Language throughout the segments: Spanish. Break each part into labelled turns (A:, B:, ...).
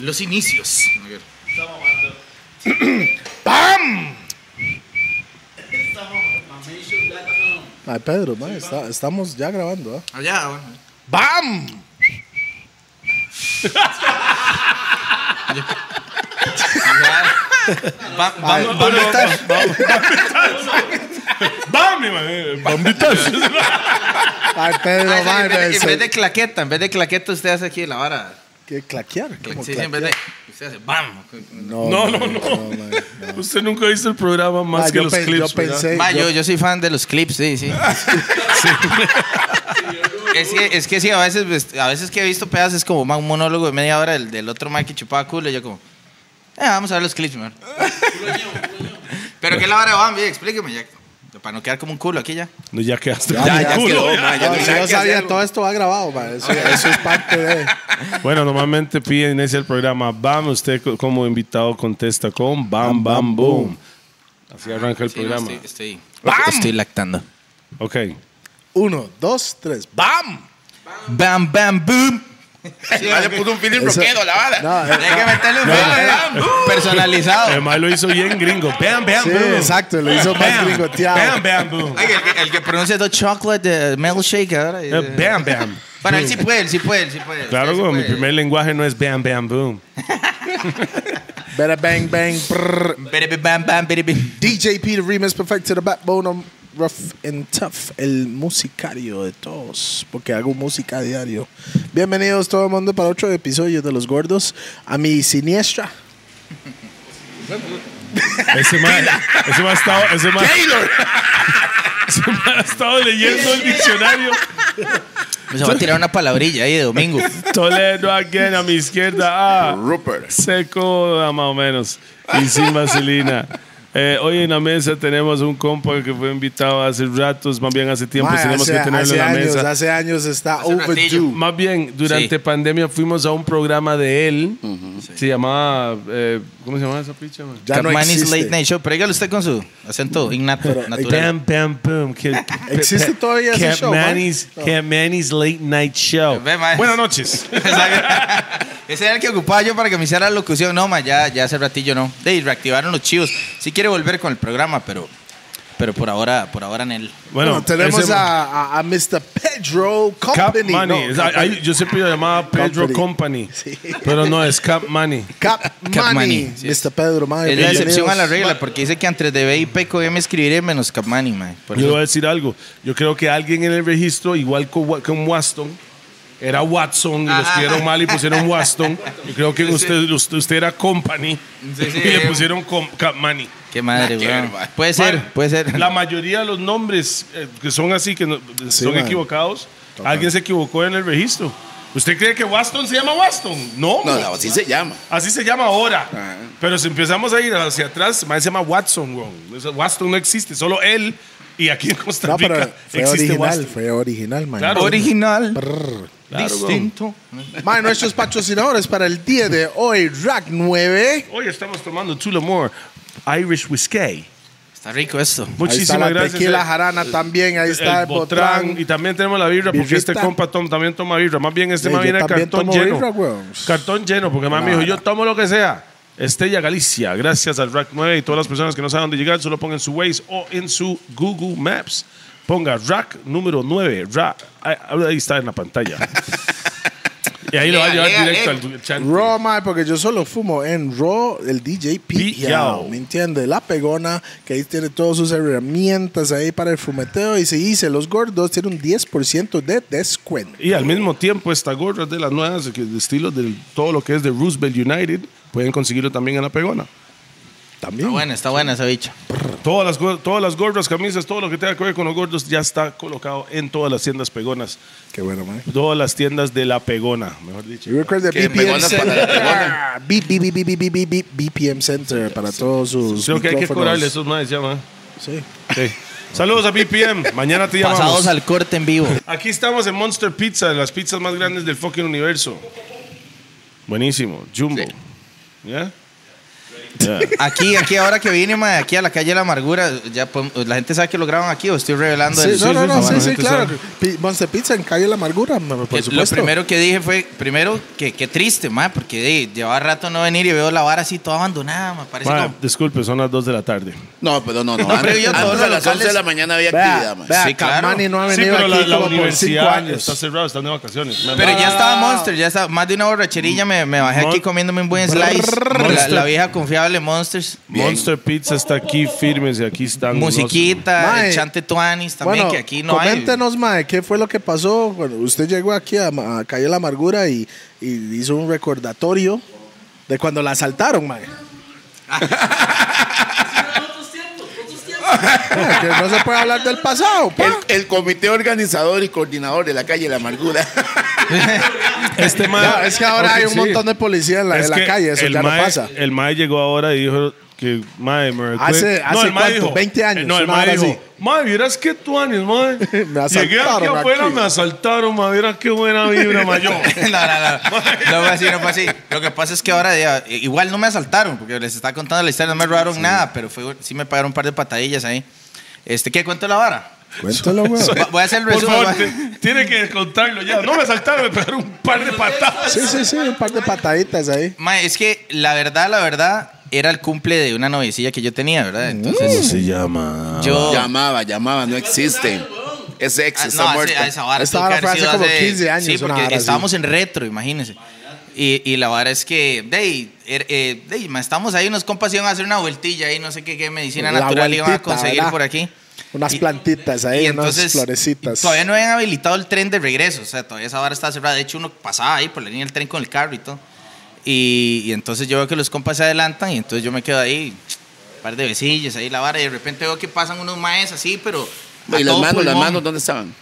A: los inicios.
B: Está mamando.
A: ¡Pam!
B: Está mamando. Mamation Latam.
C: Ay, Pedro, mae, está- estamos ya grabando, ¿ah?
A: Allá, bueno.
C: ¡Bam!
A: Va- va-
C: Ay,
A: va-
D: ¡Bam! eh, bam.
C: Ay, Pedro,
A: Ah, sí,
C: mae,
A: en, vez de,
C: mae,
A: en vez
C: se-
A: de claqueta, en vez de claqueta, usted hace aquí la vara.
C: ¿Qué, claquear?
A: Cla-
C: ¿Cómo
A: sí, sí, en vez de.
C: claquear?
A: Usted hace ¡bam!
C: No,
D: No, no,
C: mae,
D: no.
C: mae, no.
D: Usted nunca hizo el programa más
C: Ah,
D: que
C: yo
D: los
C: pe-
D: clips.
C: yo
D: ¿verdad?
C: pensé-
A: Ma,
C: yo-
A: yo, yo soy fan de los clips, sí, sí. es, que, es que sí, a veces, pues, a veces que he visto pedazos es como ma, un monólogo de media hora del, del otro Mike que chupaba culo y yo como, "Eh, vamos a ver los clips, man. Pero que la hora de Bambi, explíqueme ya. Para no quedar como un culo aquí ya.
D: No, ya quedaste.
C: Ya, ya
D: culo.
C: quedó,
D: ya.
C: mae, ya no sé, yo sabía, todo esto va grabado, mae, Eso, eso es parte de.
D: Bueno, normalmente piden ese el programa Bam. Usted co- como invitado contesta con Bam, Bam,
C: bam,
D: boom.
C: boom.
D: Así arranca el
A: Sí, no,
D: programa.
A: estoy, estoy,
C: ¡Bam!
A: estoy lactando.
D: Ok.
C: Uno, dos, tres. ¡Bam!
A: Bam, bam, boom.
E: le puso un feeling
C: Eso-
E: rockero a la bala.
C: No, eh,
A: Hay que meterle un bam, bam, boom, Eh, personalizado.
D: Además lo hizo bien gringo. Bam, bam,
C: Sí,
D: boom.
C: exacto, lo hizo más
D: Bam,
C: gringoteado.
D: Bam, bam, boom.
A: Ay, el, que, el que pronuncia dos chocolate de milkshake ahora. eh,
D: Eh, Bam, bam.
A: Bueno, él sí puede, él sí puede, él sí puede.
D: Claro,
A: Él sí
D: güey, mi
A: puede.
D: primer lenguaje no es bam, bam, boom.
C: Better bang, bang, prrr.
A: Biribi bam bam biribi.
C: DJP, the remix perfect to the backbone of Rough and Tough, el musicario de todos, porque hago música a diario. Bienvenidos todo el mundo para otro episodio de Los Gordos. A mi siniestra,
D: Ese man, ese man ha estado, ese man,
E: Taylor.
D: ese man ha estado leyendo el diccionario.
A: Se va a tirar una palabrilla ahí de domingo.
D: Toledo again a mi izquierda. Ah.
E: Rupert.
D: Seco, ah, más o menos. Y sin vaselina. Eh, hoy en la mesa tenemos un compa que fue invitado hace ratos, más bien hace tiempo
C: Mae,
D: tenemos
C: hace,
D: que tenerlo
C: hace
D: en la
C: años,
D: mesa.
C: hace años está
A: ratillo.
C: overdue.
D: Más bien, durante
A: Sí.
D: pandemia fuimos a un programa de él. Se llamaba. eh, ¿Cómo se llamaba esa picha, man?
C: Ya no
A: Capmani's Late
C: existe.
A: Night Show. Pero dígalo usted con su acento innato, natural.
D: Bam, bam, bam. Que-
C: ¿Existe todavía ese
D: Cat
C: show, man?
D: Manny's, Cat Manny's Late Night Show.
A: Ve, man.
D: Buenas noches.
A: Ese era el que ocupaba yo para que me hiciera la locución. No, ma, ya, ya hace ratillo no. De, y reactivaron los chivos. Sí quiere volver con el programa, pero, pero por ahora, por ahora en él.
D: Bueno,
C: Bueno, tenemos
D: ese-
C: a, a, a Mr. Pedro
D: Cap
C: Company.
D: Money.
C: no,
D: Es- ahí- yo siempre lo llamaba Pedro Company.
C: Sí.
D: Pero no, es Cap Money.
C: Cap,
A: Cap
C: Money.
A: Money, sí.
C: Mr. Pedro, mae,
A: Es la excepción
C: bienvenidos.
A: a la regla, porque dice que antes de B y Peco yo me escribiré menos Capmani, ma. Por
D: Yo
A: eso-
D: voy a decir algo. Yo creo que alguien en el registro, igual con, Wa- con Waston, era Watson y lo escribieron mal y pusieron Waston. Yo creo que usted, usted, usted era Company
A: Sí, sí,
D: y le
A: eh.
D: pusieron Com- Capmani.
A: Qué madre,
E: que ver,
A: weón.
E: ma.
A: Puede ser, puede ser.
D: La mayoría de los nombres eh, que son así, que no-
C: Sí,
D: son
C: man.
D: equivocados, alguien se equivocó en el registro. ¿Usted cree que Waston se llama Waston? No,
E: No,
D: man.
E: no, así se llama.
D: Así se llama ahora.
E: Ajá.
D: Pero si empezamos a ir hacia atrás, más se llama Watson, weón. Ese Waston no existe, solo él y aquí en Costa
C: No, pero
D: Rica
C: fue
D: existe
C: original,
D: Waston.
C: fue original, mae.
D: Claro.
A: Original,
C: Prrr.
A: distinto.
C: Mae, nuestros patrocinadores para el día de hoy, Rack 9.
D: Hoy estamos tomando Tullamore Irish Whiskey.
A: Está rico esto.
C: Ahí
D: Muchísimas
C: está la
D: gracias.
C: tequila
D: eh,
C: jarana también, ahí
D: el
C: está el
D: Botrán.
C: botrán.
D: Y también tenemos la birra, porque
C: Birrita.
D: este compa Tom también toma birra. Más bien, este
C: Sí,
D: más
C: yo
D: viene
C: también
D: cartón
C: tomo
D: lleno.
C: birra, weón.
D: cartón lleno, porque más me dijo, yo tomo lo que sea. Estella Galicia, gracias al Rack 9 y todas las personas que no saben dónde llegar, solo pongan su Waze o en su Google Maps. Ponga Rack número 9. Ra- ahí- ahí está en la pantalla. y ahí lo va a
A: Lea,
D: llevar
A: lea,
D: directo
A: lea.
D: al chante.
C: Raw, mae, porque yo solo fumo en Raw, el DJ
D: Pete
C: Pillao,
D: Yao.
C: ¿me entiende? La pegona, que ahí tiene todas sus herramientas ahí para el fumeteo. Y se dice, los gordos tienen un 10% de descuento.
D: Y al mismo tiempo, esta gorra es de las nuevas, que- de estilo de todo lo que es de Roosevelt United, pueden conseguirlo también en la pegona.
C: También.
D: Ah,
A: Está buena, está buena esa bicha.
D: Todas las, gor- todas las gorras, camisas, todo lo que tenga que ver con los gordos ya está colocado en todas las tiendas pegonas.
C: Qué bueno, mae.
D: Todas las tiendas de la pegona, mejor dicho.
C: You recuerda
E: Que
C: BPM
E: pegonas para
C: Center.
E: la pegona.
C: Ah, beep, beep, beep, beep, beep, beep, beep, BPM Center para todos sus
D: Creo que hay que
C: micrófonos.
D: cobrarle esos más, ya, man.
C: Sí.
D: Sí. Saludos a BPM, mañana te llamamos.
A: Pasados al corte en vivo.
D: Aquí estamos en Monster Pizza, de las pizzas más grandes del fucking universo. Buenísimo, Jumbo. ¿Ya?
A: Aquí, aquí, ahora que vine, mae, aquí a la calle de la amargura, ya podemos- la gente sabe que lo graban aquí o estoy revelando
C: Sí,
A: el-
C: no, no, no,
A: Ah,
C: sí,
A: bueno,
C: sí,
A: que
C: claro.
A: son-
C: Pi- Monster Pizza en Calle La Amargura, no, por
A: Eh, Lo
C: supuesto.
A: primero que dije fue, primero, que qué triste, mae, porque de, llevaba rato no venir y veo la vara así toda abandonada, me parece
D: Ma,
A: como...
D: disculpe, son las 2 de la tarde.
E: No, pero no, no.
A: No, pero
E: Antes,
A: yo
E: antes
A: todos
E: a
A: los
E: las 11 de
A: locales-
E: la mañana había
C: Vea,
E: actividad, man.
C: vea,
A: Sí, claro.
C: Cavani no ha
D: Sí,
C: venido
D: pero la,
C: aquí
D: la
C: como por cinco
D: universidad
C: años.
D: está cerrada, están de vacaciones. Ma,
A: Pero
D: ma,
A: ya estaba Monster, ya estaba más de una borracherilla, me, me bajé aquí
D: Mon-
A: comiéndome un buen slice. La,
D: Monster.
A: la vieja confiable Monsters.
E: Bien.
D: Monster Pizza está aquí firmes y aquí están. los-
A: Musiquita,
C: Mae.
A: el Chante Tuanis también,
C: bueno,
A: que aquí no hay.
C: coméntenos, mae, ¿qué fue lo que pasó? Bueno, usted llegó aquí a, ma- a Calle La Amargura y, y hizo un recordatorio de cuando la asaltaron, mae. Ah, que no se puede hablar del pasado, pues. pa.
E: El, el comité organizador y coordinador de la calle La Amargura.
D: Este ma-
C: No, es que ahora
D: Ok,
C: hay un
D: sí.
C: montón de policía en la,
D: Es
C: en la
D: que
C: calle, eso
D: el
C: ya
D: mae-
C: no pasa.
D: El mae llegó ahora y dijo que, mae, me recuerdo-
C: Hace- hace
D: el mae
C: cuánto, 20 años,
D: No, el
C: una
D: mae
C: hora
D: dijo,
C: así.
D: mae, vieras qué tuanis, mae. Llegué aquí
C: asaltaron
D: afuera,
C: aquí.
D: me asaltaron, mae, vieras qué buena vibra, mae. Yo,
A: no, no, no. No fue así, no fue así. Lo que pasa es que ahora ya- igual no me asaltaron, porque les estaba contando la historia, no me robaron nada, pero fue, sí me pagaron un par de patadillas ahí. Este, ¿qué cuento la vara?
C: Cuéntalo, weón.
A: Va- Voy a hacer el
D: por
A: resumen.
D: favor,
A: va-
D: te- tiene que contarlo ya. No me asaltaron, me pegaron un par de patadas.
C: Sí, sí, sí, un par de pataditas ahí.
A: Ma, es que la verdad, la verdad, era el cumple de una noviecilla que yo tenía, ¿verdad?
C: Mm.
A: Entonces,
D: se llama?
A: yo.
E: Ah, Llamaba, llamaba, no existe. Es ex,
A: Ah,
E: está
A: no, hace,
E: muerto.
A: a esa vara.
C: Esta
A: tuvo que
C: vara
A: haber
C: fue hace
A: sido
C: como 15 años,
A: Sí,
C: una
A: porque
C: vara así.
A: estábamos en retro, imagínense. Y, y la vara es que, dey, er- eh, dey, ma, estamos ahí, unos compas iban a hacer una vueltilla ahí, no sé qué, qué medicina
C: La
A: natural iban a
C: vueltita,
A: conseguir
C: ¿verdad?
A: por aquí.
C: Unas
A: Y-
C: plantitas ahí,
A: y
C: unas
A: entonces,
C: florecitas.
A: Todavía no habían habilitado el tren de regreso, o sea, todavía esa vara estaba cerrada. De hecho, uno pasaba ahí por la línea del tren con el carro y todo. Y, y entonces yo veo que los compas se adelantan y entonces yo me quedo ahí, un par de besillos ahí la vara, y de repente veo que pasan unos maes así, pero. a
E: Y las
A: todo
E: manos, las
A: pulmón.
E: manos, ¿dónde estaban?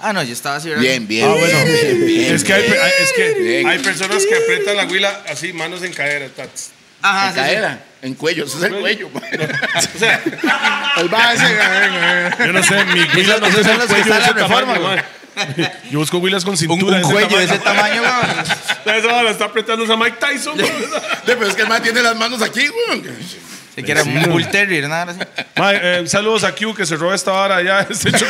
A: Ah, no, yo estaba así, ¿verdad?
E: Bien, bien.
D: Ah, bueno.
E: bien, bien,
D: Es que, hay,
E: bien.
D: hay- es que
E: Bien.
D: hay personas que aprietan la huila así, manos en cadera. tats.
A: Ajá, Ah,
E: En
A: sí, sí.
E: cadera, en cuello, eso es el cuello. man.
D: O sea,
C: El va a decir,
D: yo no sé, mi huila no sé si
A: Son
D: el
A: los que
D: cuello de
A: están
D: ese
A: en la
D: tamaño,
A: reforma,
D: man. Yo busco huilas con
A: Un,
D: cintura.
A: un cuello de ese
D: tamaño.
A: tamaño, weón.
D: Esa bala está apretando esa Mike Tyson.
E: Sí, Pero es que el man tiene las manos aquí, weón.
A: Se que era un bull terrier, nada así.
D: Mae, eh, saludos a Q que cerró esta hora ya. Este hecho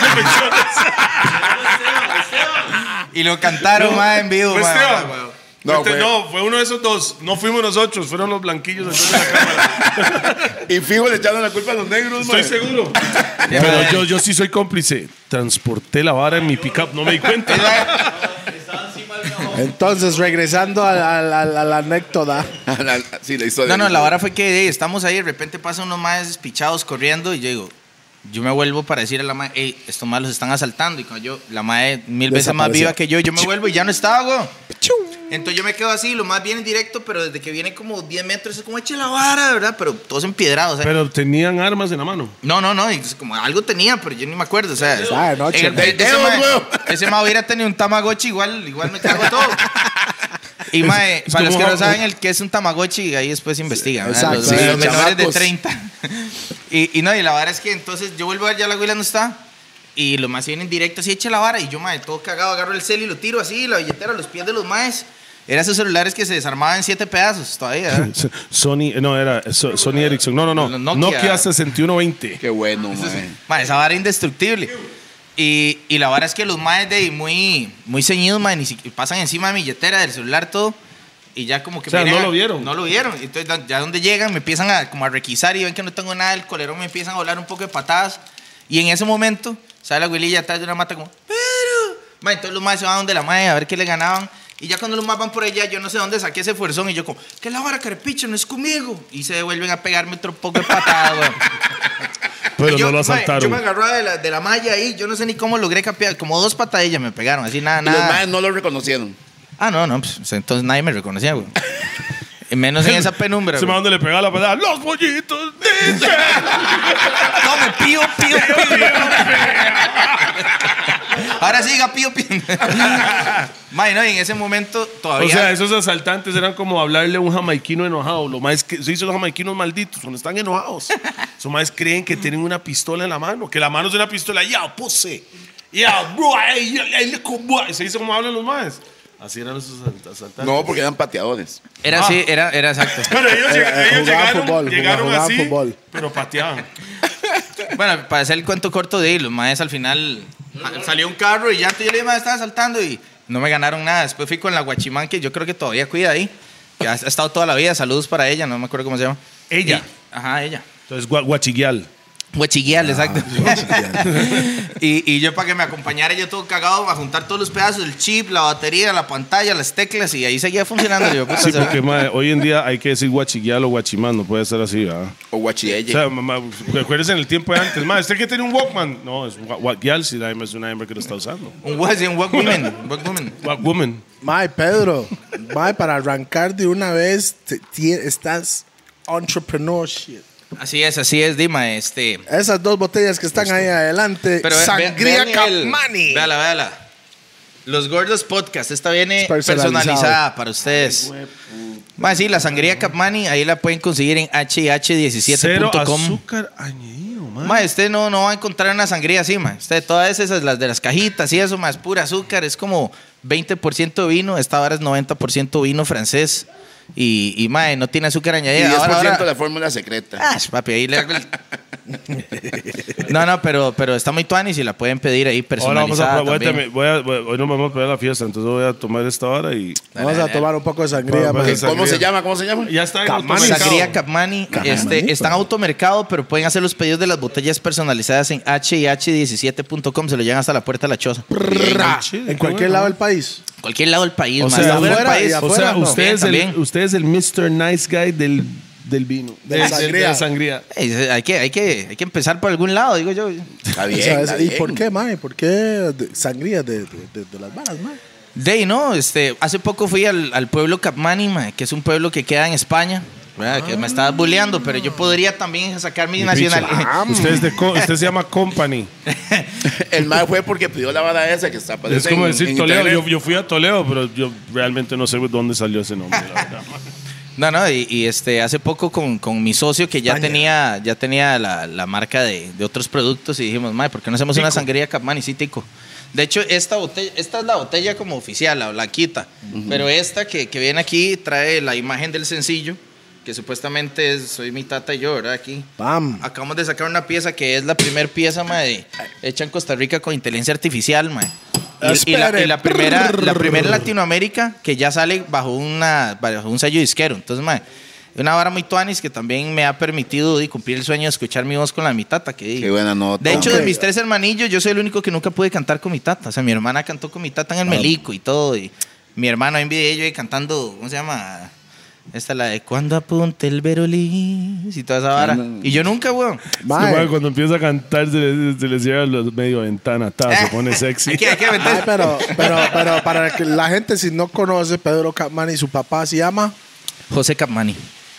A: Y lo cantaron más en vivo,
D: Fue
A: mae,
D: Pues Esteban.
A: mae, mae.
E: No,
D: Este,
E: fue-
D: no, fue uno de esos dos. No fuimos nosotros, fueron los blanquillos detrás de la cámara.
E: Y fijo le echaron la culpa a los negros,
D: Estoy
E: man.
D: seguro.
A: Ya, mae.
D: Pero yo, yo sí soy cómplice. Transporté la vara en mi pickup, no me di cuenta.
C: Entonces, regresando a la, a la- a la anécdota.
E: Sí, la historia.
A: No, no, la vara fue que hey, estamos ahí, de repente pasan unos más pichados corriendo y yo digo, yo me vuelvo para decir a la mae, hey, estos malos están asaltando. Y cuando yo, la mae mil veces más
C: Desapareció.
A: viva que yo, yo me vuelvo y ya no estaba, güey. Entonces yo me quedo así, lo más viene en directo, pero desde que viene como 10 metros es como eche la vara, ¿verdad? Pero todos empiedrados. o sea,
D: Pero tenían armas en la mano.
A: no, no, no, y es como algo tenía, pero yo ni me acuerdo, o sea.
C: Ah, no,
A: en el-
C: che,
A: ese
E: dedos,
A: mae-
E: huevo.
A: Ese mae hubiera tenido un Tamagotchi, igual, igual me cago todo. Y mae,
D: es
A: para los
D: como
A: que no
D: un-
A: saben el que es un Tamagotchi, ahí después investigan. ¿verdad?
C: exacto.
A: Los,
C: Sí,
A: los menores de
E: chamacos.
A: 30. Y, y no, y la vara es que entonces yo vuelvo a ver, ya la güila no está. Y los más vienen directo, así echa la vara. Y yo, mae, todo cagado, agarro el cel y lo tiro así, la billetera, los pies de los maes. Eran esos celulares que se desarmaban en siete pedazos todavía. ¿verdad?
D: Sony, eh, no, era so- Sony Ericsson. No, no, no.
A: No,
D: Nokia,
A: Nokia.
D: 6120.
E: Qué bueno, man.
A: Ma, esa vara indestructible. Y, y la vara es que los maes de ahí muy, muy ceñidos, ma, ni siquiera- pasan encima de mi billetera, del celular, todo. Y ya como que...
D: O sea,
A: miran
D: no
A: a-
D: lo vieron.
A: No lo vieron. Entonces, da- ya donde llegan, me empiezan a, como a requisar y ven que no tengo nada, el colerón me empiezan a volar un poco de patadas. Y en ese momento, sale la güililla atrás de una mata como... "Pero". Ma, entonces los maes se van donde la mae a ver qué le ganaban. Y ya cuando los más van por allá, yo no sé dónde saqué ese fuerzón. Y yo como, ¿qué es la vara, carepicho? No es conmigo. Y se devuelven a pegarme otro poco de patadas, weón.
D: Pero
A: Y yo,
D: no lo
A: mae, Yo
D: asaltaron.
A: me agarraba de la, de la malla ahí, yo no sé ni cómo logré capear, como dos patadillas me pegaron, así nada,
E: Y los manes
A: nada.
E: no lo reconocieron.
A: Ah, no, no, pues, entonces nadie me reconocía, güey. Menos en esa penumbra.
D: Se me
A: güey.
D: donde le pegaba la patada. Los pollitos dicen.
A: Tome, pío, pío, pío. Ahora siga, pío, pío. Mae, no, y en ese momento todavía.
D: O sea, esos asaltantes eran como hablarle a un jamaiquino enojado. Lo más que se hizo los jamaiquinos malditos, cuando están enojados. Los más creen que tienen una pistola en la mano, que la mano es una pistola. Ya, puse. Ya, bro, ey, ey, ey, como- Se hizo como hablan los más. Así eran esos asalt- asaltantes.
E: No, porque eran pateadores.
D: ah.
A: Era así, era, era exacto.
D: Pero ellos, lleg-
C: Eh, eh,
D: ellos
C: jugaban
D: llegaron,
C: fútbol,
D: llegaron
C: jugaban
D: así,
C: fútbol.
D: pero pateaban.
A: Bueno, para hacer el cuento corto de ahí, los maes al final ja- salió un carro y ya yo le dije, "Mae, estaba saltando y no me ganaron nada. Después fui con la guachimán que yo creo que todavía cuida ahí, que ha ha estado toda la vida. Saludos para ella, no me acuerdo cómo se llama.
D: Ella.
A: Y- ajá, ella.
D: Entonces, gua- guachiguial.
A: Guachiguial, exacto. y, y yo para que me acompañara, yo todo cagado, a juntar todos los pedazos, el chip, la batería, la pantalla, las teclas y ahí seguía funcionando. Yo, puta,
D: Sí,
A: se va.
D: porque mae, hoy en día hay que decir guachiguial o guachimán, no puede ser así, ¿verdad?
E: O
D: O
E: guachiyeye.
D: sea, mamá, recuerdes en el tiempo de antes, mae, ¿usted que tiene un Walkman? No, es wa- guachiguial, si la hembra es una hembra que lo está usando.
A: un guas y un walkwoman, un walkwoman.
D: Walkwoman.
C: Mae, Pedro, mae, para arrancar de una vez, te- ti- estás entrepreneurship.
A: Así es, así es, Dima. Este,
C: Esas dos botellas que están ahí adelante,
A: Pero ve- ve-
C: sangría
A: vean el-
C: Capmani.
A: Véala, véala. Los Gordos Podcast. Esta viene
C: Es personalizado.
A: personalizada para ustedes. Más sí, la sangría Capmani, ahí la pueden conseguir en
D: Cero
A: hh17.com.
D: azúcar añadido, mae.
A: Ma, usted no, no va a encontrar una sangría así, ma. Usted, todas esas, las de las cajitas y eso, más pura azúcar, es como 20% vino. Esta vara es 90% vino francés. Y, y ma, no tiene azúcar
E: Y
A: añadida.
E: 10%
A: Ahora, ahora-
E: de la fórmula secreta.
A: Ah, papi, ahí le hago el- No, no, pero, pero está muy tuanis y si la pueden pedir ahí
D: Ahora vamos
A: personalizada
D: a probar, voy a
A: también.
D: también- voy a- voy- hoy no vamos a pegar la fiesta, entonces voy a tomar esta hora y...
C: Vamos a tomar un poco de sangría,
D: Vamos a
C: mae.
D: hacer-
E: ¿Cómo
D: sangría.
E: se llama? ¿Cómo se llama?
D: Pues, Ya está en
C: Capmani.
D: automercado.
A: Sangría Capmani,
C: Capmani,
A: este,
C: pero-
A: está en automercado, pero pueden hacer los pedidos de las botellas personalizadas en hih17.com, se lo llegan hasta la puerta de la choza.
C: Ra.
D: Qué chido,
C: En cualquier
D: bueno.
C: lado del país.
A: Cualquier lado del país,
D: O
A: man, fuera
D: sea,
A: del
C: afuera y
A: país.
D: O
C: afuera.
D: sea,
C: no.
D: usted, es
A: Bien,
D: el,
A: también.
D: usted es el Mr. Nice Guy del, del vino.
C: De la sangría.
D: la sangría.
A: Eh, Hay que, hay, que, hay que empezar por algún lado, digo yo.
E: Está
C: O
E: bien.
C: sea, es-
E: está
C: ¿Y
E: bien.
C: por qué, mae? ¿Por qué de- sangría de, de- de- de las varas, mae?
A: De ahí, no, este, hace poco fui al, al pueblo Capmani, ma, que es un pueblo que queda en España, ¿verdad? que me estaba bulleando, pero yo podría también sacar mi, nacionalidad.
D: Usted, es de co- usted se llama Company.
E: El mal fue porque pidió la vara esa que está
D: Es
E: apareciendo.
D: como decir Toledo. Yo, yo fui a Toledo, pero yo realmente no sé dónde salió ese nombre, la verdad.
A: No, no, y, y, este, hace poco con, con mi socio que ya
C: España.
A: tenía, ya tenía la, la marca de, de otros productos y dijimos, madre, ¿por qué no hacemos una sangría Capmani? Sí, tico. De hecho, esta botella, esta es la botella como oficial, la blanquita. Pero esta que, que viene aquí trae la imagen del sencillo, que supuestamente es- soy mi tata y yo, ¿verdad? Aquí.
C: Pam.
A: Acabamos de sacar una pieza que es la primer pieza, mae, hecha en Costa Rica con inteligencia artificial, mae. Y, y la, y la
C: Espere.
A: primera, la primera en Latinoamérica que ya sale bajo, una, bajo un sello disquero. Entonces, mae, una vara muy tuanis que también me ha permitido di, cumplir el sueño de escuchar mi voz con la de mi tata. Que, di.
E: Qué buena nota.
A: De hecho, de
C: Ok.
A: mis tres hermanillos, yo soy el único que nunca pude cantar con mi tata. O sea, mi hermana cantó con mi tata en el Melico y todo. Y mi hermano en video yo ahí cantando, ¿cómo se llama? Esta la de cuando apunte el Verolis y toda esa vara. Y yo nunca, weón.
C: Mae,
D: Como cuando empieza a cantar, se le, se le cierra los medio ventana. ta, se pone sexy.
A: Aquí, aquí,
C: mae,
A: vente.
C: pero, pero, pero para que la gente si no conoce, Pedro Capmani, su papá se llama...
A: José Capmani.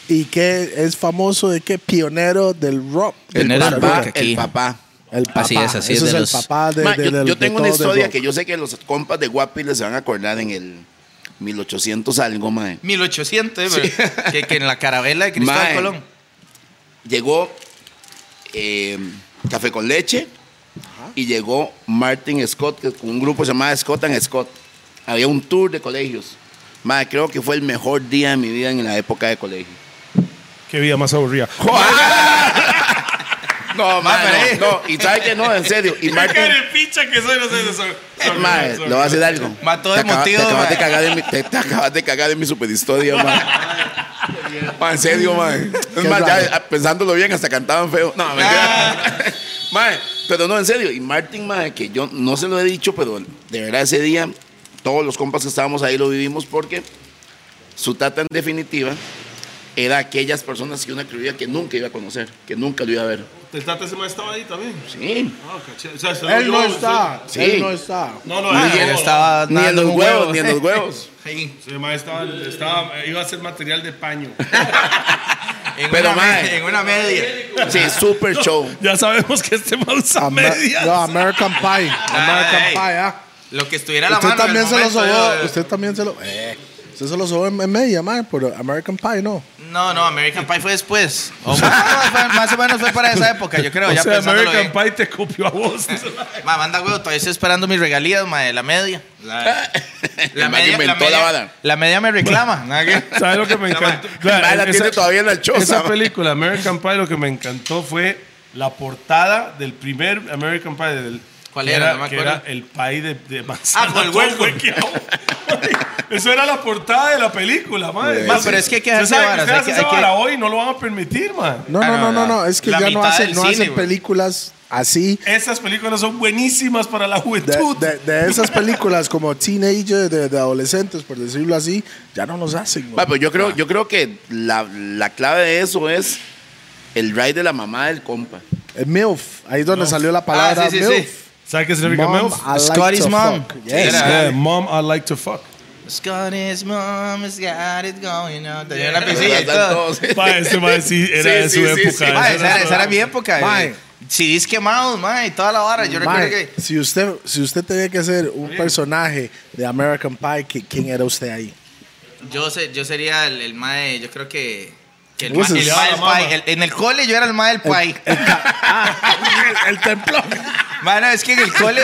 C: y que es famoso de que pionero del rock.
E: El
A: Tener al
E: papá,
A: rock aquí.
E: el papá.
C: El papá.
A: Así es, así es,
C: Eso
A: de
C: es,
A: los-
C: el papá Ah, de,
E: Ma,
C: de-
E: yo,
C: de- de
E: yo tengo
C: todo
E: una
C: del
E: historia
C: rock.
E: que yo sé que los compas de Guapi les van a acordar en el 1800 algo, mae.
A: 1800, eh, pero- que, que en la carabela de Cristóbal
E: Mae.
A: Colón.
E: Llegó eh, Café con Leche y llegó Martin Scott, que con un grupo llamado Scott and Scott. Había un tour de colegios. Mae, creo que fue el mejor día de mi vida en la época de colegio.
D: Qué vida más aburrida.
E: No, mae,
A: pero,
E: no, no. Y sabes que no, en serio. Y Martin,
D: picha que soy, no sé,
E: Mae, le voy a decir algo.
A: Mató
E: Te
A: de
E: acaba-
A: motivo,
E: Te acabas
A: mae.
E: de cagar de mi, te, te acabas de cagar de mi superhistoria, mae. Mae, en serio, mae. Es
C: Qué
E: más, ya
C: raro.
E: ah, pensándolo bien, hasta cantaban feo. No, mentira. Mae, pero no, en serio. Y Martin, mae, que yo no se lo he dicho, pero de verdad ese día, todos los compas que estábamos ahí lo vivimos porque su tata, en definitiva, era aquellas personas que uno creía que nunca iba a conocer, que nunca lo iba a ver.
D: ¿Te trata ese más estaba ahí también?
E: Sí.
D: Ah, caché. O sea, se lo
C: Él no
D: dio,
C: está,
E: Sí.
C: él no está.
D: se- No, no,
A: Ah,
D: él no,
A: él
D: no.
A: estaba
E: Ni en
A: nadando
E: los
A: un
E: huevos,
A: huevo.
E: ni en los huevos.
A: Sí,
D: Sí, mae, estaba- estaba- iba a ser material de paño.
A: en
E: Pero,
A: una
E: mae.
A: media- en una media.
E: Sí, super show.
D: ya sabemos que este mae usa
C: Amer-
D: medias.
C: no, American Pie. American
A: ey.
C: Pie, ah.
A: Lo que estuviera a la
C: Usted
A: mano. en
C: también
A: el
C: se lo
A: momento,
C: sobó.
A: yo-
C: Usted también se lo. Eh. Usted solo sobe en media, mae, pero American Pie no.
A: No, no, American Pie fue después. O más, o menos fue- más o menos fue para esa época, yo creo.
D: O
A: ya
D: sea,
A: pensándolo
D: American
A: bien.
D: Pie te copió a vos.
A: Ma, manda huevo, todavía estoy esperando mis regalías, ma, de la media. La,
E: El man que inventó la vara.
A: la media me reclama. nada que-
D: ¿Sabes lo que me
A: No, ma,
D: encantó? Vea,
E: Ma, la tiene todavía en la choza,
D: Esa
E: ma.
D: película, American Pie, lo que me encantó fue la portada del primer American Pie. Del,
A: ¿Cuál
D: que
A: era? No me
D: que
A: acuerdo.
D: era el pie de, de manzana.
A: Ah, con el
D: todo
A: hueco.
D: huequeado. Eso era la portada de la película, madre.
A: Ma, Ah, pero es que hay que dejarse varas, hay que-
D: esa
A: hay que-
D: vara hoy no lo van a permitir, man.
C: No,
A: Ah,
C: no,
A: no,
C: no, no,
A: no.
C: no. Es que
A: La
C: ya no
A: mitad
C: hacen,
A: del
C: no
A: cine,
C: hacen
A: güey.
C: películas así.
D: Esas películas son buenísimas para la
C: De,
D: juventud.
C: de- de esas películas como teenager, de, de adolescentes, por decirlo así, ya no los hacen.
E: Ma,
C: güey.
E: pero yo creo, yo creo que la, la clave de eso es el ride de la mamá del compa.
C: Eh, MILF, ahí es donde salió la palabra
A: Ah, sí, sí, sí.
C: MILF.
D: ¿Sabes qué significa
C: Mom,
D: MILF?
C: I like
A: Scotty's
C: to
A: mom.
C: fuck.
A: Sí,
C: Yes.
A: era-
D: Yeah, Mom, I like to fuck.
A: Scottish mom has got it going on. Tenía la piscina y todo.
E: Entonces,
D: Pa, ese mae sí era
E: Sí,
D: de
E: sí,
D: su
E: sí,
D: época.
E: sí.
D: ese
A: Ma,
D: era
A: esa, era,
D: su-
A: esa era mi época.
C: Ma.
A: eh. CDs quemados, ma, y toda la vara. Yo
C: Mae,
A: recuerdo que...
C: si usted si usted tenía que ser un personaje de American Pie, ¿qui- ¿quién era usted ahí?
A: Yo, se- yo sería el, el mae, yo creo que... que el,
C: Uy,
A: ma,
C: se
A: el
C: le
A: ma
D: va
A: del
D: la mama.
A: pai. El- en el cole yo era el mae del pai. Ah,
C: El, templón.
A: Mano, es que en el cole...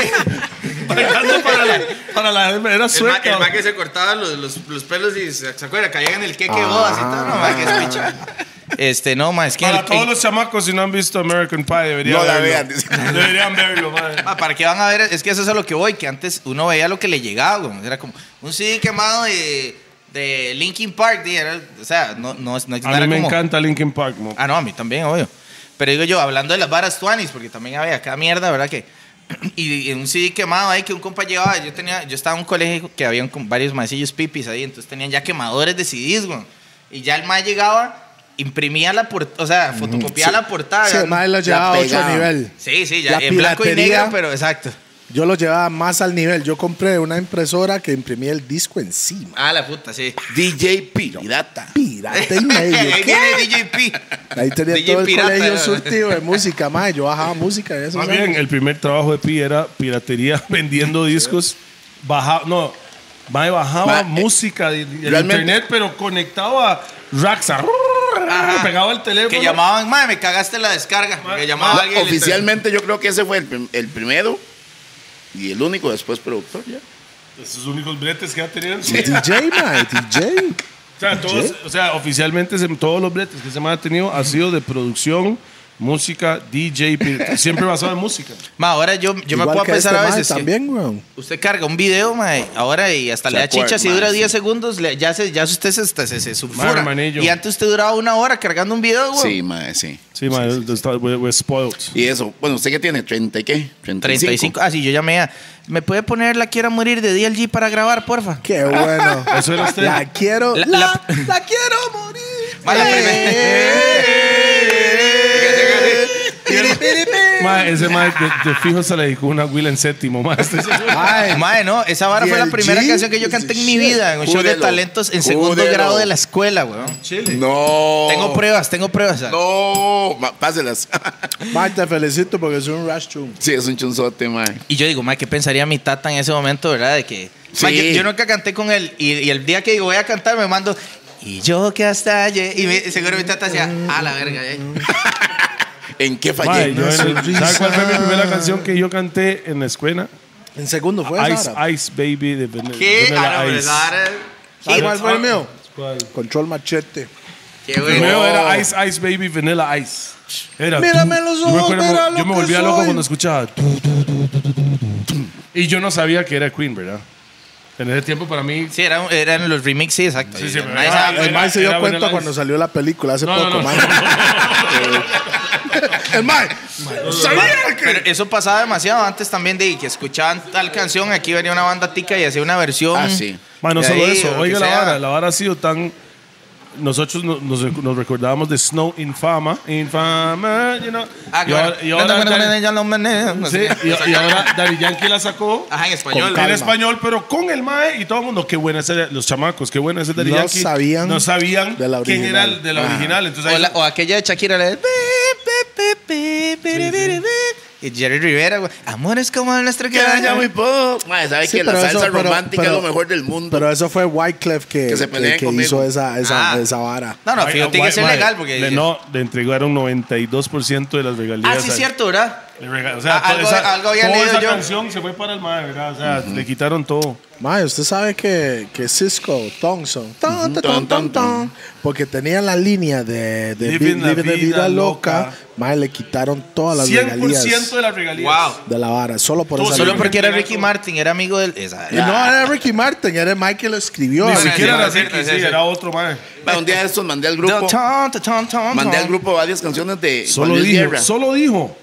D: Bailando para la, para la- era
A: El ma,
D: sueca.
A: el ma que se cortaba los, los- los pelos y se, se acuerda, caía en el queque de bodas y todo. No, ma, que es picha. Ah. Este, no, ma, es que... en
D: Para
A: el-
D: todos los chamacos, si no han visto American Pie, deberían
E: No la vean,
D: verlo.
E: dice.
D: deberían verlo, madre.
A: Ma, ¿Para qué van a ver? Es que eso es a lo que voy, que antes uno veía lo que le llegaba, güey. Era como un CD quemado de, de Linkin Park, di, era- o sea, no, no, no,
D: A
A: era
D: mí me
A: como-
D: encanta Linkin Park, mo.
A: Ah, no, a mí también, obvio. Pero digo yo, hablando de las varas tuanis, porque también había acá mierda, ¿verdad? Que, y, y un CD quemado ahí que un compa llevaba. Yo, tenía, yo estaba en un colegio que había varios maecillos pipis ahí, entonces tenían ya quemadores de CDs, güey. Y ya el mae llegaba, imprimía la portada, o sea, fotocopiaba la portada.
C: Mm, Sí,
A: ¿no?
C: el mae lo llevaba a otro
E: pegaba.
C: nivel.
A: sí, sí, ya
C: La
A: en blanco y
C: piratería.
A: negro, pero exacto.
C: Yo lo llevaba más al nivel. Yo compré una impresora que imprimía el disco encima.
A: Ah, la puta, sí.
E: DJ Pirata.
C: Pirata y medio.
A: Ahí
C: ¿Qué?
A: viene DJP.
C: Ahí tenía
A: DJ
C: todo el
A: pirata,
C: colegio
A: ¿no?
C: surtido de música, mae. Yo bajaba música. en esos
D: Más bien,
C: años.
D: el primer trabajo de Pi era piratería, vendiendo discos. Bajaba, no, mae bajaba
E: Ma, eh,
D: música de, del
E: realmente-
D: internet, pero conectado a racks. a- Pegaba el teléfono.
A: Que llamaban, madre, me cagaste la descarga. Que llamaba
E: No,
A: Ah, alguien. y le-
E: oficialmente yo creo que ese fue el, prim- el primero y el único después productor ya.
D: Sus únicos bretes que ha tenido. en su-
C: DJ, mae. DJ.
D: O sea, todos- o sea, oficialmente se- todos los bretes que se me ha tenido ha sido de producción, música, DJ, pirata- siempre basado en música.
A: Ma, ahora yo, yo me
C: Igual
A: puedo
C: que
A: pensar
C: este
A: a
C: mae
A: veces. que
C: También, weón.
A: usted carga un video, mae, ahora y hasta le
E: Se
A: da chicha.
E: acuerda,
A: Si
E: mae,
A: dura
E: sí.
A: 10 segundos, le- ya, se, ya usted se, hasta se, se sulfura.
D: Mae, hermanillo.
A: Y antes usted duraba una hora cargando un video, güey.
E: Sí, mae, sí.
D: Sí, mae, está- we're- we're spoiled.
E: Y eso, bueno, ¿usted qué tiene? ¿30 y qué?
A: 35. Ah, sí, yo llamé a. ¿Me puede poner la quiero morir de DLG para grabar, porfa?
C: Qué bueno.
D: Eso era usted.
C: La quiero.
A: La-
C: La,
A: la-
C: la quiero morir.
A: Ma, la
C: Eh,
A: primera.
D: Mae, ese mae de, de fijo se le dedicó una Will en séptimo, mae. Estoy seguro.
C: Ay,
A: Mae, no, esa vara fue la
C: DLG
A: primera canción que yo
C: is
A: canté
C: the
A: en mi
C: shit.
A: vida en un show de
E: Júrelo.
A: talentos en segundo
E: Júrelo.
A: grado de la escuela, weón.
E: No.
C: Oh.
A: Tengo pruebas, tengo pruebas.
E: No, ma- páselas.
C: mae, te felicito porque soy un rush room.
E: sí, es un chunzote, mae.
A: Y yo digo, mae, ¿qué pensaría mi tata en ese momento, verdad? De que.
E: Sí.
A: Mae, yo, yo nunca canté con él. Y, y el día que digo, voy a cantar, me mando. Y yo que hasta ayer. Y me- seguro mi tata decía, a la verga, eh.
E: ¿En qué
D: Mae,
E: fallé?
D: yo en el-
C: sonrisa.
D: ¿Sabe cuál fue mi primera canción que yo canté en la escuela?
C: En segundo fue
D: Ice,
C: esa. vara.
D: Ice Baby de Vanilla,
A: ¿Qué?
D: Vanilla
A: Ah, no,
D: Ice.
A: pero esa vara-
C: ¿Sabes cuál fue el mío?
D: ah, ¿Cuál?
C: Control machete.
A: Qué
D: El
A: bueno.
D: mío era Ice, Ice Baby, Vanilla Ice. Era,
C: Mírame los
D: Yo me,
C: ojos,
D: acuerdo,
C: mira
D: yo
C: lo
D: me
C: que
D: volvía loco
C: soy.
D: cuando escuchaba. tu, tu, tu, tu, tu, tu, tu. Y yo no sabía que era Queen, ¿verdad? En ese tiempo para mí.
A: Sí, eran, eran los remixes, sí, exacto.
D: Sí, sí,
A: Y-
D: pero
A: mae,
D: era-
A: esa-
C: El mae se dio
D: era
C: cuenta
D: Vanilla
C: cuando
D: Ice.
C: salió la película hace
D: No, no,
C: poco,
D: no,
C: mae. El mae. mae, ¿Sabía
A: Pero eso pasaba demasiado antes también de que escuchaban tal canción, aquí venía una banda tica y hacía una versión.
E: Ah, sí.
D: Bueno,
A: de
D: solo
A: ahí, o
D: eso.
A: lo
D: Oiga
A: que
D: la
A: sea.
D: vara. La vara ha sido tan. Nosotros no- nos, nos recordábamos de Snow Infama. Infama, you know.
A: Ah,
D: Y
A: claro.
D: ahora- y ahora Daddy- sí, y- y ahora Daddy Yankee la sacó.
A: Ajá, en español.
C: Con
D: En
C: calma.
D: español, pero con el mae y todo el mundo. Qué buena es los chamacos, qué buena es Daddy
C: No
D: Yankee.
C: sabían
D: No sabían
C: de la
D: quién era
C: original.
A: Ah.
D: el
E: Pues
D: de la original. Entonces,
A: O,
D: ahí-
A: la- o aquella de Shakira, la de... Y Jerry Rivera, güey. Amores como el nuestro que
E: Que
A: daña
E: ya muy poco. Mae, ¿sabe
C: Sí,
E: que la
C: pero
E: salsa
C: eso- pero-
E: romántica
C: pero-
E: es lo mejor del mundo?
C: Pero eso fue Wyclef que,
E: Que se
C: que,
E: peleen
C: que
E: conmigo.
C: hizo esa, esa,
A: Ah.
C: esa vara.
A: No, no,
D: Ay,
A: fijo, tiene
D: guay,
A: que ser
D: guay.
A: legal porque.
D: Le, no, le entregaron 92% de las regalías.
A: ah, sí,
D: al-
A: es cierto, ¿verdad?
D: le rega- o sea,
A: Ah,
D: toda
A: algo-
D: esa,
A: algo había
D: toda
A: leído
D: esa
A: yo.
D: canción se fue para el madre, ¿verdad? O sea, le quitaron todo.
C: Mae, usted sabe que, que Cisco, Thompson, ton, ton, ton,
E: Ton,
C: ton,
E: ton, ton.
C: porque tenía la línea de, de
D: Living
C: vi-
D: la
C: Living la
D: vida
C: vida loca,
D: loca.
C: mae, le quitaron todas las
D: 100%
C: regalías
D: de las regalías.
A: Wow.
C: de la vara, solo por
D: Todo
C: esa
D: solo
A: Solo
C: línea.
A: porque era Ricky Martin, era amigo del. Esa,
C: Y no era Ricky Martin, era Mike que lo escribió.
D: Ni
A: Ah,
C: Así
A: sí,
D: siquiera
A: sí,
D: era
A: sí,
D: Ricky,
A: sí,
D: sí,
A: sí.
D: era otro madre.
E: Mae, un día de estos mandé al grupo,
A: Ton, ton, ton, ton.
E: mandé al grupo varias canciones de
D: Solo
E: Juan Luis
D: dijo,
E: Guerra.
D: solo dijo,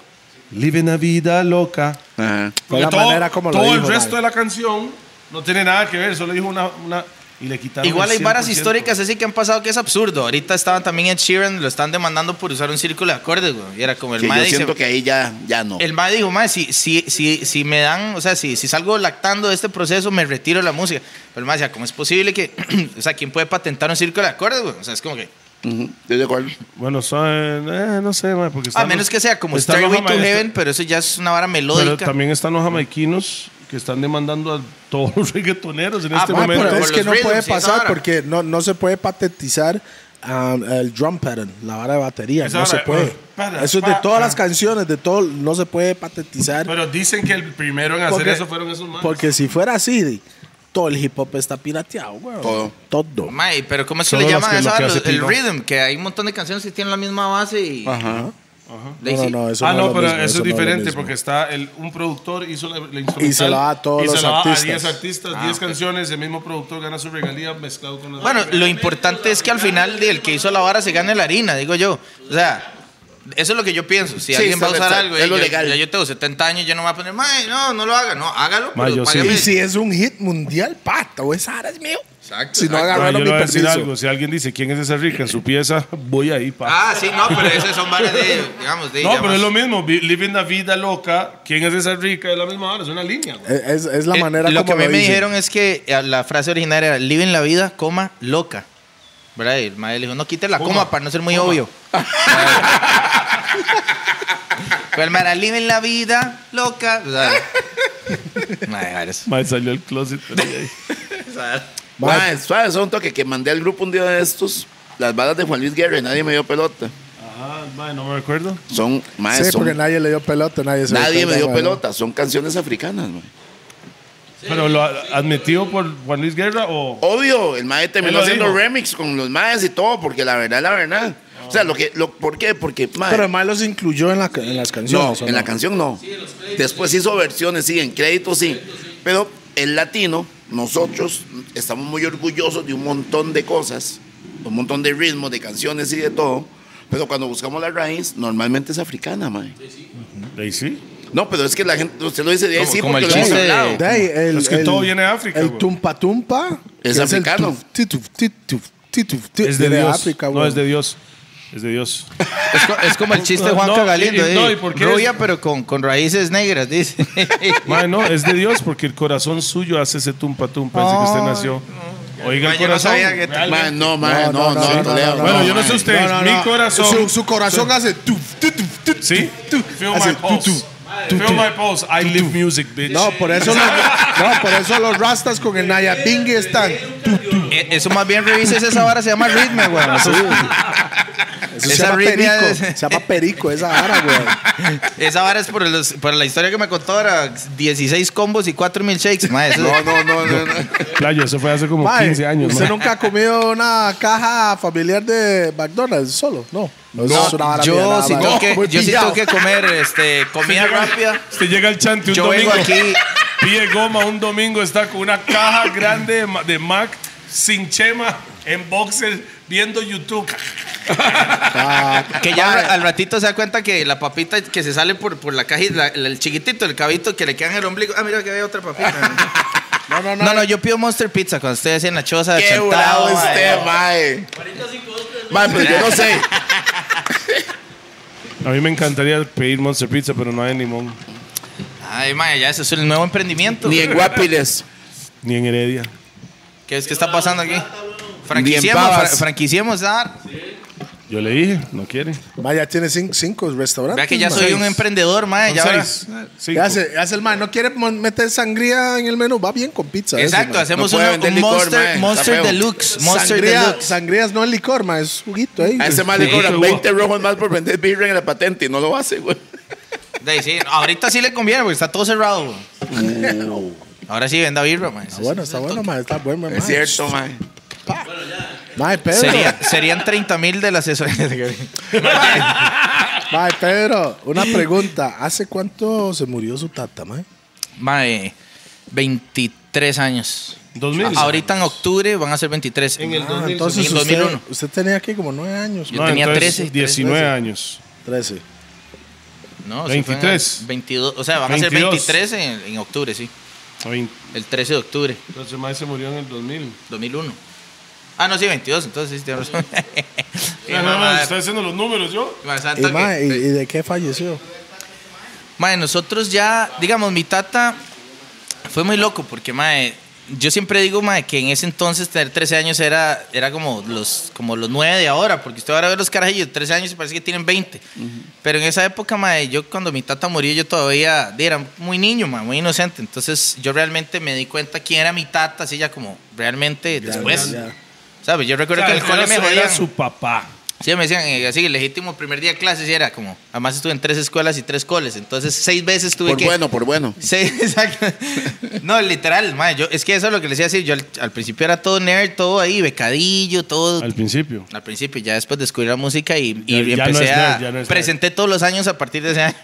D: vive una vida loca.
E: Ajá.
C: Fue la
D: Porque todo,
C: manera como lo
D: todo el
C: dijo,
D: resto
C: mae.
D: de la canción no tiene nada que ver, solo dijo una... una- y le quitaron
A: Igual
D: el
A: hay varas
D: 100%.
A: históricas así que han pasado que es absurdo. Ahorita estaban también en Sheeran, lo están demandando por usar un círculo de acordes, güey. Y era como el
E: Que yo
A: madre dice.
E: siento que ahí ya, ya no.
A: El madre dijo, madre, si, si, si, si me dan, o sea, si, si salgo lactando de este proceso, me retiro de la música. Pero el madre decía, ¿cómo es posible que, o sea, quién puede patentar un círculo de acordes, güey? O sea, es como que,
E: Ujú, Estoy de acuerdo.
D: Bueno, saben, eh, no sé, mae, porque
A: a
D: están
A: menos
D: los-
A: que sea como
D: están los
A: Stairway to
D: jama-
A: Heaven, pero eso ya es una vara
D: Pero
A: melódica.
D: también están los jamaiquinos que están demandando a todos los reggaetoneros en
A: Ah,
D: este
A: mae,
C: Ah,
D: momento.
C: pero
A: por
C: es que
A: los
C: no
A: rhythms y
C: puede
A: esa
C: pasar
A: vara.
C: porque no, no se puede patentizar um, el drum pattern, la vara de batería,
D: Esa
C: no se
D: vara,
C: puede.
D: eh, para,
C: Eso es de
D: pa,
C: todas
D: pa.
C: las canciones, de todo, no se puede patentizar.
D: Pero dicen que el primero en hacer
C: Porque-
D: eso fueron esos manos.
C: Porque si fuera así, di, todo el hip hop está pirateado, güey.
E: Todo.
C: Todo.
A: Mae, pero ¿cómo es que
D: Solo
A: le
D: las
A: llaman
D: que-
A: a
D: lo
A: esa
D: que
A: vara?
D: hace
A: Los- El
D: Pino.
A: rhythm, que hay un montón de canciones que tienen la misma base y...
E: Ajá.
A: le
C: No, no,
A: dice-
C: no, eso
D: ah,
C: no,
D: no,
C: es lo
D: pero
C: mismo,
D: eso es
C: no lo
D: diferente
C: mismo.
D: porque está el, un productor hizo la, la instrumental
C: Y se la da a todos
D: y se
C: los
D: la da
C: artistas. Ah,
D: a 10 artistas, 10 canciones, el mismo productor gana su regalía mezclado con las
A: Bueno,
C: Ah,
A: lo importante es que al final di, el que hizo la vara se gane la harina, digo yo. O sea, eso es lo que yo pienso. Si
E: Sí,
A: alguien va a
E: está-
A: usar
E: está-
A: algo,
E: es
A: y
E: lo
A: yo,
E: legal.
A: ya yo tengo 70 años, yo no me voy a poner, "Mae, no, no lo haga, no, hágalo,
D: Mae, yo
A: pero
D: sí.
A: págame".
C: Y si es un hit mundial, pata, o esa vara es mío.
A: Exacto,
C: Si no
A: exacto.
D: Ah, yo
C: agarraron
D: le
C: mi
D: voy a decir
C: permiso.
D: algo. Si alguien dice quién es esa rica en su pieza, voy ahí, pa.
A: Ah, sí, no, pero esas son varas de, digamos, de...
D: no, pero
A: llamas.
D: es lo mismo. vi- Living la vida loca. ¿Quién es esa rica? Es la misma hora, es una línea. güey.
C: Es, es- es la
A: Eh,
C: manera
A: lo
C: como
A: que a mí
C: lo
A: me
C: dicen.
A: dijeron es que eh, la frase original era viven la vida, coma, loca. ¿Verdad? Y el madre le dijo, no quite la coma,
D: Coma,
A: para no ser muy
D: coma.
A: obvio. Pero Pues el madre, living la vida, loca. O sea, madre, eres-
D: Mae, salió el closet. pero ahí-
A: o sea,
C: Mae,
E: Mae, suave, son toque que mandé al grupo un día de estos, las balas de Juan Luis Guerra y nadie me dio pelota.
D: Ajá, mae, no me recuerdo.
E: Son, mae,
C: Sí,
E: son-
C: porque nadie le dio pelota, nadie se
E: nadie me
C: acuerda,
E: dio
C: mae, ¿no?
E: pelota. Son canciones africanas, mae.
D: Pero lo a- admitido por Juan Luis Guerra o.
C: Oh.
E: Obvio, el mae
D: Él
E: terminó
D: lo
E: haciendo
D: dijo.
E: remix con los maes y todo, porque la verdad, la verdad. O sea, lo que, lo, ¿por qué? Porque, mae,
C: Pero además los incluyó en, la, ca- en las
E: no,
C: canciones. ¿o
E: en la
C: no?
E: canción no. Después hizo versiones, sí, en créditos sí. Pero el latino, nosotros estamos muy orgullosos de un montón de cosas, un montón de ritmos, de canciones y de todo. Pero cuando buscamos la raíz, normalmente es africana, mae.
D: Ahí sí.
E: No, pero es que la gente, usted lo dice de ahí,
A: Como-
E: sí,
A: como
E: porque
A: el
E: lo hemos
A: chiste de-
E: hablado.
C: De ahí, el-
D: Es que
C: el-
D: todo viene de África,
C: El
D: güey.
C: tumpa tumpa. que
E: Es
C: el
E: africano.
C: tuf, ti, tuf, ti, tuf, ti, tuf, ti,
D: Es de
C: viene
D: Dios.
C: África,
D: no,
C: güey.
D: es de Dios. Es de Dios.
A: es, co- es como el chiste de
D: No,
A: Juan
D: no,
A: Cagalindo.
D: y- y-
A: eh.
D: no, ¿y por qué
A: Rubia,
D: es?
A: pero con, con raíces negras, dice.
D: Mae, no, es de Dios porque el corazón suyo hace ese tumpa tumpa desde que usted nació. Oiga
A: Mae,
D: el
A: yo no
D: corazón.
A: sabía que-
D: Realmente.
E: Mae, no, mae, no, no, Toledo,
D: Bueno,
E: no,
D: yo no
E: mae.
D: sé usted. ustedes, mi corazón-
C: Su, su corazón hace tuf, ti, tuf, ti, tuf,
D: Sí.
C: tuf,
D: Feel
C: hace
D: my
C: tu,
D: pulse.
C: tu.
D: Feel my pulse. I live music, bitch.
C: No, por eso los, no, por eso los rastas con el Nayapingue están. tu, tu.
A: Eh, Eso más bien revises esa vara, se llama ritmo, güey.
C: Eso se
A: Esa
C: llama
A: ritmia
C: perico.
A: es-
C: Se llama perico esa vara, güey.
A: Esa vara es por, los- por la historia que me contó ahora. 16 combos y 4 milshakes. mae, eso-
E: No, no, no, no, no.
D: Playo, eso fue hace como
C: Mae,
D: 15 años.
C: ¿Usted
D: mae.
C: nunca ha comido una caja familiar de McDonald's solo? No. No, eso
A: No,
C: es una vara mía,
A: yo
C: nada
A: sí
C: más.
A: tengo
C: No,
A: que,
C: muy
A: yo sí
C: pillado.
A: tengo que comer este, comida rápida.
D: Usted llega al chante un
A: Yo
D: domingo.
A: vengo aquí.
D: Pie goma un domingo, está con una caja grande de, ma- de Mac sin chema, en boxer, viendo YouTube.
C: Ah,
A: Que ya al ratito se da cuenta que la papita que se sale por, por la caja, y la- la- el chiquitito, el cabito que le queda en el ombligo. Ah, mira que había otra papita.
C: No, no, no.
A: No, no, yo pido Monster Pizza cuando estoy así en la choza.
E: Qué
A: sentado,
E: bravo
A: mae.
E: usted, mae. Mae, pero yo no sé.
D: A mí me encantaría pedir Monster Pizza, pero no hay limón,
A: Ay, mae, ya eso es el nuevo emprendimiento.
E: Ni en Guapiles.
D: ni en Heredia.
A: ¿Qué es que está pasando aquí? Franquiciemos,
E: Ni en
A: fra- ¿ah?
E: babas.
A: franquiciemos, dar.
D: Yo le dije, no quiere.
C: Vaya, tiene cinco, cinco restaurantes.
A: Vea que ya
C: ma.
A: soy un emprendedor, mae.
D: Son
A: Ya ahora-
D: seis. Eh,
C: ¿Qué
D: cinco.
C: hace, hace el man? ¿No quiere mon- meter sangría en el menú? Va bien con pizza. ese,
A: Exacto,
C: ma.
A: hacemos
E: No puede
A: uno-
E: vender
A: un
E: licor,
A: Monster,
E: mae,
A: Monster
E: está feo.
A: Deluxe. Monster
C: sangría,
A: Deluxe.
C: sangrías no es licor, ma, es juguito ahí.
E: A ese mal
D: Sí,
E: le cobran
D: hubo.
E: 20 rojos más por vender birra en la patente y no lo hace, güey.
A: De ahí sí, ahorita sí le conviene porque está todo cerrado. güey. Ahora sí venda birra, mae.
C: Está Ah, bueno, está bueno, ma, está bueno, ma.
E: Es cierto, mae.
C: Ma, Pedro.
A: Sería- serían 30 mil de las asesorías.
C: Ma, Pedro, una pregunta. ¿Hace cuánto se murió su tata, ma?
A: Mae, 23 años. Ah,
D: 2000.
A: Ahorita en octubre van a ser 23.
D: En el
A: Ah,
D: 2000.
C: Entonces
A: en
C: usted,
A: 2001.
C: usted tenía aquí como nueve años,
A: Yo tenía 13,
D: 19
A: 13.
D: años.
C: 13.
A: No, se fue en el
D: 23.
A: 22, o sea, van a ser
D: 22.
A: 23 en, en octubre, sí.
D: Veinte.
A: El 13 de octubre,
D: Entonces, mae se murió en el 2000. 2001.
A: Ah, no, sí, 22, entonces sí, tienes razón. Sí,
D: No, no,
A: mamá,
D: Ah, está haciendo los números yo.
A: mamá,
C: ¿Y,
A: santo que-
C: ma, ¿y, y de qué falleció?
A: Mae, nosotros ya, digamos, mi tata fue muy loco porque, mae, yo siempre digo, mae, que en ese entonces tener 13 años era, era como los como los 9 de ahora, porque usted ahora ve los carajillos de 13 años y parece que tienen 20. Pero en esa época, mae, yo cuando mi tata murió, yo todavía era muy niño, mae, muy inocente. Entonces yo realmente me di cuenta quién era mi tata, así ya como realmente después.
C: ya, ya.
A: ¿Sabes? Yo recuerdo que el cole me
D: era
A: jodían.
D: su papá.
A: Sí, me decían, eh, así, el legítimo primer día de clases y era como, además estuve en tres escuelas y tres coles, entonces seis veces tuve
E: Por
A: que...
E: bueno, por bueno.
A: Sí, exacto. No, literal, mae, yo, es que eso es lo que les decía decir, yo al, al principio era todo nerd, todo ahí, becadillo, todo...
D: Al
A: Al,
D: principio.
A: principio, ya después descubrí la música y, y
D: Ya- ya no
A: empecé
D: es
A: a...
D: nerd, ya no es nerd.
A: presenté todos los años a partir de ese año.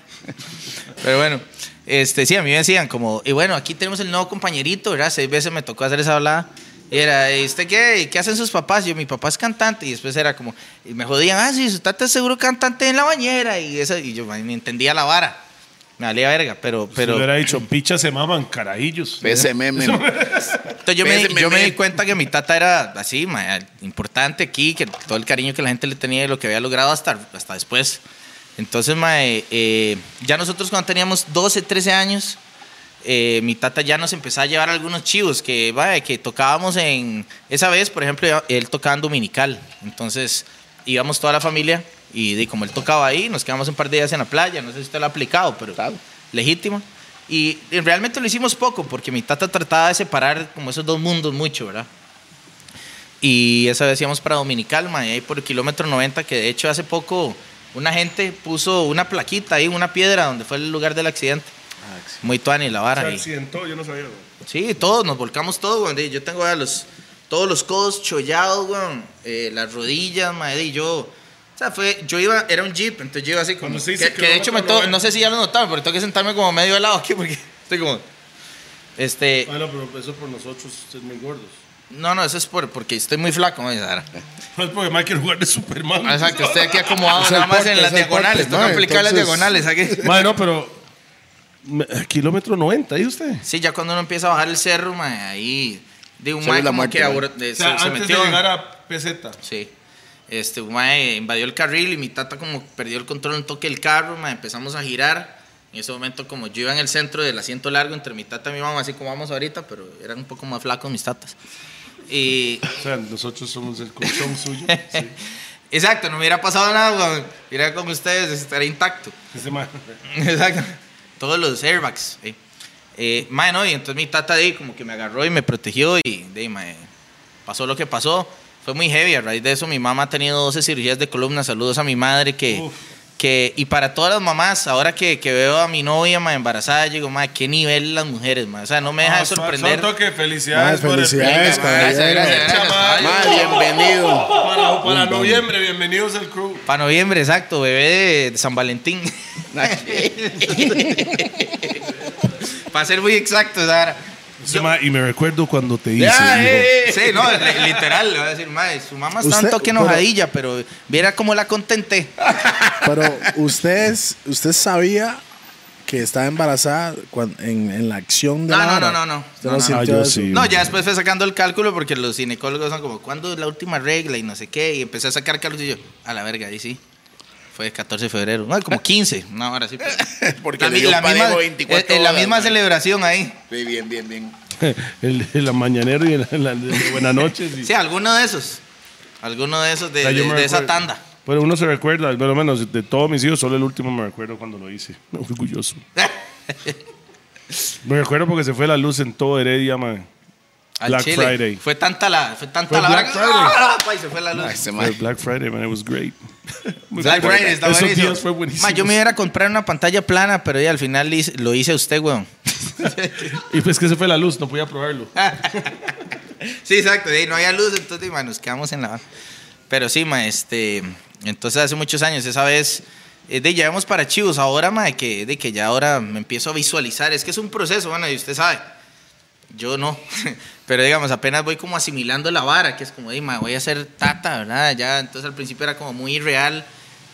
A: Pero bueno, este, sí, a mí me decían como, y bueno, aquí tenemos el nuevo compañerito, ¿verdad? Seis veces me tocó hacer esa hablada. Y era, ¿y usted qué? ¿Y ¿Qué hacen sus papás? Yo, mi papá es cantante. Y después era como, y me jodían, ah, sí, su tata es seguro cantante en la bañera. Y, eso, y yo man, ni entendía la vara. Me valía verga, pero...
D: Pero
A: pero
D: hubiera dicho, pichas se maman, carajillos.
E: Ese meme.
A: Entonces yo, me,
E: Ese meme.
A: yo me di cuenta que mi tata era así, ma, importante aquí, que todo el cariño que la gente le tenía y lo que había logrado hasta, hasta después. Entonces, ma, eh, eh, ya nosotros cuando teníamos 12, 13 años, eh, mi tata ya nos empezó a llevar algunos chivos que, va, que tocábamos en... Esa vez, por ejemplo, yo- él tocaba en Dominical. Entonces íbamos toda la familia y, de como él tocaba ahí, nos quedamos un par de días en la playa. No sé si usted lo ha aplicado, pero
E: Claro.
A: legítimo. Y, y realmente lo hicimos poco porque mi tata trataba de separar como esos dos mundos mucho, ¿verdad? Y esa vez íbamos para Dominical, ma, y ahí por el kilómetro 90, que de hecho hace poco una gente puso una plaquita ahí, una piedra donde fue el lugar del accidente. Muy tuani la vara. ahí.
D: accidentó, yo no sabía.
A: Sí, todos, nos volcamos todos, weón. Di, Yo tengo a los, todos los codos chollados, weón. Eh, las rodillas, madre, y yo... O sea, fue, yo iba, era un jeep, entonces yo iba así como...
D: Cuando se
A: Que,
D: dice
A: que de hecho me
D: kilómetro
A: to- no sé si ya lo notaron, pero tengo que sentarme como medio de lado aquí porque estoy como... Este,
D: Bueno, pero eso por nosotros es muy gordos.
A: no, no, eso es por, porque estoy muy flaco, madre, ahora.
D: No es porque Michael jugar de Superman.
A: Ah, Exacto, estoy aquí acomodado
C: Es el
A: nada más
C: porte,
A: en las
C: es el porte,
A: diagonales, tengo que
C: madre,
A: aplicar las
C: entonces-
A: diagonales, aquí.
D: Bueno, pero. me- Kilómetro 90, ¿y usted?
A: Sí, ya cuando uno empieza a bajar el cerro, madre, ahí... De un
E: Se ve
A: mae
E: la
A: como
E: muerte,
A: que
E: madre.
A: abor- de- se, se metió.
D: a peseta.
A: Sí. Este, un mae invadió el carril y mi tata como perdió el control en toque del carro, mae, empezamos a girar. En ese momento como yo iba en el centro del asiento largo entre mi tata y mi mamá, así como vamos ahorita, pero eran un poco más flacos mis tatas. Y
D: O sea, nosotros somos el colchón suyo. Sí.
A: exacto, no hubiera pasado nada, weón. Mira con ustedes, estaría intacto.
D: Ese man.
A: Exacto. Todos los airbags. Eh. Eh, mae, no, y entonces mi tata de ahí como que me agarró y me protegió y de ahí, mae, pasó lo que pasó. Fue muy heavy. A raíz de eso, mi mamá ha tenido 12 cirugías de columna. Saludos a mi madre que...
D: Uf.
A: que y para todas las mamás, ahora que, que veo a mi novia mae, embarazada, yo digo, mae, qué nivel las mujeres, mae. O sea, no me deja
D: Ah,
A: de
D: son-
A: sorprender.
D: son toque, Ah, felicidades.
C: Mae,
D: por el
C: felicidades,
D: pinga,
C: cabrón.
D: mae.
A: Gracias, gracias, gracias.
D: Chamán.
A: Ay,
E: Mae, bienvenido.
D: Para, para noviembre, bienvenidos al crew.
A: Para noviembre, exacto, bebé de San Valentín. Para ser muy exacto, Sara.
D: Ese man, y me recuerdo cuando te hice.
E: Ya,
D: hijo.
E: eh, eh.
A: Sí, no, li- literal, le voy a decir, madre, su mamá está
C: Usted-
A: un toque
C: pero-
A: enojadilla, pero viera cómo la contenté.
C: Pero ustedes, usted sabía que estaba embarazada cuan- en, en la acción de
A: No,
C: la
A: no,
C: vara?
A: no, no, no.
C: Usted
A: No, no,
C: sintió
D: no. Ah, yo
C: eso?
D: sí.
A: No, ya después fue sacando el cálculo porque los ginecólogos son como, ¿cuándo es la última regla? Y no sé qué, y empecé a sacar cálculos y yo, a la verga, ahí sí. Fue 14 de febrero, no, como 15, no, ahora sí. pero-
E: Porque
A: La
E: le
A: mi-
E: dio
A: la
E: un padejo
A: misma,
E: 24
A: eh, eh, la
E: horas,
A: misma
E: mae.
A: celebración ahí.
E: Sí, bien, bien, bien.
A: eh.
D: El, el mañanero y el, el- el buenas noches. y-
A: Sí, alguno de esos. Alguno de esos de,
D: O sea, yo
A: de-
D: me
A: de esa
D: recuerdo-
A: tanda.
D: Pero uno se recuerda, por lo menos de todos mis hijos, solo el último me recuerdo cuando lo hice. Orgulloso. me recuerdo porque se fue la luz en todo Heredia, man.
A: Al
D: Black
A: Chile.
D: Friday.
A: Fue tanta la. Fue tanta
D: Fue
A: la
D: Black
A: hora que-
D: Friday.
A: ¡Ah! Pa, y se fue la luz.
E: Ah, ese
D: Fue
E: mae.
D: Black Friday, man, it was great.
A: Black Friday está
D: Esos
A: buenísimo.
D: días fue buenísimo.
A: Ma, yo me iba a comprar una pantalla plana, pero ya al final le hice- lo hice a usted, weón.
D: Y pues que se fue la luz, no podía probarlo.
A: Sí, exacto. sí, no había luz, entonces ma, nos quedamos en la... Pero sí, ma, este... Entonces hace muchos años, esa vez... eh, de, ya vamos para Chivos. Ahora, ma, de que, de que ya ahora me empiezo a visualizar. Es que es un proceso, bueno, y usted sabe. Yo no. Pero digamos, apenas voy como asimilando la vara, que es como, "Ey, ma, voy a ser tata, ¿verdad? Ya, entonces al principio era como muy irreal.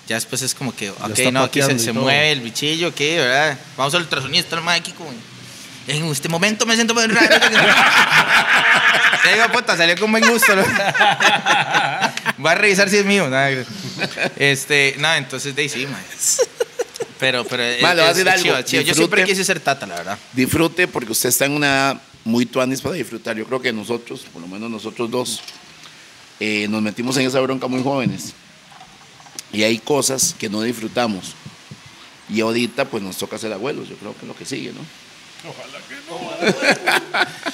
A: Ya después es como que, ok,
C: está
A: no, aquí se,
C: pateando y
A: se
C: todo.
A: mueve el bichillo, ok, ¿verdad? Vamos al ultrasonido, está el ma aquí como... En este momento me siento muy raro. Te digo, puta, salió con buen gusto. ¿no? Voy a revisar si es mío. Nada, este, nada, entonces de ahí sí, man. Pero, pero. es-
E: Ma, le voy a
A: es
E: decir algo.
A: chido, chido. Yo siempre
E: Disfrute.
A: quise ser tata, la verdad.
E: Disfrute porque usted está en una edad muy tuanis para disfrutar. Yo creo que nosotros, por lo menos nosotros dos, eh, nos metimos en esa bronca muy jóvenes. Y hay cosas que no disfrutamos. Y ahorita pues nos toca ser abuelos, yo creo que es lo que sigue, ¿no?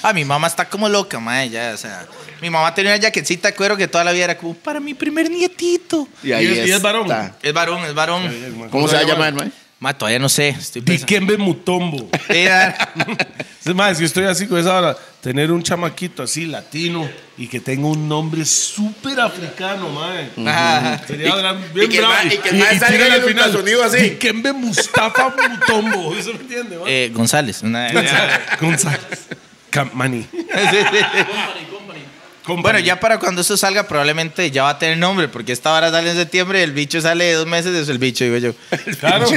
A: Ah, mi mamá está como loca, madre, ya, o sea. Mi mamá tenía una jaquecita de cuero que toda la vida era como para mi primer nietito.
E: Y ahí
D: ¿Y es- y es
E: está.
D: varón?
A: Es varón, es varón.
E: ¿Cómo se va a llamar, mae?
A: Ma, todavía no sé. Estoy pensando.
D: Dikembe Mutombo.
A: Sí, ya.
D: Es más, que estoy así con esa hora. Tener un chamaquito así latino y que tenga un nombre súper africano, man.
A: Ajá.
D: Sería
E: y
D: bien
E: que el
D: bravo.
E: ma- y que el ma salga
D: tírale
E: en
D: al
E: los
D: final,
E: Estados Unidos así.
D: Dikembe Mustafa Mutombo. ¿Eso me entiende, man?
A: Eh, González. una-
D: González. Campmani.
A: Bueno, ya para cuando esto salga, probablemente ya va a tener nombre, porque esta vara sale en septiembre, el bicho sale dos meses desde el bicho, digo yo.
D: Claro.
A: No,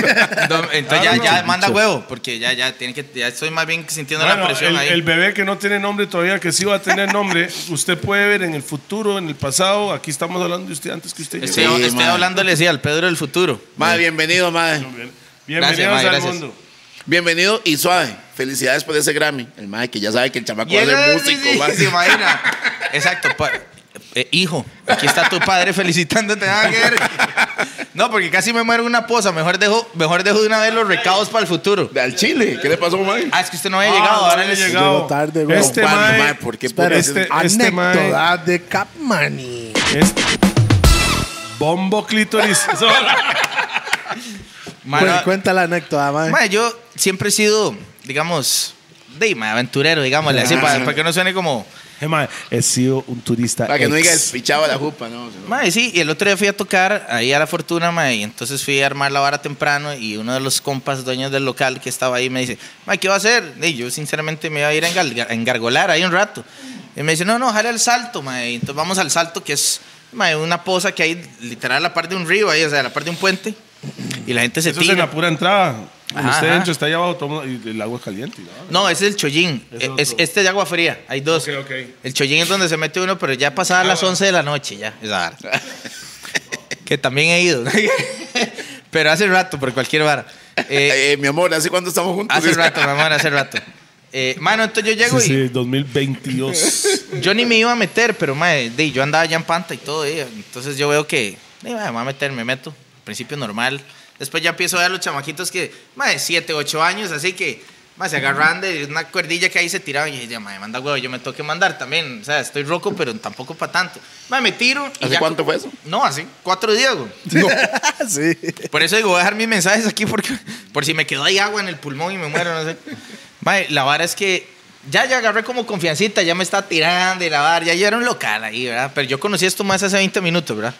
A: entonces
D: Claro.
A: ya, ya manda huevo, porque ya, ya, tiene que, ya estoy más bien sintiendo la
D: Bueno,
A: presión
D: el,
A: ahí.
D: el bebé que no tiene nombre todavía, que sí va a tener nombre, usted puede ver en el futuro, en el pasado. Aquí estamos hablando de usted antes que usted llegue.
A: estoy
E: Sí,
A: estoy
E: madre.
A: hablándole, sí, al Pedro del futuro.
E: Mae, bienvenido, mae.
D: Bienvenidos
A: Gracias, mae,
D: al
A: gracias.
D: mundo.
E: Bienvenido y suave. Felicidades por ese Grammy. El mae que ya sabe que el chamaco va a ser
A: Llega- sí,
E: músico,
A: sí,
E: mae.
A: se imagina. Exacto. pa- eh, hijo, aquí está tu padre felicitándote. nada que ver. No, porque casi me muero en una posa. Mejor dejo, mejor dejo de una vez los recados para el futuro.
E: Al Chile, ¿qué le pasó, mae?
A: Ah, es que usted no había llegado.
D: Ah,
A: Ahora
D: no
A: les...
D: había llegado.
C: Llegó tarde, güey.
D: Este
E: Pan,
D: mae-
E: mae, ¿por qué
C: Espera,
E: pones-
D: este- este
C: Anécdota de Capmani.
D: Es bombo clítoris.
A: Mano,
C: Cuen- cuenta la anécdota, man.
A: Mae, yo siempre he sido, digamos, de mae, aventurero, digámosle así, para, para que no suene como.
D: Eh, mae, he sido un turista.
E: Para que no
D: ex.
E: diga el pichado a la jupa, no. sino-
A: Mae, sí, y el otro día fui a tocar ahí a La Fortuna, mae, y entonces fui a armar la vara temprano y uno de los compas dueños del local que estaba ahí me dice, mae, ¿qué va a hacer? Y yo, sinceramente, me iba a ir a engal- a engargolar ahí un rato. Y me dice, no, no, jale al salto, mae. Y Entonces vamos al salto, que es mae, una poza que hay literal a la parte de un río, ahí, o sea, a la parte de un puente. Y la gente se
D: Eso es
A: tira.
D: en la pura entrada. Cuando
A: Ajá,
D: usted
A: ajá.
D: entra, está allá abajo todo el mundo- y el agua es caliente. y la vara.
A: No, ese es el chollín.
D: Es
A: E-
D: otro.
A: es- este es de agua fría. Hay dos.
D: Ok, Ah, ok.
A: El chollín es donde se mete uno, pero ya pasadas las 11 de la noche, ya. Esa vara. que también he ido. pero hace rato, por cualquier vara. Eh,
E: Eh, mi amor, ¿hace cuánto estamos juntos?
A: hace rato, mi amor, hace rato. Eh, mano, entonces yo llego
D: Sí,
A: y
D: sí, 2022.
A: yo ni me iba a meter, pero madre, de, yo andaba ya en panta y todo. eh, Entonces yo veo que de, madre, me voy a meter, me meto. Al principio normal. Después ya empiezo a ver a los chamaquitos que, madre, 7, 8 años, así que madre, se agarran de una cuerdilla que ahí se tiraban. Y yo dije, madre, manda huevo, yo me tengo que mandar también. O sea, estoy roco, pero tampoco para tanto. Madre, me tiro. y
E: ¿Hace
A: ya-
E: cuánto fue eso?
A: No, hace cuatro días, güey.
C: sí.
A: Por eso digo, voy a dejar mis mensajes aquí porque, por si me quedó ahí agua en el pulmón y me muero, no sé. Mae, la vara es que ya, ya agarré como confiancita, ya me estaba tirando y la vara, ya yo era un local ahí, ¿verdad? Pero yo conocí a estos más hace 20 minutos, ¿verdad?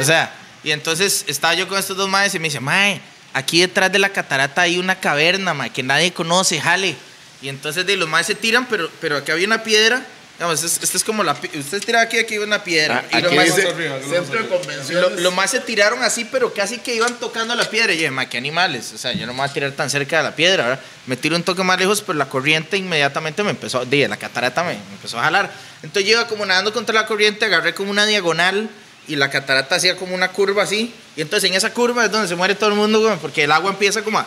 A: O sea, y entonces estaba yo con estos dos maes y me dice, mae, aquí detrás de la catarata hay una caverna, mae, que nadie conoce, jale. Y entonces de los maes se tiran, pero, pero acá había una piedra. Digamos, esta es, esta es como la... pi- Usted tira aquí, aquí hay una piedra.
E: Ah,
A: y los
E: aquí
A: maes-
E: dice
D: arriba, que lo
E: centro de
A: lo,
E: convenciones.
A: lo más se tiraron así, pero casi que iban tocando la piedra. Y yo, ma, qué animales. O sea, yo no me voy a tirar tan cerca de la piedra. ¿verdad? Me tiro un toque más lejos, pero la corriente inmediatamente me empezó, de la catarata me, me empezó a jalar. Entonces yo iba como nadando contra la corriente, agarré como una diagonal y la catarata hacía como una curva así. Y entonces en esa curva es donde se muere todo el mundo, güey, porque el agua empieza como a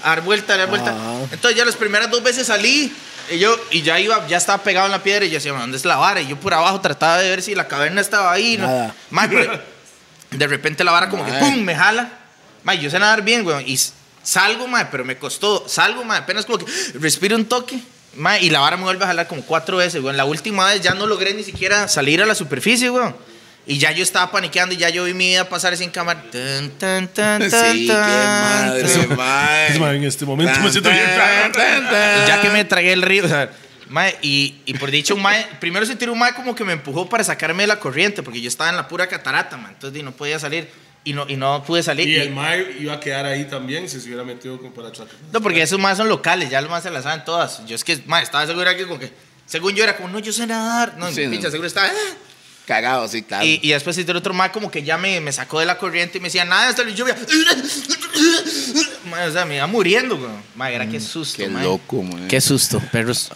A: a dar vuelta, a dar vuelta. Entonces ya las primeras dos veces salí y yo y ya iba, ya estaba pegado en la piedra y yo decía, "Ma, ¿dónde es la vara? Y yo por abajo trataba de ver si la caverna estaba ahí. ¿no?
C: Nada.
A: Ma, pero- De repente la vara como que
E: Mae.
A: ¡pum! me jala. Mae, yo sé nadar bien, weón. Y s- salgo, mae, pero me costó. Salgo, mae, apenas como que respiro un toque. Mae, y la vara me vuelve a jalar como cuatro veces, weón. La última vez ya no logré ni siquiera salir a la superficie, weón. Y ya yo estaba paniqueando y ya yo vi mi vida pasar sin cámara. Tan, tan, tan, tan,
E: Sí, qué
A: tan.
E: madre,
D: Es más,
E: mae.
D: en este momento me siento bien raro.
A: Y ya que me tragué el río, o sea, mae, y, y por dicho, un mae, primero sentí un mae como que me empujó para sacarme de la corriente, porque yo estaba en la pura catarata, man, entonces di, no podía salir, y no, y no pude salir.
D: Y
A: Y-
D: el Mae iba a quedar ahí también si se hubiera metido con para atrás.
A: no, porque esos más son locales, ya los más se las saben todas. Yo es que, mae, estaba segura que como que, según yo era como, no, yo sé nadar, no,
E: Sí,
A: pinche,
E: no.
A: seguro estaba... "Ah".
E: Cagado, sí, claro.
A: Y, y después el otro mae como que ya me, me sacó de la corriente y me decía, nada, hasta la lluvia. Mae, o sea, me iba muriendo, güey. Mae, era que susto,
E: Mm, Qué
A: mae.
E: loco, mae.
F: Qué susto, perros.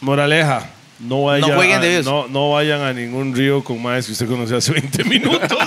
D: moraleja. No vayan,
A: No jueguen de
D: a,
A: Dios.
D: no, no vayan a ningún río con Maes que usted conoce hace 20 minutos.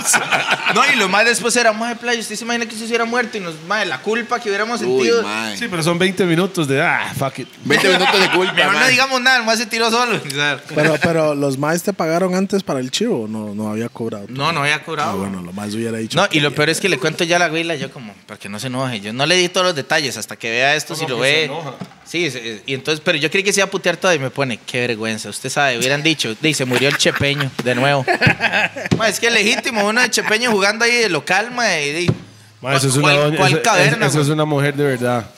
A: No, y lo más después era, madre, playa, usted se imagina que se hubiera muerto y nos, madre, la culpa que hubiéramos
E: Uy,
A: sentido.
E: mae.
D: sí, pero son 20 minutos de ah, fuck it.
E: 20 minutos de culpa,
A: Mejor no
E: mae.
A: digamos nada, el mae se tiró solo. O sea,
C: Pero, pero los maes te pagaron antes para el chivo, no, no había cobrado.
A: no, no había curado.
C: Ah, bueno, lo más hubiera dicho.
A: No, y lo
C: que-
A: peor es que le cuento ya a la güila, yo como, para que no se enoje. Yo no le di todos los detalles hasta que vea esto, si
D: ¿Cómo
A: lo
D: que se
A: ve.
D: enoja?
A: Sí, se- y entonces, pero yo creí que se iba a putear todo y me pone, qué vergüenza. Usted sabe, hubieran dicho, dice, murió el chepeño, de nuevo. Ma, es que es legítimo, uno de chepeño jugando ahí de local, ma, y di,
D: Mae, eso es una
A: ¿cuál-
D: doña-
A: cuál
D: eso- es-
A: caverna,
D: eso es
A: güey?
D: una mujer de verdad.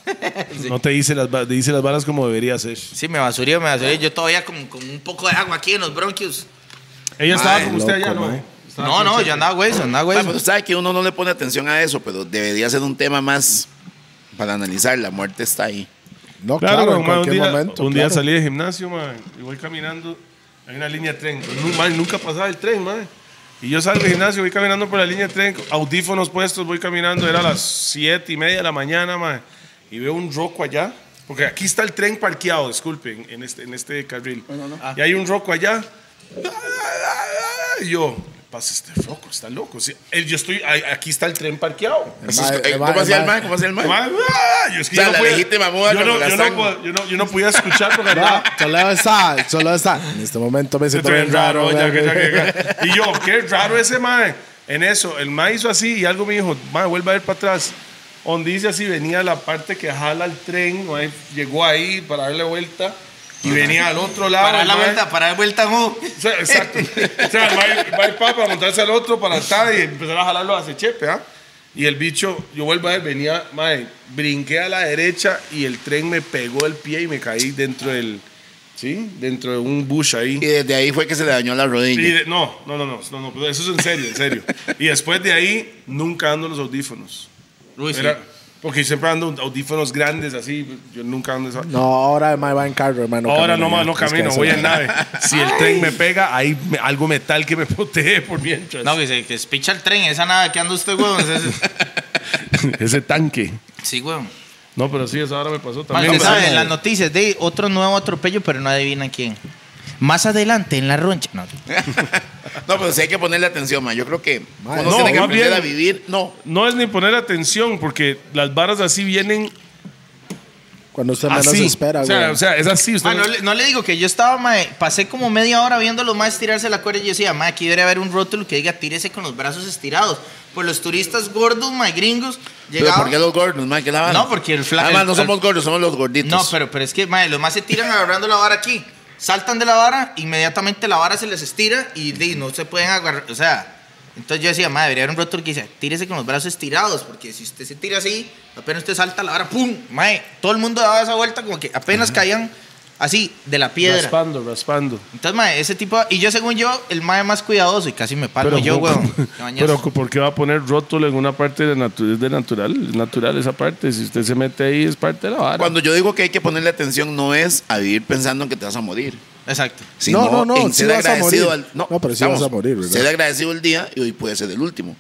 D: No te dice las, ba- dice las balas como debería ser.
A: Sí, me basurió, me basurió. Yo todavía con, con un poco de agua aquí en los bronquios.
D: Ella estaba
E: Mae,
D: con usted
C: loco,
D: allá, ¿no?
C: mae.
D: Estaba
A: No,
D: con
A: no,
D: usted.
A: yo andaba güey, andaba güey.
E: Mae,
D: pues,
E: pero sabe que uno no le pone atención a eso, pero debería ser un tema más para analizar. La muerte está ahí.
C: No,
D: Claro,
C: claro,
D: güey,
C: en
D: mae, un
C: cualquier
D: día,
C: momento.
D: un día
C: claro.
D: salí de gimnasio, man, y voy caminando. Hay una línea de tren. pues, Nu- mae, nunca pasaba el tren, man. Y yo salgo del gimnasio, voy caminando por la línea de tren, audífonos puestos, voy caminando. Era las siete y media de la mañana, man. Y veo un roco allá. Porque aquí está el tren parqueado, disculpen, en este, en este carril. Y hay un roco allá. Y yo, pasa este roco, está loco. Sí, el- yo estoy, a- aquí está el tren parqueado.
C: El
E: Eso
C: mae-
E: es- eh,
C: el
E: ¿Cómo
C: mae-
E: hacía el
C: mae-
E: man? ¿Cómo hacía el man?
D: Ma- ah, yo es que
E: O sea,
D: yo
E: la
D: podía-
E: legítima moda
D: yo
E: como
D: no,
E: la
D: yo, no,
E: sangre.
D: po- yo, no, yo no podía escuchar porque
C: No,
D: andaba-
C: solo está, solo está. En este momento me siento
D: Estoy
C: bien raro.
D: ya que-
C: güey.
D: ya que- ya. Y yo, qué raro ese mae. En eso, el mae hizo así y algo me dijo, mae, vuelva a ver para atrás. Donde dice así, venía la parte que jala el tren, mae, llegó ahí para darle vuelta y venía al otro lado.
A: Para
D: el
A: la
D: mae.
A: vuelta, para la vuelta, no.
D: O sea, exacto. o sea, el mae va para, para montarse al otro, para atrás y empezar a jalarlo hacia Chepe, ¿ah? Y el bicho, yo vuelvo a ver, venía, mae, brinqué a la derecha y el tren me pegó el pie y me caí dentro del, ¿sí? Dentro de un bush ahí.
E: Y desde ahí fue que se le dañó la
D: Y
E: rodilla.
D: de- no, no, no, no, no, no, pero eso es en serio, en serio. Y después de ahí, nunca ando los audífonos. Era- porque siempre ando audífonos grandes así, yo nunca ando esa-
C: No, ahora el mae va en carro, hermano.
D: Ahora
C: camina
D: no, ma-
C: ya.
D: no
C: Es que
D: camino,
C: eso-
D: voy en nave. Si el tren me pega, hay me- algo metal que me protege por mientras.
A: No, que se que se picha el tren, esa nada que anda usted, huevón. ese- ese-
D: Ese tanque.
A: Sí, huevón.
D: No, pero sí, eso ahora me pasó
A: Más
D: también.
A: que
D: me-
A: sabe, en las noticias de otro nuevo atropello, pero no adivina quién. Más adelante, en la roncha. No.
E: No, pero sí hay que ponerle atención, man. Yo creo que uno
D: No,
E: tiene que
D: más
E: aprender
D: bien-
E: a vivir. No,
D: No es ni poner atención, porque las varas así vienen
C: Cuando usted menos
D: así.
C: espera,
D: o, sea,
C: güey.
D: o sea, es así. usted
A: Ah,
D: no-
A: no, le, no le digo que yo estaba, mae, pasé como media hora viendo a los más tirarse la cuerda y yo decía, mae, aquí debería haber un rótulo que diga tírese con los brazos estirados. Pues los turistas gordos, mae, gringos,
E: pero
A: llegaban.
E: ¿por qué los gordos, man? ¿Qué la vara?
A: No, porque el fla-
E: Además,
A: el-
E: Ah, no somos
A: el-
E: gordos, somos los gorditos.
A: No, pero, pero es que, mae, los más se tiran agarrando la vara aquí. Saltan de la vara, inmediatamente la vara se les estira y, di, no se pueden agarrar. O sea, entonces yo decía, madre, debería haber un rótulo que dice, tírese con los brazos estirados, porque si usted se tira así, apenas usted salta la vara, ¡pum! Mae, todo el mundo daba esa vuelta como que apenas caían así de la piedra.
D: Raspando, raspando.
A: Entonces, mae, ese tipo. Y yo, según yo, el mae más cuidadoso y casi me palmo yo, weón. Me bañazo.
D: Pero ¿por qué va a poner rótulo en una parte de, natu- es de natural? Es natural esa parte. Si usted se mete ahí, es parte de la vara.
E: Cuando yo digo que hay que ponerle atención, no es a vivir pensando en que te vas a morir.
A: Exacto.
E: sino
C: no, no,
E: en
C: sí
E: ser
C: vas a
E: agradecido
C: morir.
E: al-
C: No, pero sí vas
E: vamos,
C: a morir, ¿verdad?
E: Ser agradecido el día y hoy puede ser el último.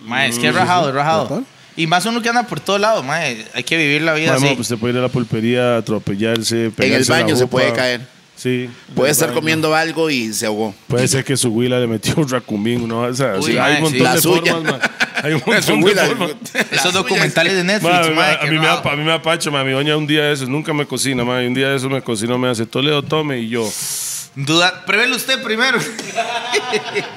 A: Mae, es que
D: Mm,
A: es rajado, es rajado.
C: Total.
A: Y más uno que anda por todos lados, mae. Hay que vivir la vida
D: Mamá,
A: así.
D: pues usted puede ir a la pulpería, atropellarse, pegarse
E: en el baño
D: la
E: se
D: jupa.
E: puede caer.
D: Sí. En
E: Puede
D: el
E: estar
D: baño.
E: comiendo algo y se ahogó.
D: Puede ser que su huila le metió un racumín, ¿no? O sea,
A: Uy,
D: sí,
A: mae,
D: hay un montón
A: sí.
E: La
D: de
E: suya.
D: formas, ma. Hay un
E: Su
D: montón de
E: huila.
D: formas.
A: Esos documentales de Netflix,
D: Ma, ma,
A: mae.
D: a,
A: que
D: mí me
A: rajado.
D: da, a mí me da pacho, ma. Mi doña un día de esos nunca me cocina, ma. Y un día de esos me cocinó, me hace Toledo, tome. Y yo,
A: Duda, pruébelo usted primero.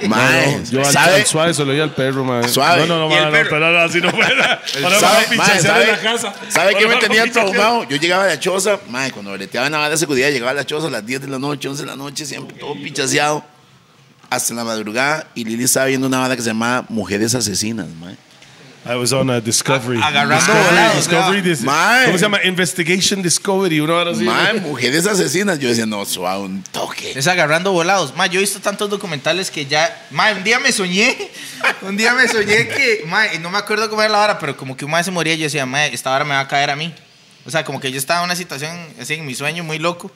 E: Mae,
D: yo al,
E: Ah, eh, ¿sabe?
D: al suave se lo di al perro, mae.
E: Suave.
D: No, no,
A: Y
D: no,
A: el
D: mae, no,
A: perro.
D: pero así no fuera. Ahora vamos a
E: ¿Sabe, mae,
D: pinchasear en la
E: ¿sabe,
D: casa.
E: ¿sabe qué
D: Ahora
E: me
D: vamos a
E: tenía
D: pinchasear.
E: traumado? Yo llegaba a la choza, mae, cuando breteaba en la barra de seguridad, llegaba a la choza a las 10 de la noche, 11 de la noche, siempre todo pichaseado. Hasta la madrugada, y Lili estaba viendo una banda que se llamaba Mujeres Asesinas, mae.
D: I was on a Discovery.
A: Agarrando
D: Discovery,
A: volados,
D: Discovery,
A: ¿no?
D: dis-
E: Mae.
D: ¿Cómo se llama? Investigation Discovery, una hora así.
E: Mae, Mujeres Asesinas. Yo decía, no, suave, un toque.
A: Es agarrando volados. Ma, yo he visto tantos documentales que ya. Ma, un día me soñé. Un día me soñé que. Ma, y no me acuerdo cómo era la vara, pero como que un mae se moría y yo decía, ma, esta vara me va a caer a mí. O sea, como que yo estaba en una situación así en mi sueño muy loco.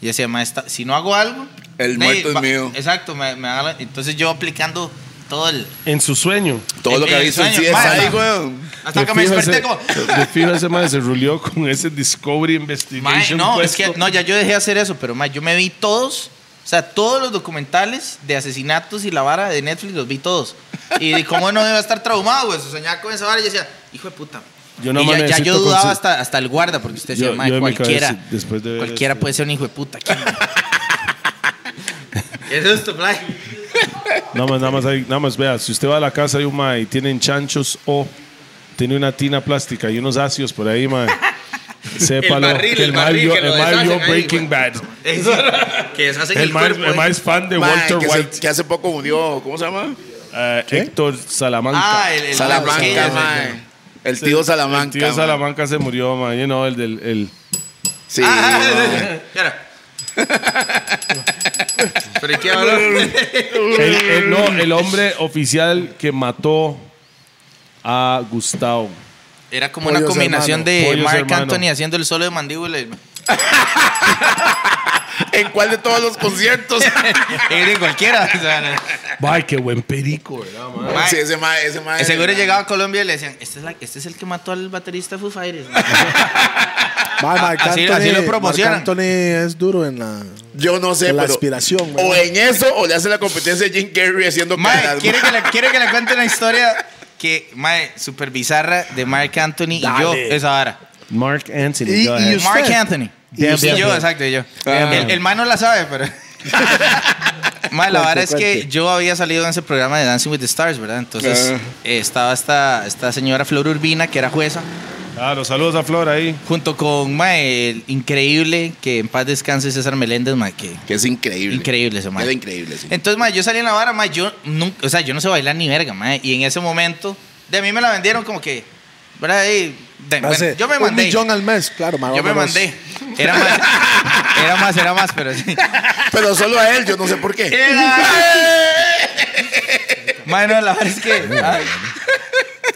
A: Y decía, ma, esta- si no hago algo.
E: El
A: de-
E: muerto es
A: va-
E: mío.
A: Exacto, me, me da la- entonces yo aplicando todo el.
D: En su sueño.
E: Todo lo que
A: Eh,
E: había visto en
A: sueño,
E: CSI,
A: mae,
E: weón.
A: Hasta
D: De
A: que me
D: fijo
A: desperté
D: ese-
A: como.
D: De fijo ese mae se rulió con ese Discovery
A: Mae,
D: Investigation.
A: no, es
D: puesto.
A: que no, ya yo dejé de hacer eso, pero mae, yo me vi todos, o sea, todos los documentales de asesinatos y la vara de Netflix los vi todos. Y de cómo no iba a estar traumado, güey, se soñaba con esa vara y yo decía, hijo de puta.
D: Yo no
A: y ya- ya,
D: amanecito
A: yo
D: con
A: dudaba
D: su-
A: hasta, hasta el guarda, porque usted decía,
D: Yo-
A: mae,
D: yo en mi
A: cualquiera,
D: cabeza, después de ver
A: cualquiera
D: esto.
A: puede ser un hijo de puta. ¿quién, mae? ¿Qué es esto, play?
D: Nada más, nada más, hay- nada más, vea, si usted va a la casa de un mae y tienen chanchos o tiene una tina plástica y unos ácidos por ahí, mae. Sépalo.
A: barril,
D: que
A: el
D: mae
A: barril
D: vio-
A: que lo
D: el mae vio
A: deshacen ahí,
D: Breaking Bad.
A: Es- que deshacen el,
D: El mae
A: cuerpo,
D: el
A: eh.
D: mae es fan de
E: Mae,
D: Walter
E: que, se-
D: White.
E: que hace poco murió, ¿cómo se llama?
D: eh, Héctor Salamanca.
A: Ah, el, el sí,
E: Salamanca,
A: ese,
E: mae. El tío Salamanca.
D: El tío
E: mae.
D: Salamanca se murió, mae. You know, el del. El,
E: Sí.
A: Ah,
E: mae.
A: y ahora. Pero ¿y qué habló?
D: el- el- no, el hombre oficial que mató a Gustavo.
A: Era como
C: Pollos
A: una combinación
C: hermano,
A: de
D: pollos
A: Mark
D: hermano.
A: Anthony haciendo el solo de mandíbula. y-
E: ¿En cuál de todos los conciertos?
A: Era en cualquiera. o sea, no.
D: Ay, qué buen perico, ¿verdad, mae?
A: Mae,
E: sí, ese mae, ese mae.
A: Seguro llegaba a Colombia y le decían, este es, la- este es el que mató al baterista de Foo Fighters.
C: Mae, Marc
A: Así- así
C: Anthony-
A: lo promocionan.
C: Marc Anthony es duro en la.
E: Yo no sé,
C: La
E: pero-
C: aspiración,
E: O
C: mae.
E: en eso, o le hace la competencia de Jim Carrey haciendo
A: Mae,
E: caras,
A: quiere
E: mae.
A: que, le, quiere que le cuente una historia que, mae, super bizarra de Mark Anthony y yo, esa hora.
D: Mark Anthony.
C: Y-
D: go
C: y
D: ahead.
C: usted-
A: Mark Anthony.
D: Y
A: y
D: usted.
A: yo, exacto, y yo.
E: Ah.
A: El, el man no la sabe, pero. Ma, la
C: Cuente,
A: verdad es que
C: cuente.
A: yo había salido en ese programa de Dancing with the Stars, ¿verdad? Entonces
E: Ah.
A: eh, estaba esta, esta señora Flor Urbina, que era jueza,
D: Claro, saludos a Flor ahí.
A: junto con ma, el increíble, que en paz descanse César Meléndez, ma, que
E: Que es increíble.
A: increíble ese man.
E: Era increíble, sí.
A: Entonces, ma, yo salí en la vara, ma, yo nunca, o sea, yo no sé bailar ni verga, ma, y en ese momento, de mí me la vendieron como que, ¿verdad? Y, de- bueno,
C: Hace
A: yo me
C: Un
A: mandé.
C: millón al mes, claro, mae,
A: Yo me
C: vámonos.
A: mandé. Era más, era más, era más, pero sí.
E: Pero solo a él, yo no sé por qué.
A: Mano, la verdad es que. ah, ay,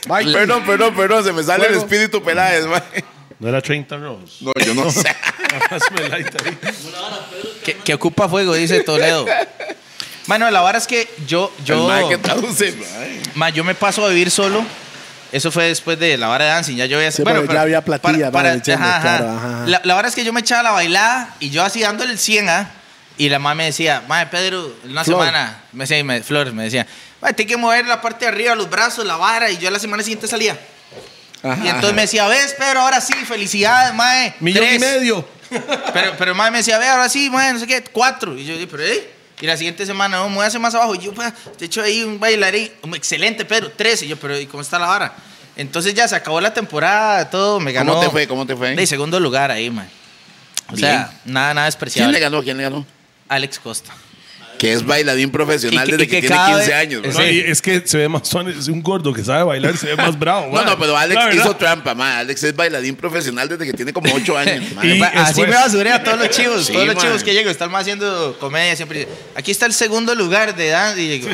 C: Mae,
E: Perdón, perdón, perdón, se me sale el
C: Luego.
E: espíritu Peláez, mae.
D: No era 30 Rose.
E: No, yo no sé.
D: Hazme el light ahí.
A: que, que ocupa fuego, dice Toledo. Mano, la verdad es que yo. yo
E: El mae que traduce, mae.
A: ma, yo me paso a vivir solo. Eso fue después de la vara de dancing. Ya yo había.
C: Sí, pero ya había platilla, vale, entiendo, claro, ajá, ajá.
A: La, la verdad es que yo me echaba la bailada y yo así dándole el 100, ¿ah? Y la mamá me decía, madre Pedro, en una
C: Flor.
A: semana, me decía, me, Flor, me decía, "Mae, tiene que mover la parte de arriba, los brazos, la vara. Y yo la semana siguiente salía. Y entonces me decía, ves, Pedro, ahora sí, felicidades, mae.
D: Millón y
A: Tres".
D: medio.
A: Pero, pero el mae me decía, ve, ahora sí, mae, no sé qué, cuatro. Y yo dije, pero, ¿eh? Y la siguiente semana, no, muévase más abajo. Y yo, pa, de hecho, ahí un bailarín, un excelente, Pedro, tres. Y yo, pero, ¿y cómo está la vara? Entonces ya se acabó la temporada, todo, me ganó.
E: ¿Cómo te fue? ¿Cómo te fue?
A: De segundo lugar ahí, mae. O sea, nada, nada
E: ¿Quién le
A: despreciable.
E: ganó? ¿Quién le ganó?
A: Alex Costa.
E: Que es bailarín profesional
A: Y que-
E: desde
A: y
E: que,
A: que
E: tiene
A: cada
E: 15
A: vez-
E: años, mae.
D: No, y es que se ve más suave, es un gordo que sabe bailar, se ve más bravo.
E: No,
D: man.
E: no, pero Alex
D: La verdad.
E: hizo trampa, ma. Alex es bailarín profesional desde que tiene como 8 años, ma.
D: Y-
A: Ma, Así
D: después-
A: me basuré a todos los chivos,
E: Sí,
A: todos los
E: man.
A: chivos que llego, están más haciendo comedia siempre. dice, Aquí está el segundo lugar de Dan. Y digo,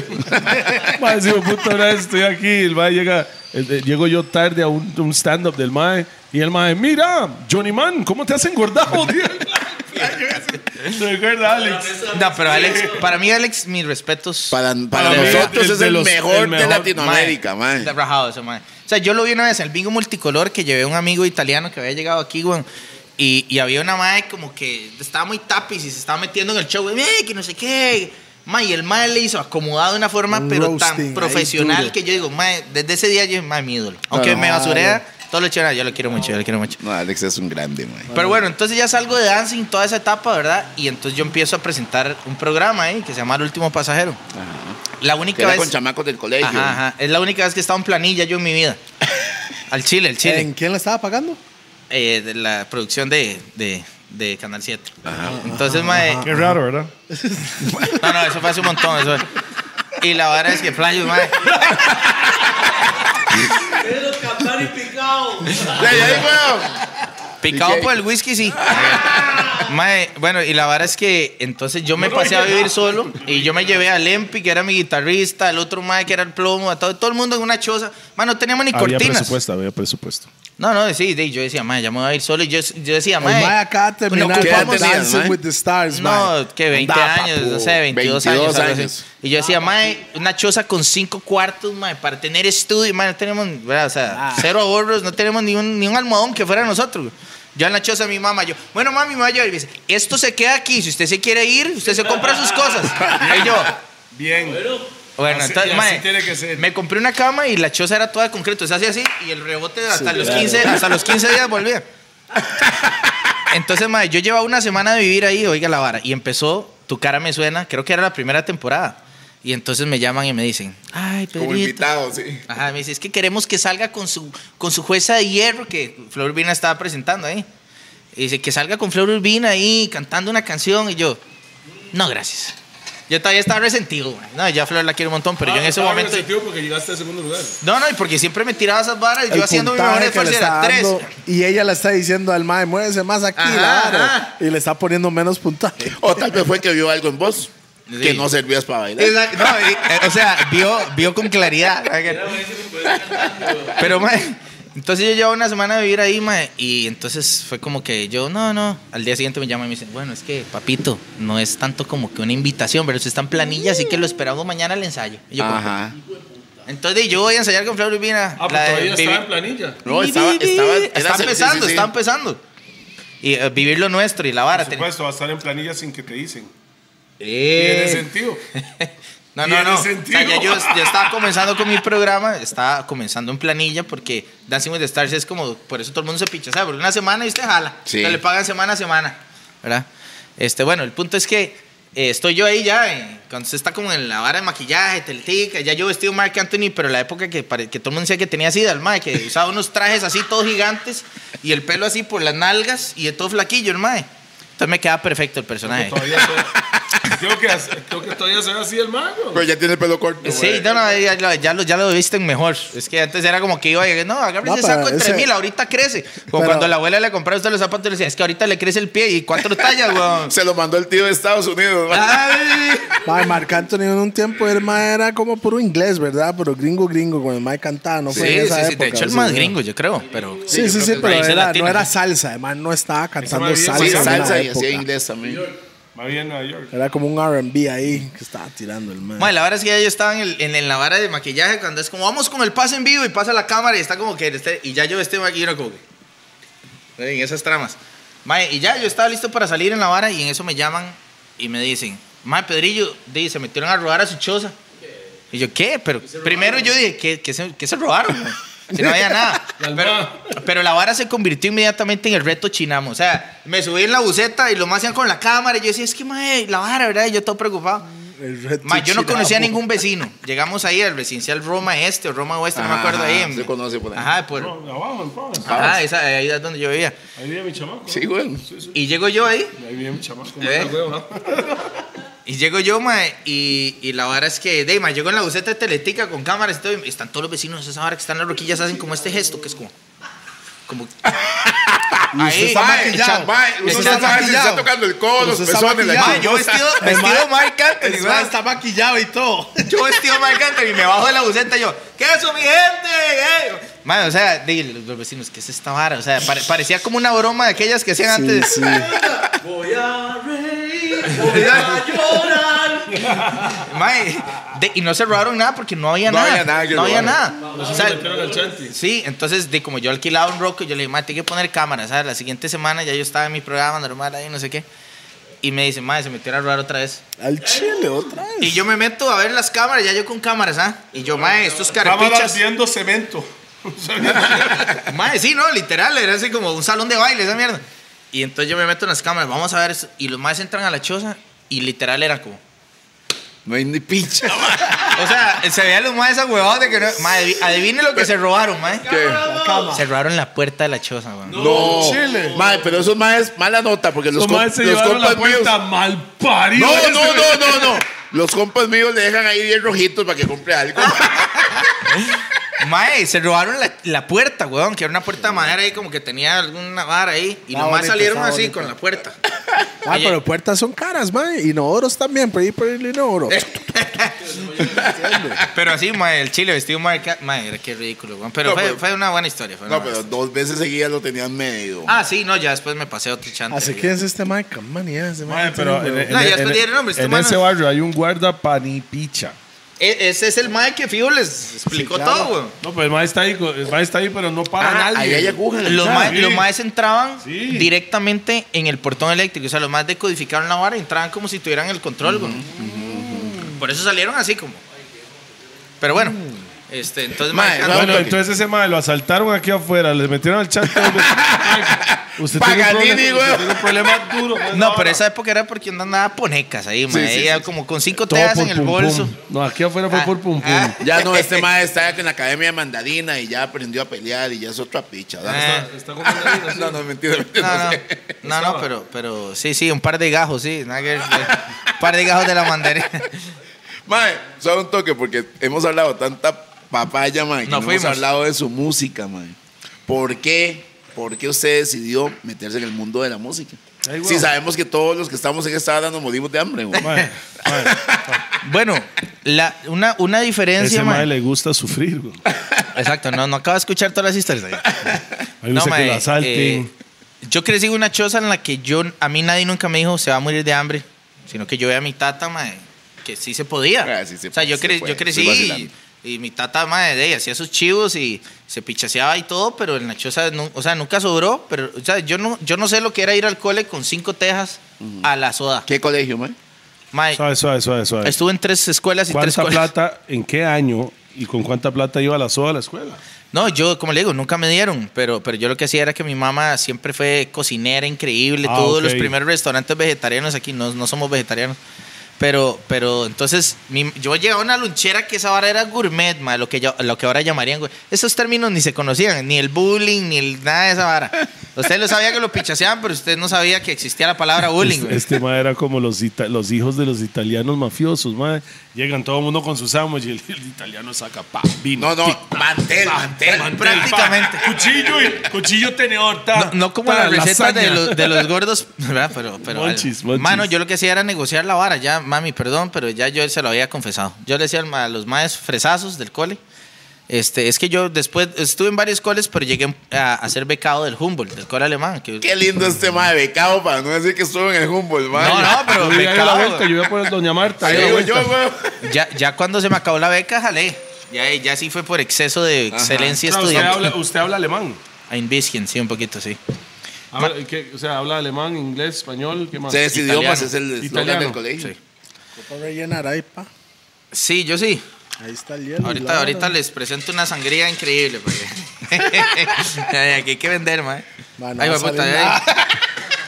D: Mae, sí, puta, ahora estoy aquí. El mae llega, el de- llego yo tarde a un, un stand-up del mae. Y el mae, mira, Johnny Man, ¿cómo te has engordado, tío? ¿Te recuerda, Alex?
A: no, pero Alex, para mí, Alex, mis respetos.
E: Para,
D: Para
E: para
D: mí,
E: nosotros
D: el
E: es
D: de
E: el,
D: los-
E: mejor
D: el
E: de
D: mejor,
E: Latinoamérica,
A: Mae,
E: man.
A: Está rajado ese mae. O sea, yo lo vi una vez en el bingo multicolor que llevé a un amigo italiano que había llegado aquí, weón. Y, y había una madre como que estaba muy tapiz y se estaba metiendo en el show, "Eh, que no sé qué. Mae, y el mae le hizo acomodado de una forma,
C: Un
A: pero
C: roasting ahí
A: tan profesional
C: duro.
A: que yo digo, mae, desde ese día yo es mi ídolo. Aunque me basurea, Todos los chinos, yo lo quiero mucho, yo lo quiero mucho.
E: No, Alex es un grande, mae.
A: Pero bueno, entonces ya salgo de dancing toda esa etapa, ¿verdad? Y entonces yo empiezo a presentar un programa ahí que se llama El Último Pasajero. La
E: Que
A: única
E: era
A: vez...
E: con chamacos del colegio.
A: Ajá, ajá. Es la única vez que he estado en planilla yo en mi vida. Al Chile, al Chile.
F: ¿En quién le estaba pagando?
A: Eh, de la producción de, de- de Canal 7. Entonces, mae,
D: Qué raro, ¿verdad?
A: No, no, eso fue hace un montón. Eso fue. Y la verdad es que Flyers, mae.
B: Pedro Campari picado.
E: Ya, ya, ahí, weón.
A: Picado
E: ¿Y qué?
A: por el whisky, sí. Mae, bueno, y la verdad es que entonces yo me pasé a vivir solo y yo me llevé a Lempi, que era mi guitarrista, al otro mae, que era el plomo, a todo, todo el mundo en una choza. Mae, no teníamos ni
D: Había
A: cortinas.
D: presupuesto, había presupuesto.
A: No, no, sí, sí, yo decía, mae, ya me voy a ir solo. Y yo, yo decía,
F: El mae
A: mae, pues
F: acá terminaba
E: ¿qué edad
F: Vamos
E: tenía,
F: Dancing
E: mae?
F: with the Stars, mae.
A: no, que 20
E: Da,
A: años,
E: papu,
A: no sé, 22, años.
E: 22
A: algo así.
E: años.
A: Y yo decía, mae, una choza con cinco cuartos, mae, para tener estudio, mae, no tenemos, ¿verdad? o sea,
E: Ah.
A: cero ahorros, no tenemos ni un, ni un almohadón que fuera de nosotros. güey. Yo en la choza, mi mamá, yo, bueno, mami, me voy a llevar. Y me dice, esto se queda aquí, si usted se quiere ir, usted se compra sus cosas. Y yo,
D: Bien.
A: bueno,
D: Así-
A: entonces,
D: así
A: mae,
D: tiene que ser.
A: me compré una cama y la choza era toda de concreto. Se hacía así y el rebote hasta, los, 15, hasta los 15 días volvía. Entonces, mae, yo llevaba una semana de vivir ahí, oiga la vara. Y empezó, tu cara me suena, creo que era la primera temporada. Y entonces me llaman y me dicen, ay,
E: Como
A: Pedrito.
E: invitado, sí.
A: Ajá, me dice, es que queremos que salga con su, con su jueza de hierro que Flor Urbina estaba presentando ahí. Y dice, que salga con Flor Urbina ahí cantando una canción. Y yo, no, gracias. Yo todavía estaba resentido, güey. No, ya Flor la quiero un montón, pero
C: Ah,
A: yo en ese momento...
D: Ah, porque llegaste a segundo lugar.
A: No, no, y porque siempre me tiraba esas varas y
C: El
A: yo haciendo mi mejor
C: puntaje que le
A: esfuerzo
C: está
A: era tres.
C: dando, y ella le está diciendo al mae, muévese más aquí,
A: Ajá,
C: la vara",
A: ajá.
C: Y le está poniendo menos puntaje.
E: O tal vez fue que vio algo en vos que
A: Sí.
E: no servías para bailar.
A: Exacto, no, y, eh, o sea, vio, vio con claridad. Pero, mae, entonces yo llevo una semana de vivir ahí, mae, y entonces fue como que yo, no, no. Al día siguiente me llaman y me dicen, bueno, es que, papito, no es tanto como que una invitación, pero usted está en planilla, así que lo esperamos mañana al ensayo. Y yo,
E: Ajá.
A: Entonces yo voy a ensayar con Flor
D: Ah,
A: Urbina.
D: pues
A: la de Vivi-
D: planilla.
E: No, estaba, estaba, era-
A: Está
E: sí, sí,
A: empezando,
E: sí.
A: está empezando. Y eh, vivir lo nuestro y la vara.
D: Por
A: ten-
D: supuesto, va a estar en planilla sin que te dicen. Tiene
A: Eh.
D: sentido.
A: No, no,
D: Tiene
A: no.
D: sentido.
A: O sea, ya yo, yo estaba comenzando con mi programa, estaba comenzando en planilla porque Dancing with the Stars es como, por eso todo el mundo se picha, ¿sabes? Porque una semana y usted jala.
E: Sí.
A: Entonces le pagan semana a semana, ¿verdad? Este, bueno, el punto es que eh, estoy yo ahí ya, eh, cuando usted está como en la vara de maquillaje, teltica, ya yo vestido Mark Anthony, pero la época que, pare- que todo el mundo decía que tenía sida, el mae, que usaba unos trajes así todos gigantes y el pelo así por las nalgas y de todo flaquillo, el mae. Entonces me queda perfecto el personaje.
D: Todavía creo, que, creo que todavía será así el mago.
E: Pero ya tiene el pelo corto.
A: Sí,
E: güey.
A: no, no, ya, lo- ya lo, ya lo visten mejor. Es que antes era como que iba y no, agarre
C: No,
A: ese
C: pero
A: saco entre
C: ese-
A: mil, ahorita crece. Como
C: Pero-
A: cuando la abuela le compraba a usted los zapatos, le decía, es que ahorita le crece el pie y cuatro tallas, weón.
E: Se lo mandó el tío de Estados Unidos. güey.
A: Ah, Ay.
C: Mae, Marc Anthony en un tiempo el mae era como puro inglés, ¿verdad? Pero gringo, gringo, con el mae cantaba, no
A: Sí,
C: fue en
A: sí,
C: esa
A: sí,
C: época.
A: de hecho el
C: sí,
A: más
C: sí.
A: gringo, yo creo, pero...
C: Sí, sí, sí,
A: que
C: pero
A: raíces
C: era, no
A: latinas.
C: era salsa, el mae no estaba cantando
D: mae bien
C: salsa.
E: Sí,
C: en
D: Salsa,
C: la
E: salsa y
C: época.
E: hacía inglés también.
D: Más bien en Nueva York.
C: Era como un R&B ahí que estaba tirando el mae.
A: Bueno, la verdad es que ya yo estaba en, el- en- en la vara de maquillaje cuando es como, vamos con el pase en vivo y pasa la cámara y está como que, este- y ya yo este maquillero como que, en esas tramas. Mae, y ya yo estaba listo para salir en la vara y en eso me llaman y me dicen, Mae Pedrillo, di, se metieron a robar a su choza. Y yo, ¿qué? Pero primero yo dije, ¿qué, qué se, qué se robaron? mae? Si no había nada. Pero, pero la vara se convirtió inmediatamente en el reto chinamo. O sea, me subí en la buceta y lo más hacían con la cámara. Y yo decía, es que, mae, la vara, ¿verdad? Y yo todo preocupado.
C: El reto
A: Ma, yo no
C: Chirabo.
A: conocía a ningún vecino. Llegamos ahí al residencial Roma Este o Roma Oeste, no me
E: Ajá,
A: acuerdo ahí.
E: ajá,
A: en-
E: Ah, se conoce por ahí.
A: Ajá, por-
D: No, abajo, en Paz.
A: ajá, esa- ahí es donde yo vivía.
D: Ahí vive mi chamaco.
E: Sí, güey.
A: Y llego yo ahí,
D: Ahí vive mi chamaco.
A: ¿Eh?
D: mata huevo, ¿no?
A: y llego yo, ma, y, y la vara es que, de, ma, llego en la buceta de Teletica con cámaras y todo, y están todos los vecinos, esa hora que están en las roquillas, hacen como este gesto, que es como... Como... Ahí,
C: está
A: ma,
C: maquillado.
A: echando-
E: Mae, usted
A: echando-
E: no sabe si se está
C: maquillado.
E: tocando el codo, los
C: Usted está
E: pezones, la
A: Ma,
C: maquillado.
E: chicha.
A: yo vestido, vestido Marc Anthony,
F: El
A: ma.
F: mae está maquillado y todo.
A: Yo vestido Marc Anthony, me bajo de la buceta y yo, ¿qué es eso, mi gente? ¿Qué? Madre, o sea, di, los vecinos, ¿qué es esta vara? O sea, pare- parecía como una broma de aquellas que hacían
C: Sí,
A: antes.
C: sí.
B: Voy a reír, voy a llorar.
A: Mae, de- y no se robaron nada porque no había
E: No
A: nada.
E: había nada que
A: no había
E: robar.
A: nada. O
D: Nosotros
A: sea,
D: metieron al Chanti.
A: sí, entonces, de, como yo alquilaba un roco, yo le dije, mae, tengo que poner cámaras. ¿sabes? La siguiente semana ya yo estaba en mi programa normal ahí, no sé qué. Y me dice, mae, se metieron a robar otra vez.
C: Al chile, otra vez.
A: Y yo me meto a ver las cámaras, ya yo con cámaras, ¿ah? Y yo, mae, estos carpichas.
D: haciendo cemento.
A: Mae, sí, no, literal, era así como un salón de baile, esa mierda. Y entonces yo me meto en las cámaras, vamos a ver, eso. y los maes entran a la choza y literal eran como.
E: No hay ni pincha, mae.
A: O sea, se veían los maes huevados de que no. Mae, adiv- adivine lo que se robaron, mae.
E: ¿Qué?
A: Se robaron la puerta de la choza, weón.
E: No.
F: Chile.
E: Mae, pero eso es más mala nota porque los,
D: Los maes
E: compas
D: se
E: los
D: llevaron la
E: compas míos.
D: cuenta mal parido.
E: No, no, no, no, no. Los compas míos le dejan ahí 10 rojitos para que compre algo.
D: Ah.
A: Mae, se robaron la, la puerta, weón, que era una puerta de madera ahí como que tenía alguna vara ahí. Y
C: Está
A: los maes
C: bonito,
A: salieron
C: está
A: así
C: bonito.
A: con la puerta.
C: Ah,
A: Oye.
C: pero puertas son caras, mae. Inodoros también, por ahí por el inodoro.
A: Pero así, mae, el chile vestido mae, ca- mae, era qué ridículo, weón. Pero,
E: No,
A: fue,
E: pero-
A: fue una buena historia. Fue una
E: No,
A: buena
E: pero
A: historia.
E: dos veces seguidas lo tenían medio.
A: Ah, sí, no, ya después me pasé otro chante.
C: Así que es este mae, camanía, ese mae.
D: Mae, pero en,
C: tiene,
D: en-
A: No, ya
D: en-
A: después
D: en-
A: dieron nombres,
D: en
A: tú,
D: ese
A: mano.
D: barrio hay un guarda panipicha.
A: E- ese es el mae que Fiu les explicó
C: claro.
A: todo, weón.
D: No, pero el maestro está ahí, co- el mae está ahí, pero no para
A: Ah,
D: nadie.
E: Ahí hay agujas.
A: Los,
D: Ah,
A: ma-
D: sí.
A: los maes entraban
D: Sí.
A: directamente en el portón eléctrico. O sea, los maes decodificaron la vara y entraban como si tuvieran el control, güey. Por eso salieron así como. Pero bueno, este, entonces,
E: Mae,
A: mae,
E: no,
A: ah,
D: Bueno,
E: Ok.
D: entonces ese mae lo asaltaron aquí afuera, le metieron al chat. usted
E: Paganini,
D: tiene un
E: güey.
D: problema, usted tiene un problema duro. mae,
A: no,
D: no,
A: pero
D: no.
A: esa época era porque uno andaba ponecas ahí, mae.
E: sí,
A: Ella como con cinco
D: Todo
A: teas
D: por
A: en el
D: pum, pum.
A: bolso.
D: No, aquí afuera fue
A: Ah,
D: por pum pum.
A: ah.
E: Ya no, este mae está en la academia de mandarina y ya aprendió a pelear y ya es otra picha. ¿verdad?
A: Ah,
D: Está como una vida, sí.
E: No, no, mentira, mentira.
A: No,
E: no
A: no,
E: sé.
A: no, no, pero, pero sí, sí, un par de gajos, sí. nada que- un par de gajos de la mandarina.
E: Mae, solo un toque porque hemos hablado tanta papaya, mae, que
A: No
E: no, hemos
A: fuimos.
E: hablado de su música, mae. ¿Por qué? ¿Por qué usted decidió meterse en el mundo de la música?
D: Ay, güey.
E: Si sabemos que todos los que estamos en esta hora nos morimos de hambre, güey.
D: Mae, mae,
A: Bueno, la, una, una diferencia,
D: ese
A: mae.
D: mae le gusta sufrir, güey.
A: Exacto, no, no acabo de escuchar todas las historias. ahí.
D: A mí me gusta que
A: mae,
D: lo asalten.
A: eh, yo crecí en una choza en la que yo, a mí nadie nunca me dijo se va a morir de hambre, sino que yo veía a mi tata, mae, que sí se podía.
E: Ah, sí se
A: o sea, yo, cre-
E: puede, se puede,
A: yo crecí
E: estoy vacilando.
A: y, y mi tata, mae, de ella hacía sus chivos y se pichaseaba y todo, pero en la choza, nu- o sea, nunca sobró, pero, o sea, yo no, yo no sé lo que era ir al cole con cinco tejas a la soda.
E: ¿Qué colegio, mae?
A: Mae,
D: Suave, suave, suave, suave.
A: estuve en tres escuelas y tres
D: ¿Cuánta
A: coles.
D: plata, en qué año y con cuánta plata iba la soda a la escuela?
A: No, yo, como le digo, nunca me dieron, pero, pero yo lo que hacía era que mi mamá siempre fue cocinera increíble.
D: Ah,
A: Todos
D: ok.
A: los primeros restaurantes vegetarianos aquí, no, no somos vegetarianos. Pero, pero entonces mi- yo llegaba a una lonchera que esa vara era gourmet, ma, lo, que yo- lo que ahora llamarían. güey. Esos términos ni se conocían, ni el bullying, ni el- nada de esa vara. Usted lo sabía que lo pichaseaban, pero usted no sabía que existía la palabra bullying.
D: Este,
A: güey.
D: este mae era como los, ita- los hijos de los italianos mafiosos, mae. Llegan todo el mundo con sus sándwiches y el, el italiano saca pa, vino.
E: No, no,
D: tic,
E: mantel, mantel.
A: prácticamente.
D: pa, cuchillo y cuchillo tenedor. ta,
A: No, no como
D: ta,
A: las recetas de
D: lasaña.
A: los, de los gordos, ¿verdad? Pero, pero
D: Monchis, monchis.
A: Mano, yo lo que hacía era negociar la vara. Ya, mami, perdón, pero ya yo se lo había confesado. Yo le decía al ma- a los maes fresazos del cole. Este, es que yo después estuve en varios coles, pero llegué a, a ser becado del Humboldt, del cole alemán. que-
E: Qué lindo este mae, becado para no decir que estuvo en el Humboldt, mae.
A: no, no, pero
D: Yo iba ahí a la
A: becado.
D: vuelta, yo iba por Doña Marta.
E: Ahí
D: ahí a la
E: digo
D: vuelta.
E: yo, güey.
A: Ya, ya cuando se me acabó la beca, jalé. Ya, ya sí fue por exceso de excelencia
D: Claro, usted,
A: estudiante.
D: habla, usted habla alemán.
A: Ein bisschen, sí, un poquito, sí.
D: Habla- ¿qué? o sea, habla alemán, inglés, español, ¿qué más?
E: Se decidió,
A: Italiano.
E: más es el eslogan
D: Italiano.
E: del colegio.
A: Sí.
C: Para rellenar ahí, pa.
A: Sí, yo sí.
C: Ahí está el hielo.
A: Ahorita,
C: la
A: ahorita
C: vara.
A: les presento una sangría increíble. Porque... Ay, Aquí hay que vender, mae.
C: Ma, no
A: Ay,
C: va a
A: hueputa,
C: salir
A: ay.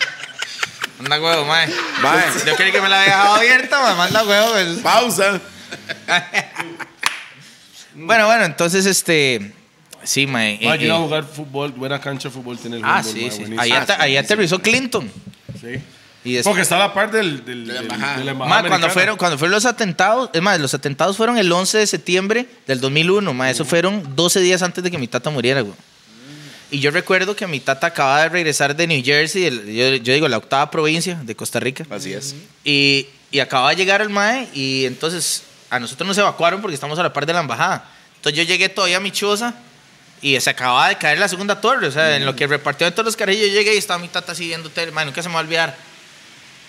A: Manda huevo, mae.
E: Mae.
A: Yo creí que me la había dejado abierta, mae. Manda huevo. pues.
E: Pausa.
A: Bueno, bueno, entonces, este... Sí, mae.
D: Ah,
A: eh,
D: yo iba a
A: eh.
D: jugar fútbol, buena cancha de fútbol tiene el
A: Ah,
D: Humboldt,
A: sí,
D: mae,
A: sí.
D: buenísimo.
A: Ahí,
E: Ah,
A: ata-
E: sí,
A: ahí
E: sí,
A: aterrizó Clinton.
D: Sí.
A: Y después...
D: Porque está a la par del, del,
E: De la
D: del-
E: embajada.
D: de la
A: Ma,
D: embajada
A: cuando
D: americana.
A: fueron, cuando fueron los atentados, es más, los atentados fueron el 11 de septiembre del 2001, ma, eso fueron 12 días antes de que mi tata muriera, güey. Y yo recuerdo que mi tata acababa de regresar de New Jersey, el- yo, yo digo la octava provincia de Costa Rica,
E: Así es.
A: y, y acababa de llegar el MAE, y entonces a nosotros nos evacuaron porque estamos a la par de la embajada. Entonces yo llegué todavía a mi choza y se acababa de caer la segunda torre, o sea, en lo que repartió de todos los carrillos, yo llegué y estaba mi tata así viendo tele, ma, nunca se me va a olvidar.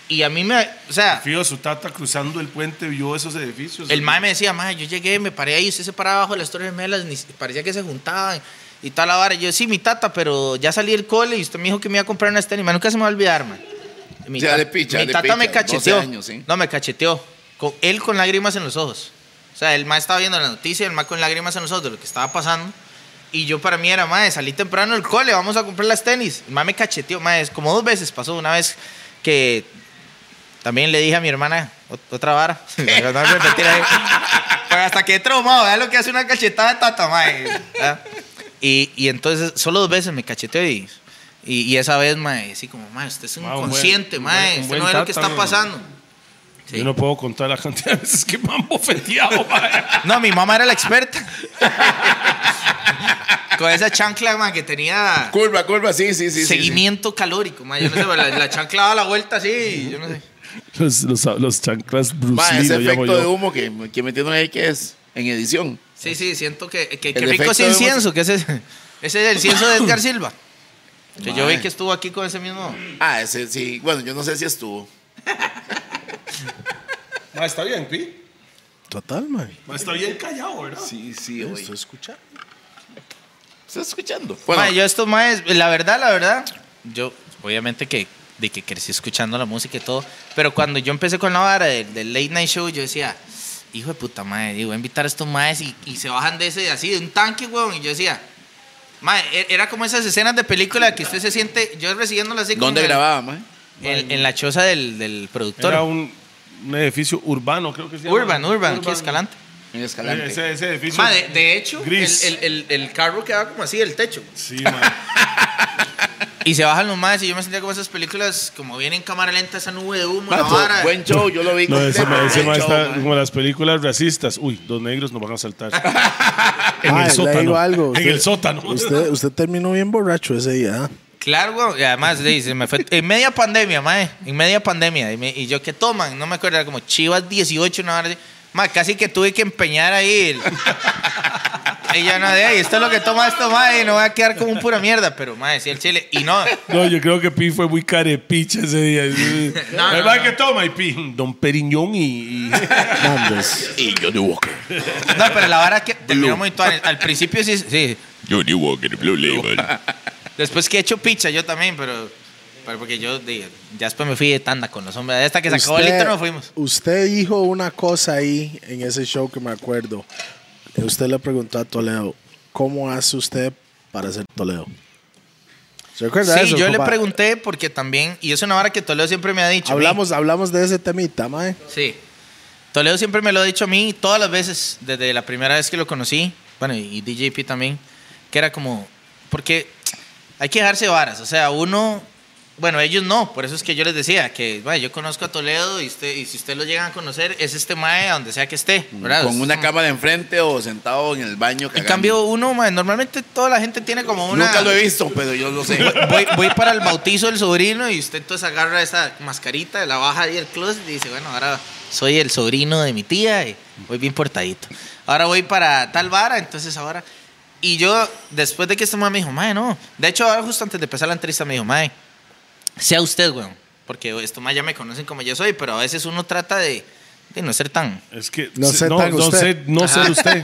A: Y a mí me, o sea,
D: Fío, su tata cruzando el puente vio esos edificios.
A: el mae me decía, mae, yo llegué, me paré ahí, usted se paraba abajo de las torres gemelas, ni- parecía que se juntaban y tal la vara. Y Yo, sí, mi tata, pero ya salí del cole y usted me dijo que me iba a comprar una tenis, mae, nunca se me va a olvidar, mae. Mi,
E: Ya
A: ta-
E: le picha,
A: mi
E: le
A: tata
E: picha,
A: me
E: 12
A: cacheteó.
E: años, sí.
A: No, me cacheteó. Con, él con lágrimas en los ojos. O sea, el mae estaba viendo la noticia, el mae con lágrimas en los ojos de lo que estaba pasando. Y yo para mí era, mae, salí temprano del cole, vamos a comprar las tenis. El mae me cacheteó, mae, es como dos veces pasó. Una vez que también le dije a mi hermana ot- otra vara. No voy a repetir ahí. Pero hasta que he traumado, vea lo que hace una cachetada de tata, mae. ¿verdad? Y, y entonces, solo dos veces me cacheteó y, y, y esa vez, mae, así como, mae, usted es un
D: Wow, un buen-
A: consciente,
D: un
A: mae,
D: buen- un
A: usted
D: buen
A: no ve lo que
D: tata,
A: está
D: mae.
A: pasando. Sí.
D: Yo no puedo contar la cantidad de veces que me han bofeteado, mae.
A: No, mi mamá era la experta. Con esa chancla, man, que tenía
E: Curva, curva, sí, sí, sí. sí,
A: seguimiento calórico, man. Yo no sé, pero la, la chancla daba la vuelta así, yo no sé.
D: Los, los, los chanclas
E: sí. Ma,
D: Bruce Lee,
E: ese
D: lo llamo
E: efecto de
D: yo.
E: humo que, que metieron ahí que es en edición.
A: Sí, sí, siento que, que, que
E: El
A: rico ese
E: efecto de-
A: incienso, que ese, ese es el incienso de Edgar Silva. Que yo vi que estuvo aquí con ese mismo.
E: Ah, ese sí. Bueno, yo no sé si estuvo.
D: Ma, está bien, Pi.
C: Total, mae.
D: Ma, está bien callado, ¿verdad?
E: Sí, sí,
C: Yo
E: oye.
C: Estoy escuchando.
E: ¿Estás escuchando? Bueno,
A: Mae, yo esto más, la verdad, la verdad, yo obviamente que de que crecí escuchando la música y todo, pero cuando yo empecé con la vara del, del late night show, yo decía, hijo de puta madre, digo, voy a invitar a estos maes y, y se bajan de ese así de un tanque, weón, y yo decía, mae, e- era como esas escenas de película que usted se siente, yo recibiéndolas así como
E: ¿Dónde
A: en-
E: grababa, ma?
A: En, en la choza del, del productor.
D: Era un, un edificio urbano, creo que se llama.
A: Urban, Urban, aquí Escalante.
E: En Escalante.
D: Ese, ese edificio.
A: Ma, de, de hecho, el,
D: Gris.
A: el, el, el carro quedaba como así, el techo.
D: Sí, ma.
A: Y se bajan los más y yo me sentía como esas películas, como vienen en cámara lenta esa nube de humo,
E: Ma,
A: la
E: fue-
A: vara.
E: buen show, yo lo vi.
D: No, ese, ma, ese
E: Buen
D: ma
E: show,
D: está
E: ma.
D: como las películas racistas. Uy, los negros nos van a saltar. Ah, en
C: Mae,
D: el
C: le
D: sótano.
C: digo algo,
D: En
C: usted-
D: el sótano.
C: Usted, usted terminó bien borracho ese día. ¿ah?
A: Claro, güey. Y además, sí, se me fue. En media pandemia, mae. En media pandemia. Y, me- y yo, ¿qué toman? No me acuerdo, era como Chivas 18, una hora así. Mae, casi que tuve que empeñar ahí. el- y yo no, de ahí, esto es lo que toma esto, mae. Y no voy a quedar como un pura mierda. Pero, mae, sí, el chile. Y no.
D: No, yo creo que Pi fue muy carepicha ese día.
A: No,
D: El
A: no,
D: ma
A: no.
D: que toma y Pi, Don Periñón y... y-
C: Mandes.
E: Y Johnny Walker.
A: No, pero la vara que terminó muy tuanes. Al principio sí, sí.
E: Johnny Walker, Blue Label.
A: Después que he hecho picha, yo también, pero, pero porque yo dije, ya después me fui de tanda con los hombres. Hasta que se acabó el litro nos fuimos.
C: Usted dijo una cosa ahí en ese show que me acuerdo. Eh, Usted le preguntó a Toledo, ¿cómo hace usted para ser Toledo? ¿Se acuerda de
A: Sí,
C: eso,
A: yo le
C: compa?
A: pregunté porque también, y es una vara que Toledo siempre me ha dicho. a mí.
C: Hablamos, hablamos de ese temita, mae.
A: Sí. Toledo siempre me lo ha dicho a mí, todas las veces, desde la primera vez que lo conocí, bueno, y DJP también, que era como, porque hay que dejarse varas, o sea, uno, bueno, ellos no, por eso es que yo les decía que, bueno, yo conozco a Toledo y, usted- y si usted lo llegan a conocer, es este mae a donde sea que esté, ¿verdad?
E: Con una
A: Mm.
E: cámara enfrente o sentado en el baño.
A: En
E: cagando.
A: cambio, uno, mae, normalmente toda la gente tiene como una...
E: Nunca lo he visto, pero yo lo sé.
A: Voy, voy para el bautizo del sobrino y usted entonces agarra esa mascarita, la baja ahí el closet y dice, bueno, ahora soy el sobrino de mi tía y voy bien portadito. Ahora voy para tal vara, entonces ahora... Y yo, después de que esta mamá me dijo, mae, no. De hecho, ahora justo antes de empezar la entrevista me dijo, mae, sea usted, weón. Porque esto más ya me conocen como yo soy, pero a veces uno trata de, de no ser tan...
D: Es que...
C: No
D: se-
C: sé
D: no,
C: tan
D: no
C: usted.
D: sé, no sé de usted.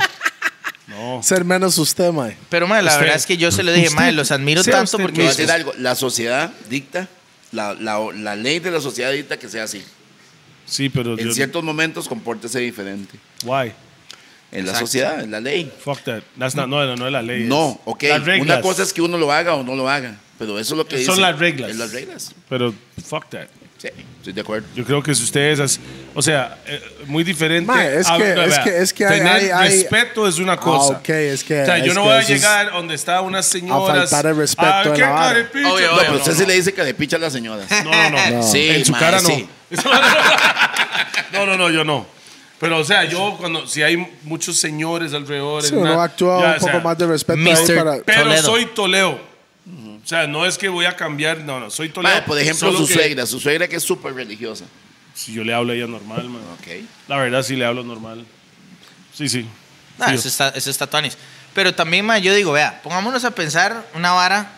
D: No.
C: Ser menos usted, mae.
A: Pero, mae, la
D: Usted-
A: verdad es que yo se lo dije,
D: usted-
A: mae, los admiro
D: sea
A: tanto
D: usted
E: Te
A: porque...
E: voy a
A: a veces-
E: decir algo. La sociedad dicta, la, la- la ley de la sociedad dicta que sea así.
D: Sí, pero
E: En
D: yo...
E: ciertos momentos, compórtese diferente.
D: Why?
E: En la
A: Exacto.
E: sociedad, en la ley.
D: Fuck that. That's not, no, no, no es la ley. es
E: No, ok.
D: Las reglas.
E: Una cosa es que uno lo haga o no lo haga. Pero eso es lo que
D: Son
E: dice.
D: las reglas.
E: Es las reglas.
D: Pero fuck that.
E: Sí, estoy de acuerdo.
D: Yo creo que si ustedes, as- o sea, eh, muy diferente.
C: Mae, es
D: a-
C: que-
D: no,
C: es
D: vea,
C: que- es que hay-
D: tener
C: hay- hay-
D: respeto es una cosa.
C: Ah, ok, es que-
D: O sea, yo
C: es
D: no
C: que
D: voy a
C: eso es-
D: llegar donde está una señora.
C: faltar el respeto
D: Ah,
C: a la
D: qué
C: vara.
D: carepicha.
A: Obvio,
E: No,
A: obvio,
E: pero
A: no,
E: usted sí le dice que le picha a las señoras.
D: No, no, no.
C: No.
E: Sí,
D: en su
E: mae,
D: cara no.
E: sí.
D: no, no, no, yo no. Pero, o sea, yo cuando, si hay muchos señores alrededor.
C: Si
D: en
C: uno
D: una-
C: actúa
D: ya,
C: un
D: o
C: poco
D: sea,
C: más de respeto ahí
A: Mr.
C: para...
D: Pero
A: Toledo.
D: soy Toledo. O sea, no es que voy a cambiar, no, no, soy Toledo.
E: Mae, por ejemplo,
D: solo
E: su
D: que-
E: suegra. Su suegra que es súper religiosa.
D: Si yo le hablo a ella normal, man.
E: Ok.
D: La verdad, sí le hablo normal. Sí, sí.
E: Ah,
A: No,
D: Sí.
A: eso está, eso está tuanis. Pero también, ma, yo digo, vea, pongámonos a pensar una vara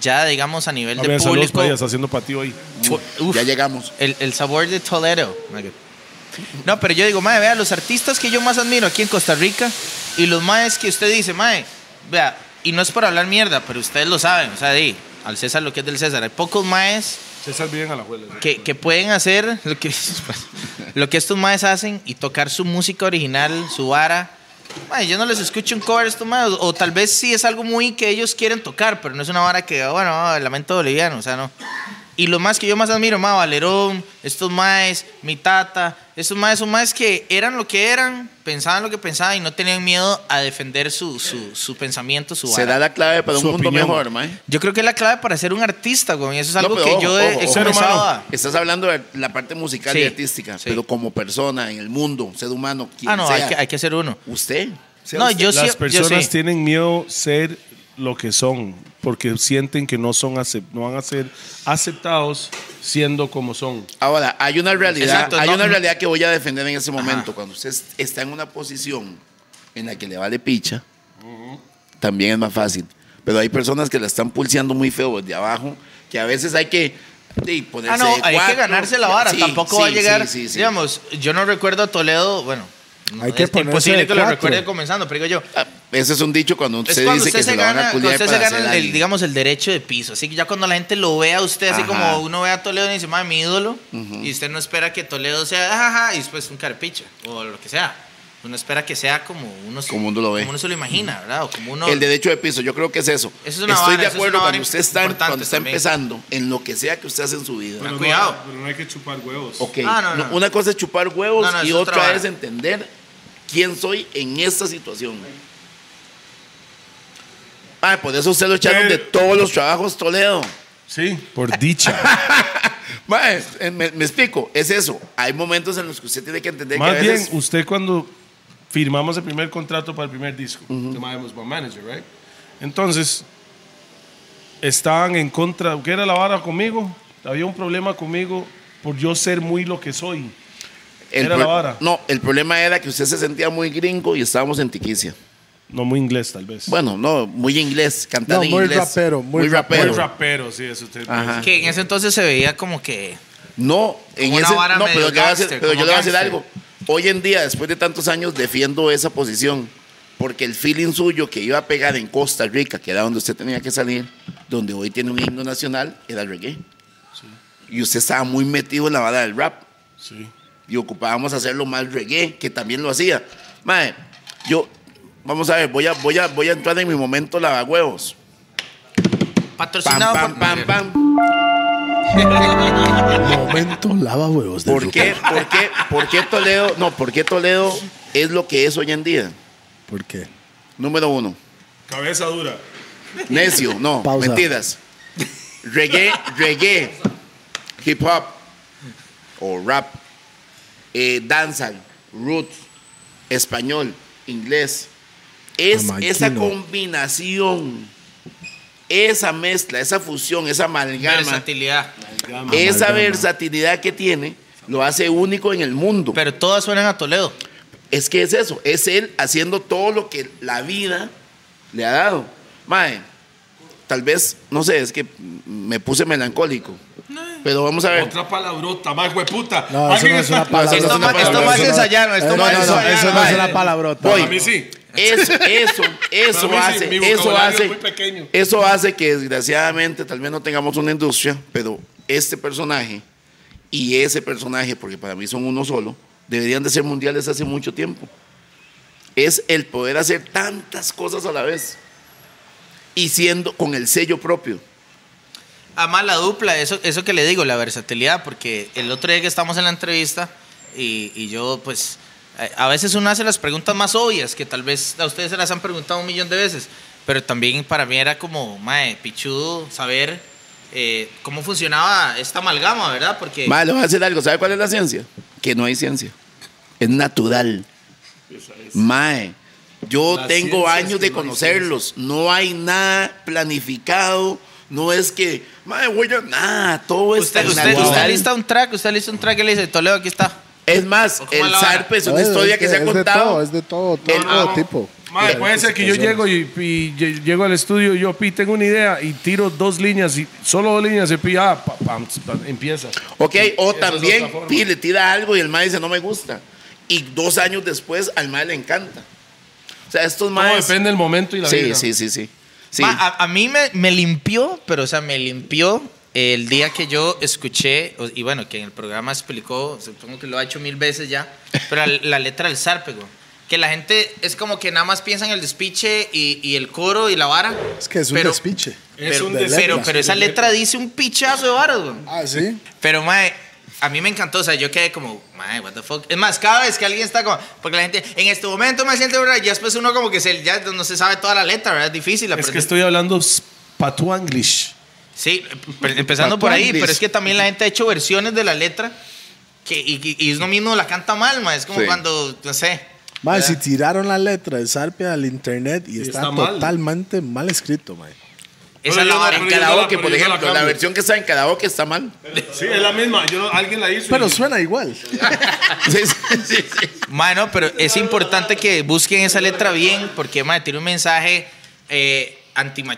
A: ya, digamos, a nivel
D: A ver,
A: de
D: saludos
A: público.
D: para ella, está haciendo patio ahí.
A: Uf,
E: Ya llegamos.
A: el, el sabor de Toledo. No, pero yo digo, mae, vea, los artistas que yo más admiro aquí en Costa Rica y los maes que usted dice, mae, vea, y no es por hablar mierda, pero ustedes lo saben, o sea, di, al César lo que es del César. Hay pocos maes
D: César bien a la abuela.
A: que, que pueden hacer pues, lo que, lo que estos maes hacen y tocar su música original, su vara, Mae, yo no les escucho un cover a estos más. O, o tal vez sí es algo muy que ellos quieren tocar, pero no es una vara que, bueno, ah, lamento boliviano, o sea, no. Y lo más que yo más admiro, más Valerón, estos maes, mi tata, estos maes son maes que eran lo que eran, pensaban lo que pensaban y no tenían miedo a defender su, su, su pensamiento, su vara.
E: Será la clave para un
C: Su
E: mundo
C: opinión.
E: mejor, mae.
A: Yo creo que es la clave para ser un artista, güey. Eso es algo
E: No, pero
A: que
E: ojo,
A: yo he,
E: ojo,
A: he
E: ojo.
A: comenzado
E: Ser humano.
A: a-
E: Estás hablando de la parte musical
A: Sí,
E: y artística,
A: sí.
E: pero como persona en el mundo, ser humano, quien
A: Ah, no,
E: sea,
A: hay que, hay que ser uno.
E: usted. sea
A: No,
E: usted.
A: yo sí.
D: Las
A: yo
D: personas
A: sí.
D: tienen miedo ser lo que son porque sienten que no son acep- no van a ser aceptados siendo como son.
E: Ahora, hay una realidad,
A: Exacto,
E: hay
A: no-
E: una realidad que voy a defender en ese momento. Cuando usted es- está en una posición en la que le vale picha, también es más fácil. Pero hay personas que la están pulseando muy feo desde abajo, que a veces hay que sí, ponerse
A: Ah, no,
E: de
A: hay
E: cuatro.
A: que ganarse la vara.
E: Sí,
A: Tampoco
E: sí,
A: va a llegar.
E: sí, sí, sí.
A: Digamos, yo no recuerdo a Toledo. Bueno, no,
C: Hay que
A: es
C: ponerse
A: imposible
C: de
A: que lo
C: cuatro.
A: recuerde comenzando, pero digo yo.
E: Ah, Ese es un dicho cuando
A: Es
E: usted
A: cuando usted
E: dice que
A: se
E: se, lo van
A: gana,
E: a
A: cuando
E: culiar
A: usted se
E: para
A: gana
E: hacer
A: el- el,
E: alguien.
A: digamos, el derecho de piso. Así que ya cuando la gente lo vea a usted, así
E: Ajá.
A: como uno ve a Toledo y dice, madre, mi ídolo, y usted no espera que Toledo sea, ajá, y después un carpicho, o lo que sea. Uno espera que sea como uno, se-
E: Como uno lo ve.
A: Como uno se lo imagina, ¿verdad? O como uno.
E: El derecho de piso, yo creo que es eso.
A: Eso es una
E: Estoy
A: vara,
E: de
A: eso es
E: acuerdo
A: una vara
E: cuando usted está,
A: importante
E: cuando está
A: también.
E: empezando, en lo que sea que usted hace en su vida.
A: Pero no- cuidado.
D: pero no hay que chupar huevos.
E: Ok,
A: Ah, no,
E: no,
A: no.
E: una cosa es chupar huevos
A: No, no,
E: y
A: es otra
E: otra
A: vara.
E: es entender quién soy en esta situación. Ah, por eso usted lo echaron de
D: Pero-
E: todos los trabajos, Toledo.
D: Sí, por dicha.
E: Mae, eh, me, me explico, es eso. Hay momentos en los que usted tiene que entender
D: Más
E: que a
D: bien,
E: veces...
D: usted cuando firmamos el primer contrato para el primer disco, the man was my manager, right? Entonces, estaban en contra, ¿qué era la vara conmigo? Había un problema conmigo por yo ser muy lo que soy.
E: el
D: era
E: pro-
D: la vara.
E: No, el problema era que usted se sentía muy gringo y estábamos en tiquicia.
D: No muy inglés, tal vez.
E: Bueno, no, muy inglés, cantando
C: No,
E: en
C: muy
E: inglés.
C: rapero, muy rapero.
D: Muy rapero, sí, eso usted.
E: Ajá.
A: Que en ese entonces se veía como que.
E: No, en
A: Como una
E: ese,
A: vara
E: no,
A: medio
E: pero, le voy a hacer-
A: gangster,
E: pero yo
A: como
E: le voy a decir
A: gangster.
E: algo. Hoy en día, después de tantos años, defiendo esa posición. Porque el feeling suyo que iba a pegar en Costa Rica, que era donde usted tenía que salir, donde hoy tiene un himno nacional, era el reggae. Y usted estaba muy metido en la vara del rap.
D: Sí.
E: Y ocupábamos hacerlo más reggae, que también lo hacía. Mae, yo, vamos a ver, voy a, voy a, voy a entrar en mi momento lavahuevos. Pam,
A: Patrocinado
E: pam,
A: por.
E: pam, pam.
C: Momento lava huevos de
E: ¿Por qué,
C: Ruca.
E: por qué, por qué Toledo? No, ¿por qué Toledo es lo que es hoy en día?
C: ¿Por qué?
E: Número uno.
D: Cabeza dura.
E: Necio, no,
C: Pausa.
E: mentiras. Reggae, reggae, hip hop o rap, eh, danzal, roots, español, inglés. Es
C: Jamaiquino.
E: esa combinación, esa mezcla, esa fusión, esa amalgama,
A: Versatilidad.
E: esa
C: Amalgama.
E: versatilidad que tiene, lo hace único en el mundo.
A: Pero todas suenan a Toledo.
E: Es que es eso, es él haciendo todo lo que la vida le ha dado. Mae, tal vez, no sé, es que me puse melancólico. Pero vamos a ver.
D: Otra palabrota, más hueputa.
C: No, eso no es una palabra.
E: Esto
C: eso no
E: ma-
C: es una
E: esto
C: palabra,
E: más
C: eso no-
A: ensayaron, esto
C: eh,
E: más
C: no, no, no,
E: ensayaron,
C: Eso no es
E: madre.
C: una palabrota.
E: Voy.
D: A mí sí.
E: Eso, eso, eso
D: Para mí sí,
E: hace,
D: mi
E: eso
D: vocabulario es
E: hace,
D: muy pequeño.
E: eso hace que desgraciadamente tal vez no tengamos una industria, pero este personaje y ese personaje, porque para mí son uno solo, deberían de ser mundiales hace mucho tiempo. Es el poder hacer tantas cosas a la vez y siendo con el sello propio.
A: Además, la dupla, eso, eso que le digo, la versatilidad, porque el otro día que estamos en la entrevista y, y yo, pues, eh, a veces uno hace las preguntas más obvias, que tal vez a ustedes se las han preguntado un millón de veces, pero también para mí era como, mae, pichudo saber eh, cómo funcionaba esta amalgama, ¿verdad? Porque
E: Vale, voy a decir algo. ¿Sabe cuál es la ciencia? Que no hay ciencia. Es natural. Mae, yo
D: La
E: tengo
D: ciencia
E: años
D: es que
E: de
D: no hay
E: conocerlos. No hay nada planificado. No es que, mae, voy a. Nada, todo es
A: usted,
E: tan
A: usted,
E: natural.
A: usted lista un track, usted lista un track y le dice, Toledo, aquí está.
E: Es más,
A: ¿Cómo
E: el
A: la vara?
E: zarpe es
C: No,
E: una historia
C: es
E: que
C: de-
E: se ha
C: es de todo,
E: contado.
C: es de todo, todo
E: El-
D: Ah,
C: tipo.
D: Mae, puede ser que yo llego y, y lle- llego al estudio y yo, Pi, tengo una idea y tiro dos líneas, y solo dos líneas y Pi, ah, pa- pam, pam, empieza.
E: Ok, o
D: Esa es
E: también
D: otra forma.
E: Pi le tira algo y el mae dice, no me gusta. Y dos años después, al mae le encanta. O sea, estos
D: Todo
E: maes.
D: depende del momento y la
E: sí,
D: vida.
E: sí, sí, sí. sí.
A: Ma, a, a mí me, me limpió, pero o sea, me limpió el día que yo escuché, o- y bueno, que en el programa explicó, supongo que lo ha hecho mil veces ya, pero la, la letra del zarpe, güey. que la gente es como que nada más piensa en el despiche y, y el coro y la vara.
C: Es que es un
A: Pero-
C: despiche.
D: Es
A: Pero,
D: un
A: pero-
D: despiche.
A: pero, pero esa letra dice un pichazo de varas, güey.
C: Ah, sí.
A: Pero, mae, a mí me encantó. O sea, yo quedé como, mae, what the fuck. Es más, cada vez que alguien está como. Porque la gente, en este momento me siente, ¿verdad? Y después uno como que se, ya no se sabe toda la letra, ¿verdad? Es difícil
D: Es
A: aprender.
D: que estoy hablando s- patuá English.
A: Sí, pe- empezando por ahí. Pero es que también la gente ha hecho versiones de la letra. Que, y, y, y uno mismo la canta mal, mae. Es como
E: Sí.
A: cuando, no sé.
C: Mae,
A: ¿verdad?
C: si tiraron la letra de Sarpia al internet y, está,
D: está mal.
C: totalmente mal, escrito, mae.
A: Esa es la
D: yo no
A: vara.
E: En
D: yo no la-
E: karaoke,
D: pero yo no
E: por
D: la
E: ejemplo, la
D: cambio.
E: versión que está en karaoke está mal.
D: Sí, es la misma. Yo, alguien la hizo.
C: Pero suena igual.
E: Sí, sí, sí, sí.
A: Mae, no, pero es importante que busquen esa letra bien porque, mae, tiene un mensaje eh,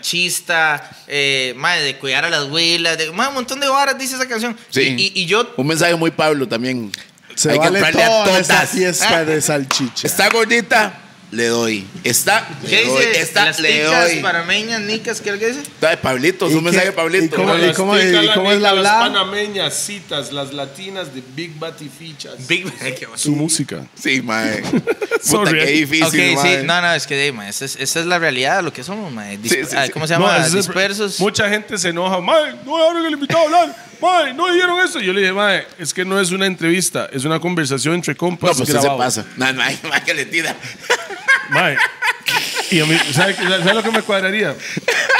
A: antimachista, eh, mae, de cuidar a las huilas, de, mae, un montón de varas dice esa canción.
E: Sí.
A: Y, y- y yo,
E: Un mensaje muy Pablo también.
C: Se
E: Hay que
C: vale
E: entrarle a
C: toda esa
E: todas.
C: fiesta de salchicha.
E: Está gordita, le doy. Está,
A: ¿qué
E: le doy.
A: dice?
E: Está,
A: las
E: le
A: ticas
E: doy.
A: parameñas, nicas, ¿qué es lo que dice?
E: Está de Pablito, es
C: ¿Y
E: un mensaje
C: qué-
E: de Pablito.
C: y cómo-
D: Las
C: cómo- y
D: ticas,
C: cómo
D: las
C: es la
D: nicas,
C: hablada?
D: Las panameñas, citas, las latinas de Big Batifichas.
A: Big qué bueno.
D: Su música.
E: Sí, mae. Puta,
D: Sorry.
E: qué difícil,
A: Ok, sí,
E: mae.
A: no, no, es que, de, mae, esa es, esa es la realidad de lo que somos, mae. Dis-
E: Sí, sí,
A: ah,
E: sí.
A: ¿Cómo se llama?
D: ese es el pro-
A: Dispersos.
D: Mucha gente se enoja. Mae, no dejaron el invitado a hablar. Mae, no dijeron eso. Yo le dije, mae, es que no es una entrevista, es una conversación entre compas.
E: No, pues usted se
D: grabado".
E: pasa. No, no, hay más que le tira.
D: Mae. Y a mí, ¿sabe, qué- sabe lo que me cuadraría?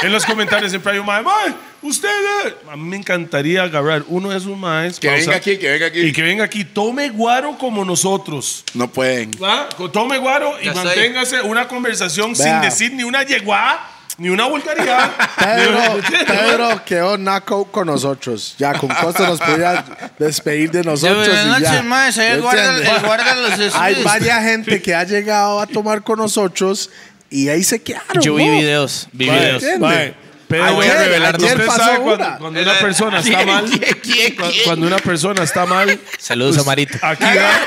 D: En los comentarios siempre hay un mae, mae, ustedes. A mí me encantaría agarrar uno de esos maes.
E: Que
D: pausa,
E: venga aquí, que venga aquí.
D: Y que venga aquí, tome guaro como nosotros.
E: No pueden.
D: ¿va? Tome guaro y
A: Ya estoy.
D: manténgase una conversación sin
C: Vea.
D: decir ni una yeguá, ni una vulgaridad.
C: Pedro,
D: Ni-
C: Pedro quedó knockout con nosotros. Ya, con costo nos podría despedir de nosotros.
A: Buenas
C: y ya.
A: noches, mae, soy el
C: ¿Me
A: guarda-
C: entiende?
A: el guarda de los
C: Hay
A: estudios.
C: varias gente que ha llegado a tomar con nosotros y ahí se quedaron.
A: Yo vi
C: ¿no?
A: videos, vi
D: Mae,
A: videos.
C: ¿Entiende?
D: mae, Pedro,
A: Ayer- voy a revelar
D: usted
C: ayer pasó
D: sabe
C: una.
D: cuando, cuando una persona está mal, cua- cuando Pues, una persona está mal,
A: Saludos a Marito.
D: aquí va,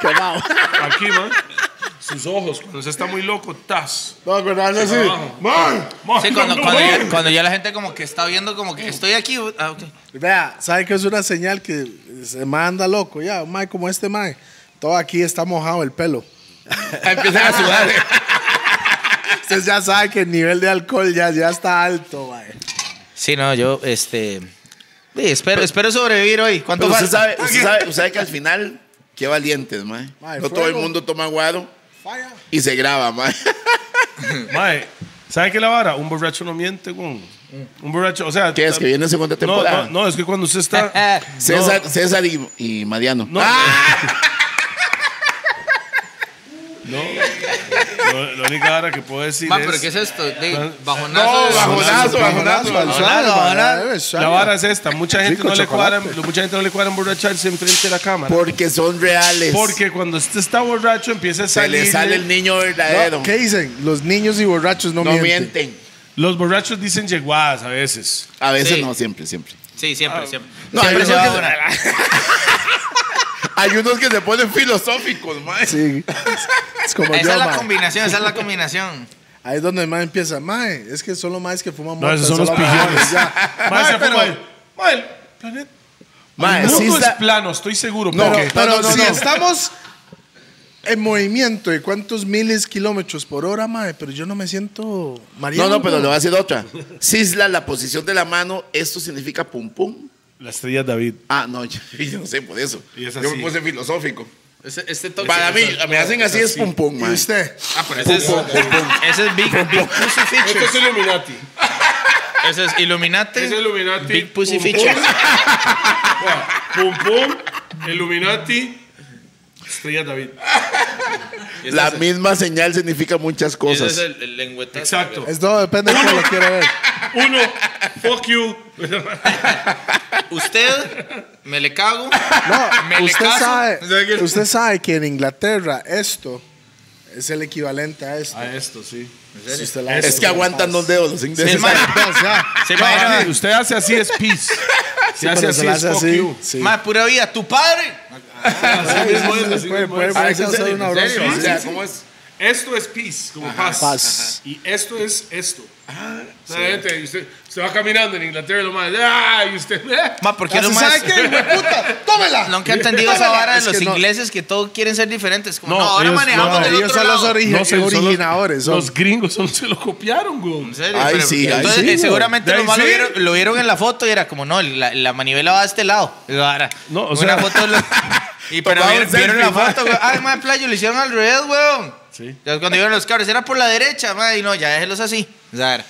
C: Quemado.
D: aquí va, sus ojos, cuando se está muy loco, tas.
C: No, pero no es así.
D: Man,
A: Sí, cuando, cuando, ya, cuando ya la gente como que está viendo como que estoy aquí, ah, ok.
C: Vea, ¿sabe que es una señal que se manda loco? Ya, un mae como este mae. Todo aquí está mojado el pelo.
E: Empiezan a sudar.
C: Ustedes ya saben que el nivel de alcohol ya, ya está alto, mae.
A: Sí, no, yo, este. sí, espero, espero sobrevivir hoy. ¿Cuánto
E: Pero usted
A: falta?
E: sabe, usted sabe, usted sabe que al final, qué valientes, mae.
C: Mae,
E: No todo
C: fuego.
E: el mundo toma guaro
C: Falla.
E: y se graba, mae.
D: Mae, ¿sabe qué la vara? Un borracho no miente, güey. Un borracho, o sea.
E: ¿Qué es? ¿Que viene segunda
D: No,
E: temporada?
D: No, no, es que cuando usted está.
E: César, César y, y Mariano. Ah,
D: No. No. Lo- La única vara que puedo decir
A: Ma,
D: es.
A: pero ¿qué es esto? De-
D: No,
A: bajonazo. de-
E: bajonazo,
C: Bajonazo, al suave,
A: Bajonazo,
C: mae,
A: bajonazo.
C: al suave.
D: La vara es esta. Mucha gente,
C: Rico
D: no le cuadra,
C: chocolate.
D: mucha gente no le cuadra emborracharse enfrente de la cámara.
E: Porque son reales.
D: Porque cuando usted está borracho empieza a
E: se
D: salir.
E: le sale el niño verdadero.
C: No, ¿Qué dicen? Los niños y borrachos no,
E: No
C: mienten.
E: mienten.
D: Los borrachos dicen yeguadas a veces.
E: A veces
A: Sí.
E: no, siempre, siempre.
A: Sí,
D: Ah.
A: siempre, siempre.
E: No, hay,
A: siempre
E: unos
A: se va a
E: que
A: bajonar.
E: se, hay unos que se ponen filosóficos, mae.
C: Sí. Es
D: Pues
C: como
A: Esa
C: yo,
A: es la
C: mae.
A: combinación, esa es la combinación.
C: Ahí es donde el mae empieza. Mae, es que son los maes que fuman
D: No,
E: pues
D: esos son
C: mota,
D: los
C: solo bajones,
D: pijones.
C: ya.
D: Mae, se
C: pero-
D: fuma ahí. Mae, el planeta-
E: Mae,
D: el
E: sí
D: mundo es
E: está-
D: plano, estoy seguro.
E: No,
D: porque-
E: ok.
C: Pero
E: no, no,
C: si
E: no.
C: estamos en movimiento de cuántos miles kilómetros por hora, mae, pero yo no me siento
E: No,
C: mareado.
E: no, pero le voy a decir otra. Sisla, la posición de la mano, esto significa pum pum.
D: La estrella David.
E: Ah, no, yo, yo no sé por eso.
D: Y es
E: Yo
D: así.
E: me puse filosófico.
A: Este, este toque.
E: Para mí, me hacen así, es pum pum,
C: ¿Y
E: mae.
C: usted?
A: Ah, pero ese es. Ese es Big, Big Pussy
D: Esto es
A: Features.
D: Illuminati.
A: Ese es Illuminati.
D: Es Illuminati.
A: Big Pussy
D: Pum, pum.
A: Features.
D: Pum pum. Illuminati. Estrella David.
E: La misma señal significa muchas
A: Ese es
E: cosas.
A: el, el lengüetazo.
D: Exacto.
C: Es todo depende de cómo lo quiera ver.
D: Uno. Fuck you.
A: Usted, me le cago. me
C: No,
A: le
C: usted
A: caso.
C: sabe, usted sabe que en Inglaterra esto es el equivalente a esto.
D: A esto, Ah, sí.
C: Si usted la hace pues.
E: Es que
C: con
E: aguantan
C: paz.
E: dos dedos los ingleses.
A: Sí, mae.
C: O sea,
A: Se imagina-
D: usted hace así es peace. Se
C: pero
D: hace
C: se
D: así
C: la
D: es
C: hace
D: fuck
C: así.
D: you.
C: Sí.
A: Mae, pura vida, tu padre.
C: Sí, sí, sí, puede- puede- puede
E: Ah, ¿es en
C: hacer
E: serio?
C: un abrazo.
E: ¿En serio? O sea, ¿cómo es?
G: Esto es peace, como paz.
C: paz.
G: Y esto es esto. O sea, la gente, y usted, usted va caminando en Inglaterra y lo más. ¡Ah! Y usted. "Ah".
A: Ma, ¿por qué
C: ¿Sabe
A: los más
C: qué, hijueputa? ¡Tómela!
A: nunca he entendido esa vara de
C: Es que
A: los
C: no.
A: ingleses que todos quieren ser diferentes? Como,
D: No,
A: no, ahora
D: ellos-
A: manejamos
D: no,
A: del
C: Ellos
A: otro
C: son los
A: lado.
C: origi-
D: No sé, son los-
C: originadores. son-
G: Los gringos son, se lo copiaron, güey.
A: En serio,
E: Ay,
A: pero-
E: sí, ay,
A: entonces,
C: sí,
A: eh,
C: güey.
A: seguramente
D: Ay,
A: nomás lo,
D: sí.
A: vieron, lo vieron en la foto y era como, no, la, la manivela va a este lado. Ahora,
D: No, o
A: una
D: sea-
A: foto. lo- y pero
E: Tomaban
A: vieron, vieron la
E: selfie, ma.
A: foto, güey. Ay, madre, playo, lo hicieron al revés, weón.
D: Sí.
A: Ya Cuando vieron los cabros, era por la derecha, madre. Y no, ya déjelos así. O sea, era-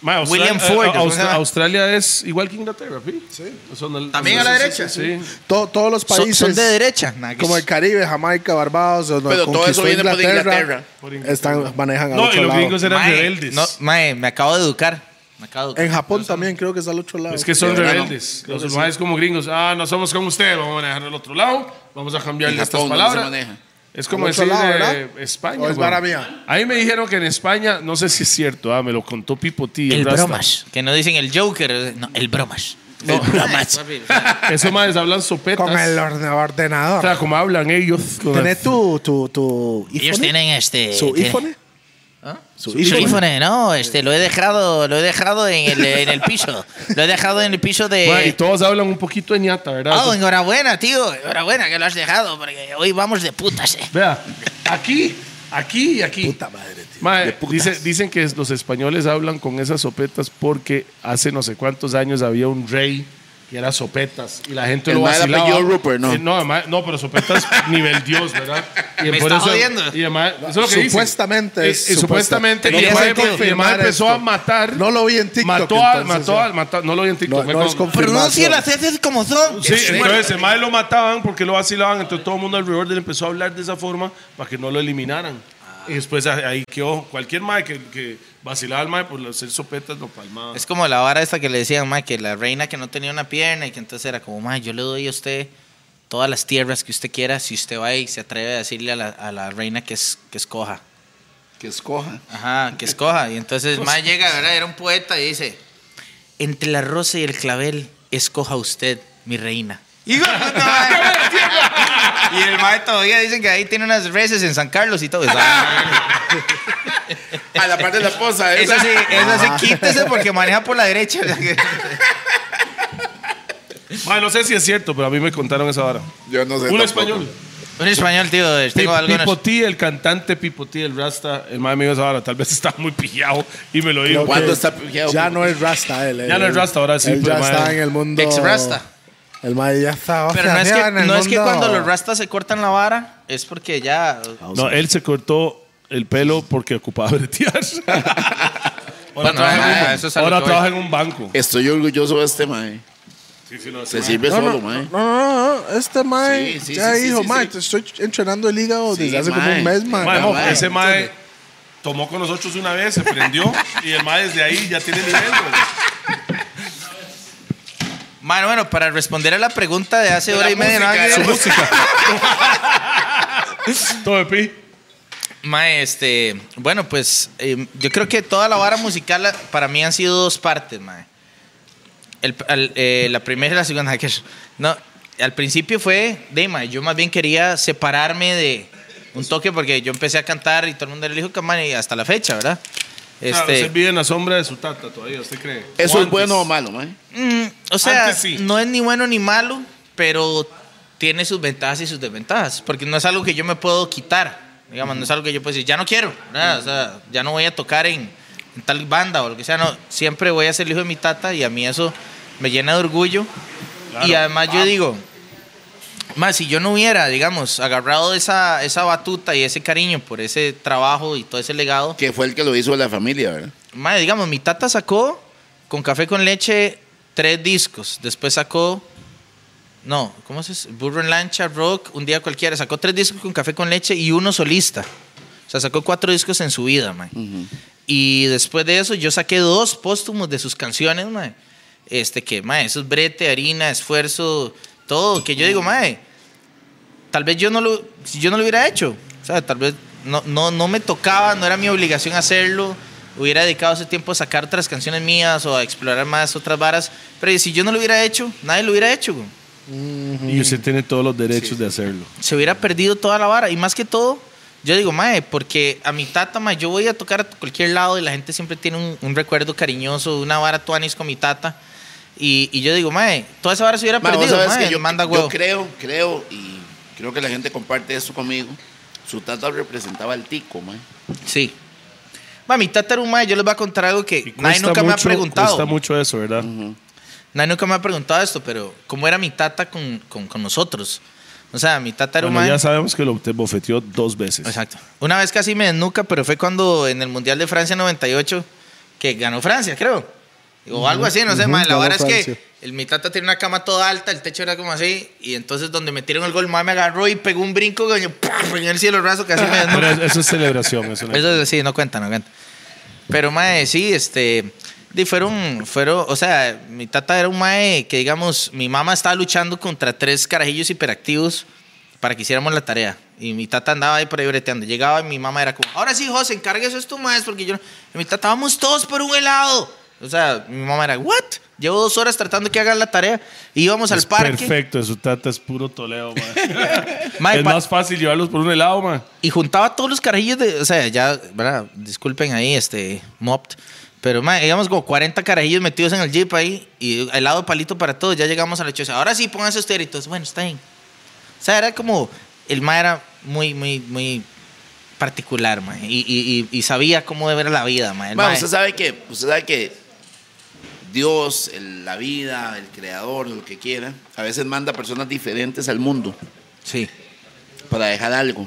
D: Ma, Austra-
A: William
D: eh,
A: Ford,
D: Austra-
A: ¿cómo se llama?
D: Australia es igual que Inglaterra, ¿sí? Son al-
A: También a la derecha.
D: Sí.
C: To- todos los
A: son-
C: países.
A: son de derecha. Nah, que
C: Como el Caribe, Jamaica, Barbados. donde
E: Pero todo
C: conquistó
E: eso viene por Inglaterra.
D: Por Inglaterra.
C: Están, manejan al
D: No, y
C: otro
D: los
C: lado.
D: gringos eran
A: Mae,
D: rebeldes.
A: No, mae, me acabo de educar. Me acabo de
C: En
A: educar.
C: Japón también creo que está al otro lado.
D: Es que son
E: De verdad,
D: rebeldes. Los humanos como gringos. Ah, no somos como ustedes. Vamos a manejar al otro lado. Vamos a cambiarle
E: En
D: estas
E: Japón, ¿dónde se
D: palabras.
E: maneja?
D: Es como
C: Al otro
D: decir
C: lado,
D: eh,
C: ¿verdad?
D: España.
C: ¿O es
D: güey.
C: vara mía?
D: Ahí me dijeron que en España, no sé si es cierto, ah, me lo contó Pipotí.
A: el
D: Rasta.
A: bromas. Que no dicen el Joker, no, el bromas.
D: No, Eso más hablan sopetas.
C: Con el orne-
D: O
C: ordenador.
D: sea, como hablan ellos. con el-
C: ¿Tenés tu, tu, tu
A: Ellos
C: iPhone?
A: tienen este.
C: ¿Su
A: tienen-
C: iPhone?
A: ¿Ah?
C: ¿Su
A: Su
C: iPhone?
A: iPhone, no, este, lo he dejado, lo he dejado en el, en el piso. Lo he dejado en el piso de.
C: eh.
D: Ma, y todos hablan un poquito de ñata, ¿verdad?
A: Oh, enhorabuena, tío. Enhorabuena que lo has dejado, porque hoy vamos de putas, eh.
D: Vea, aquí, aquí y aquí.
C: Puta madre, tío.
D: Mae, dice- dicen que es- los españoles hablan con esas sopetas porque hace no sé cuántos años había un rey que era sopetas y la gente
E: El
D: lo
E: mae era
D: vacilaba.
E: apellido Rupert, ¿no?
D: Eh, no, mae, no, pero sopetas nivel dios, ¿verdad? Y
A: Me
D: por
A: está
D: eso-
A: jodiendo.
D: y el mae- eso es lo que dicen.
C: Supuestamente
D: Y-
C: es
D: y
C: supuesta.
D: supuestamente y
C: Tenía
D: el mae-
C: sentido
D: y el mae
C: firmar
D: empezó
C: esto.
D: a matar.
C: No lo vi en TikTok,
D: Mató a-
C: entonces,
D: mató a- mató- no lo vi en TikTok.
C: No,
D: fue
C: no es
D: con-
C: confirmado.
A: Pronuncia las heces como son.
D: Sí, entonces el mae lo mataban porque lo vacilaban, entonces todo el mundo alrededor de él empezó a hablar de esa forma para que no lo eliminaran.
A: Ah.
D: Y después a- ahí quedó, cualquier mae que, que vacilaba al mae por hacer sopetas lo palmaba.
A: Es como la vara esta que le decían, ma, que la reina que no tenía una pierna y que entonces era como, ma, yo le doy a usted todas las tierras que usted quiera si usted va y se atreve a decirle a la, a la reina que, es, que escoja.
E: Que escoja.
A: Ajá, Pues, que escoja. Y entonces ma llega, ¿verdad? Era un poeta y dice, entre la rosa y el clavel, escoja usted, mi reina. Y, digo, "Puta madre". Y el mae todavía dicen que ahí tiene unas reses en San Carlos y todo. Esa,
E: A la parte de la esposa.
A: esa
E: Esa
A: sí, esa sí, quítese porque maneja por la derecha.
D: Mae, no sé si es cierto, pero a mí me contaron esa vara.
E: Yo no sé.
D: Un
E: tampoco.
D: español.
A: Un español, tío, tengo
D: Pi-
A: algunos...
D: Pipotí, el cantante Pipotí, el Rasta, el mae me dijo esa vara, tal vez estaba muy pillado y me lo dijo.
C: Creo
E: ¿Cuándo
C: que
E: está pillado?
C: Ya no es Rasta él.
D: Ya no es Rasta, ahora sí,
C: Él
D: pero
C: ya
D: el mae-
C: está en el mundo.
A: Ex Rasta.
C: El mae ya está.
A: Pero no es
C: oceanía
A: que,
C: en el
A: no es que
C: mundo.
A: cuando los rastas se cortan la vara, es porque ya.
D: No, él se cortó el pelo porque ocupaba bretear. ahora
A: Bueno,
D: trabaja, en
A: ah,
D: un-
A: eso es algo
D: ahora
A: que voy. Eh,
D: trabaja en un banco.
E: Estoy orgulloso de este mae. Se sirve
C: No,
E: solo,
C: no,
E: mae.
C: no, no, no, este mae
E: Sí, sí,
C: ya
E: sí, sí,
C: dijo,
E: sí,
C: mae,
E: sí.
C: te estoy entrenando el hígado
E: Sí,
C: desde hace como
E: mae.
C: un mes, mae.
D: Mae,
E: Ah,
D: mo,
E: mae,
D: ese mae tomó con nosotros una vez, se prendió y el mae desde ahí ya tiene nivel. güey.
A: Mano, bueno, para responder a la pregunta de hace hora y media, no
E: música,
A: hagan-
E: de la
D: Todo de pi.
A: Mae, este, bueno, pues eh, yo creo que toda la vara musical la- para mí han sido dos partes, mae. El- al- eh, la primera y la segunda. que- No, al principio fue, de mae, yo más bien quería separarme de un toque porque yo empecé a cantar y todo el mundo le dijo que, mae, y hasta la fecha, ¿verdad?
D: O sea,
A: Este,
D: usted vive en la sombra de su tata todavía, ¿usted cree?
E: ¿Eso
D: O
E: es
D: antes.
E: bueno o malo, mae?
A: Mm, o sea,
D: Antes sí.
A: no es ni bueno ni malo, pero tiene sus ventajas y sus desventajas, porque no es algo que yo me puedo quitar, digamos, no es algo que yo puedo decir, ya no quiero, ¿verdad? o sea, ya no voy a tocar en, en tal banda o lo que sea, no, siempre voy a ser el hijo de mi tata y a mí eso me llena de orgullo. y además
D: Ah.
A: yo digo, más si yo no hubiera, digamos, agarrado esa, esa batuta y ese cariño por ese trabajo y todo ese legado,
E: Que fue el que lo hizo la familia, ¿verdad?
A: Madre, digamos, mi tata sacó con café con leche tres discos. Después sacó. No, ¿cómo se dice? Burro en lancha, rock, un día cualquiera. Sacó tres discos con café con leche y uno solista. O sea, sacó cuatro discos en su vida, mae. Y después de eso, yo saqué dos póstumos de sus canciones, mae. Este que, mae, eso es brete, harina, esfuerzo, todo. Que yo digo, mae, tal vez yo no lo, si yo no lo hubiera hecho, o sea, tal vez no, no, no me tocaba, no era mi obligación hacerlo, hubiera dedicado ese tiempo a sacar otras canciones mías o a explorar más otras varas, pero si yo no lo hubiera hecho, nadie lo hubiera hecho, güey.
D: Y usted tiene todos los derechos de hacerlo.
A: se hubiera perdido toda la vara y más que todo, Yo digo, mae, porque a mi tata, mae, yo voy a tocar a cualquier lado y la gente siempre tiene un, un recuerdo cariñoso, una vara tuanis con mi tata. Y, y yo digo, mae, toda esa vara se hubiera
E: Ma, vos
A: perdido,
E: sabés
A: mae,
E: que yo,
A: manda
E: yo
A: huevo.
E: creo, creo, y creo que la gente comparte esto conmigo. Su tata representaba al tico, man.
A: Sí. Mae, mi tata era un mae, yo les voy a contar algo que nadie
D: Cuesta
A: nunca me ha
D: mucho-
A: preguntado.
D: Cuesta mucho eso, ¿verdad?
A: Nadie nunca me ha preguntado esto, pero ¿cómo era mi tata con, con- con nosotros? O sea, mi tata era un
D: Bueno,
A: mae-
D: ya sabemos que lo te bofeteó dos veces.
A: Exacto. Una vez casi me desnuca, pero fue cuando en el Mundial de Francia 98, que ganó Francia, creo. O algo así, no sé, mae. La
C: ganó
A: verdad es que
C: Francia.
A: el, mi tata tiene una cama toda alta, el techo era como así, y entonces donde metieron el gol, mae me agarró y pegó un brinco, coño, ¡pum! en el cielo raso, casi me
D: Pero
A: desnuca.
D: es- eso es celebración. Eso no-
A: Eso sí, no cuenta, no cuenta. Pero, mae, sí, este. di, fueron, fueron, o sea, mi tata era un mae que, digamos, mi mamá estaba luchando contra tres carajillos hiperactivos para que hiciéramos la tarea. Y mi tata andaba ahí por ahí breteando. Llegaba y mi mamá era como, ahora sí, José, encargue eso a tu maestro, porque yo no-". Y mi tata, vamos todos por un helado. O sea, mi mamá era, ¿what? Llevo dos horas tratando que hagan la tarea. Y íbamos al
D: Es
A: parque.
D: Perfecto, su tata es puro toleo, man.
A: Mae,
D: es
A: pa-
D: más fácil llevarlos por un helado, man.
A: Y juntaba todos los carajillos de. O sea, ya, ¿verdad? Disculpen ahí, este. Mopt. Pero, man, íbamos como 40 carajillos metidos en el jeep ahí. Y helado de palito para todos. Ya llegamos a la choza. Ahora sí, pónganse ustedes. Y todos, bueno, está bien. O sea, era como. El ma era muy, muy, muy particular, man. Y, y- y- y sabía cómo era la vida, man. El
E: Ma,
A: ma-
E: usted sabe que, usted sabe que Dios, el- la vida, el creador, lo que quiera, a veces manda personas diferentes al mundo
A: Sí.
E: para dejar algo.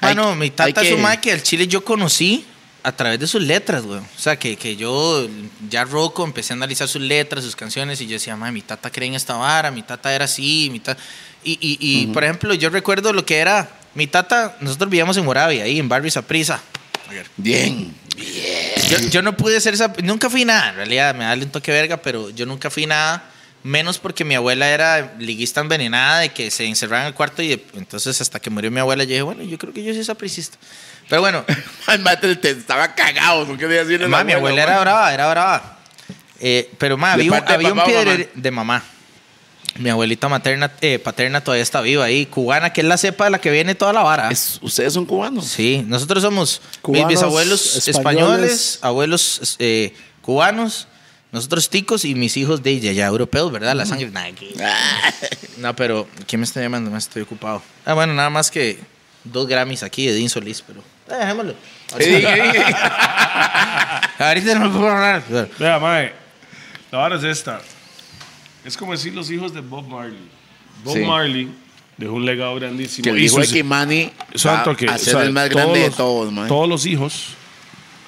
E: Hay-
A: Bueno, mi tata
E: hay
A: es un
E: que-
A: mae que al chile yo conocí a través de sus letras, güey. O sea, que, que yo ya roco, empecé a analizar sus letras, sus canciones, y yo decía, mae, mi tata cree en esta vara, mi tata era así, mi tata... Y, y, y, por ejemplo, yo recuerdo lo que era... Mi tata, nosotros vivíamos en Moravia, ahí en Barrio Saprisa.
E: Bien.
A: Yo, yo no pude ser esa... Nunca fui nada, en realidad, me da un toque verga, pero yo nunca fui nada, menos porque mi abuela era liguista envenenada de que se encerraban en el cuarto y de- entonces hasta que murió mi abuela yo dije, bueno, yo creo que yo soy sapricista. Pero bueno,
E: Ay, mate, te estaba cagado. ¿no? ¿Qué te iba a decir?
A: Ma, mi abuela era brava, era brava. Eh, pero, ma,
E: ¿De
A: había, un-
E: parte de
A: había un
E: papá o mamá?
A: piedrero de mamá. Mi abuelita materna, eh, paterna todavía está viva ahí, cubana, que es la cepa de la que viene toda la vara.
E: Es- ustedes son cubanos.
A: Sí, nosotros somos
C: Cubanos,
A: mis bisabuelos españoles,
C: españoles.
A: abuelos eh, cubanos, nosotros ticos y mis hijos de ya, ya europeos, ¿verdad? La sangre. Nah, que- No, pero ¿quién me está llamando? Me estoy ocupado. Ah, bueno, nada más que dos Grammys aquí de Dean Solís, pero eh, dejémoslo. Ahorita no puedo hablar.
D: Vea, mae. La vara es esta. Es como decir los hijos de Bob Marley. Bob
E: Sí.
D: Marley dejó un legado grandísimo.
E: Que el
D: Y
E: hijo de
D: sus-
E: Kimani
D: Santo que
E: va a ser
D: o sea,
E: el más grande de todos, man.
D: todos los hijos,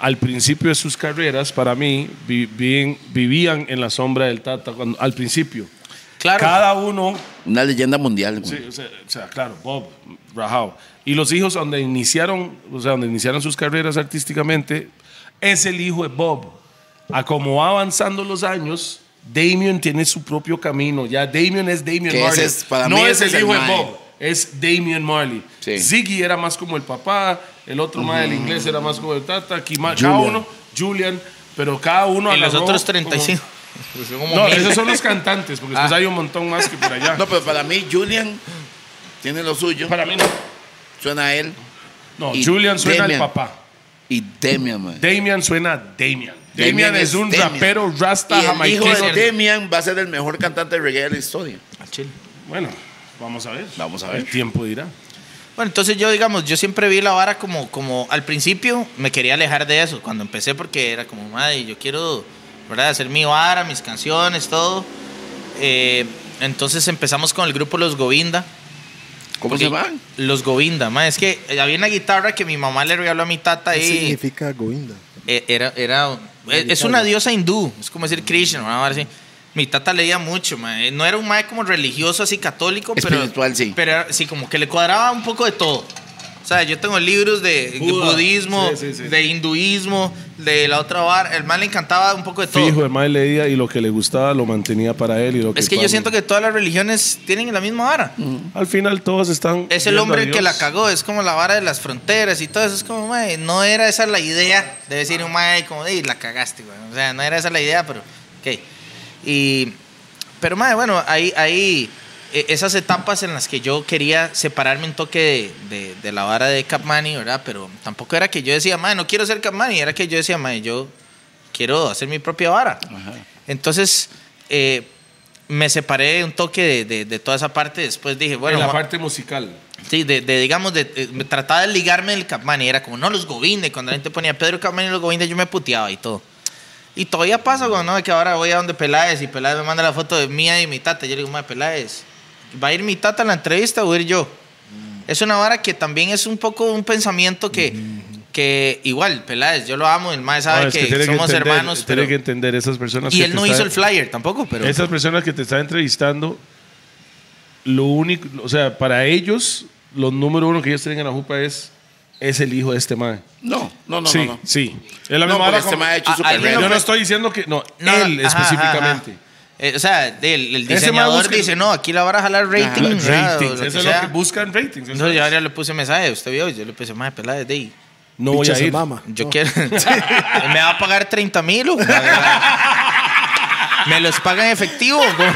D: al principio de sus carreras, para mí, vivían, vivían en la sombra del Tata cuando- al principio.
A: Claro.
D: Cada uno
E: Una leyenda mundial. güey.
D: Sí, o sea, o sea, claro, Bob, Rahao. Y los hijos donde iniciaron, o sea, donde iniciaron sus carreras artísticamente, es el hijo de Bob. A como va avanzando los años, Damien tiene su propio camino. Ya Damien es Damien
E: Que ese
D: Marley.
E: es- para
D: no
E: mí
D: es
E: ese
D: el
E: es el
D: hijo de
E: mae.
D: Bob, es Damien Marley.
E: Sí.
D: Ziggy era más como el papá, el otro más del inglés era más como el tata, Kima- cada
E: Julian.
D: uno, Julian, pero cada uno
A: Y los
D: agarró
A: otros
D: como-
A: 35. Pues son como
D: No,
A: mil. Ah.
D: esos son los cantantes, porque después hay un montón más que por allá.
E: No, pero para mí, Julian tiene lo suyo.
D: Para mí no.
E: Suena a él.
D: No,
E: Y
D: Julian suena
E: Damian.
D: al papá.
E: Y Demian, man.
D: Damian suena a Damian. Damian,
E: Damian
D: es,
E: es
D: un
E: Damian.
D: rapero rasta
E: y el hijo
D: jamaiquino.
E: de Demian va a ser el mejor cantante de reggae de la historia.
A: Al chile.
D: Bueno, vamos a ver.
E: Vamos a ver.
D: El tiempo dirá.
A: Bueno, entonces yo, digamos, yo siempre vi la vara como, como al principio me quería alejar de eso cuando empecé porque era como, madre, yo quiero, ¿verdad?, hacer mi vara, mis canciones, todo. Eh, entonces empezamos con el grupo Los Govinda.
E: ¿Cómo
A: Porque-
E: se van?
A: Los Govinda, ma, es que había una guitarra que mi mamá le regaló a mi
E: Ah,
A: tata
C: ¿Qué
A: ahí.
C: significa Govinda?
A: Eh, Era, era, es es una diosa hindú, es como decir Krishna, una vara así. Mi tata leía mucho, ma, eh, no era un mae como religioso así católico, pero
E: Espiritual, sí.
A: pero era- sí, como que le cuadraba un poco de todo. O sea, yo tengo libros de, de
G: Buda.
A: budismo,
G: Sí, sí, sí.
A: de hinduismo, de la otra vara. El man le encantaba un poco de todo.
D: Fijo, el mae leía y lo que le gustaba lo mantenía para él. Y lo
A: es que yo siento que todas las religiones tienen la misma vara.
D: Al final todos están.
A: Es el
D: viendo
A: hombre
D: a
A: el
D: Dios.
A: que la cagó, es como la vara de las fronteras y todo eso. Es como, mae, no era esa la idea de decir, un mae, como, "Ey, la cagaste, güey. O sea, no era esa la idea, pero, ok. Y, pero, mae, bueno, ahí, ahí e- esas etapas en las que yo quería separarme un toque de, de- de la vara de Capmani, ¿verdad? Pero tampoco era que yo decía, madre, no quiero ser Capmani, era que yo decía, madre, yo quiero hacer mi propia vara. Entonces, eh, me separé un toque de, de- de toda esa parte. Después dije, bueno,
G: en la
A: ma-
G: parte musical.
A: Sí, de, de, digamos, de, eh, me trataba de ligarme del Capmani. Era como, no, los Govinda. Y cuando la gente ponía Pedro Capmani y los Govinda, yo me puteaba y todo. Y todavía pasa, güey, ¿no? De que ahora voy a donde Peláez y Peláez me manda la foto de mía y mi tata. Yo le digo, madre, Peláez, ¿va a ir mi tata a la entrevista o voy a ir yo?
D: Mm.
A: Es una vara que también es un poco un pensamiento que, que igual, Peláez, yo lo amo, el mae sabe
D: No, es
A: que,
D: tiene
A: somos
D: entender,
A: hermanos.
D: Tiene
A: pero-
D: que entender esas personas.
A: y
D: que
A: él
D: te
A: no
D: están-
A: hizo el flyer tampoco, pero...
D: Esas personas que te están entrevistando, lo único, o sea, para ellos, lo número uno que ellos tienen en la jupa es, es el hijo de este man.
E: No, no, no,
D: sí,
E: no, no.
D: sí. Es la
E: No,
D: misma
E: porque
D: vara
E: este
D: como-
E: mae ha hecho
A: Ah,
E: su
A: alguien
E: carrera.
A: lo
D: Yo no estoy diciendo que, no,
A: No,
D: él
A: ajá, ajá,
D: específicamente.
A: ajá. Eh, o sea, del- el
D: Ese man
A: diseñador
D: busca-
A: dice, no, aquí la van a jalar rating.
D: Ratings,
A: ¿verdad? O lo
D: eso
A: que
D: es
A: sea.
D: lo que buscan ratings.
A: Entonces yo ahora le puse mensaje, usted vio, yo le puse, madre, pelada, de ahí.
D: no voy a
C: Picha se
D: ir.
C: mama.
A: Yo
D: Oh.
C: No.
A: quiero... me va a pagar 30 mil, Me los pagan en efectivo. güey.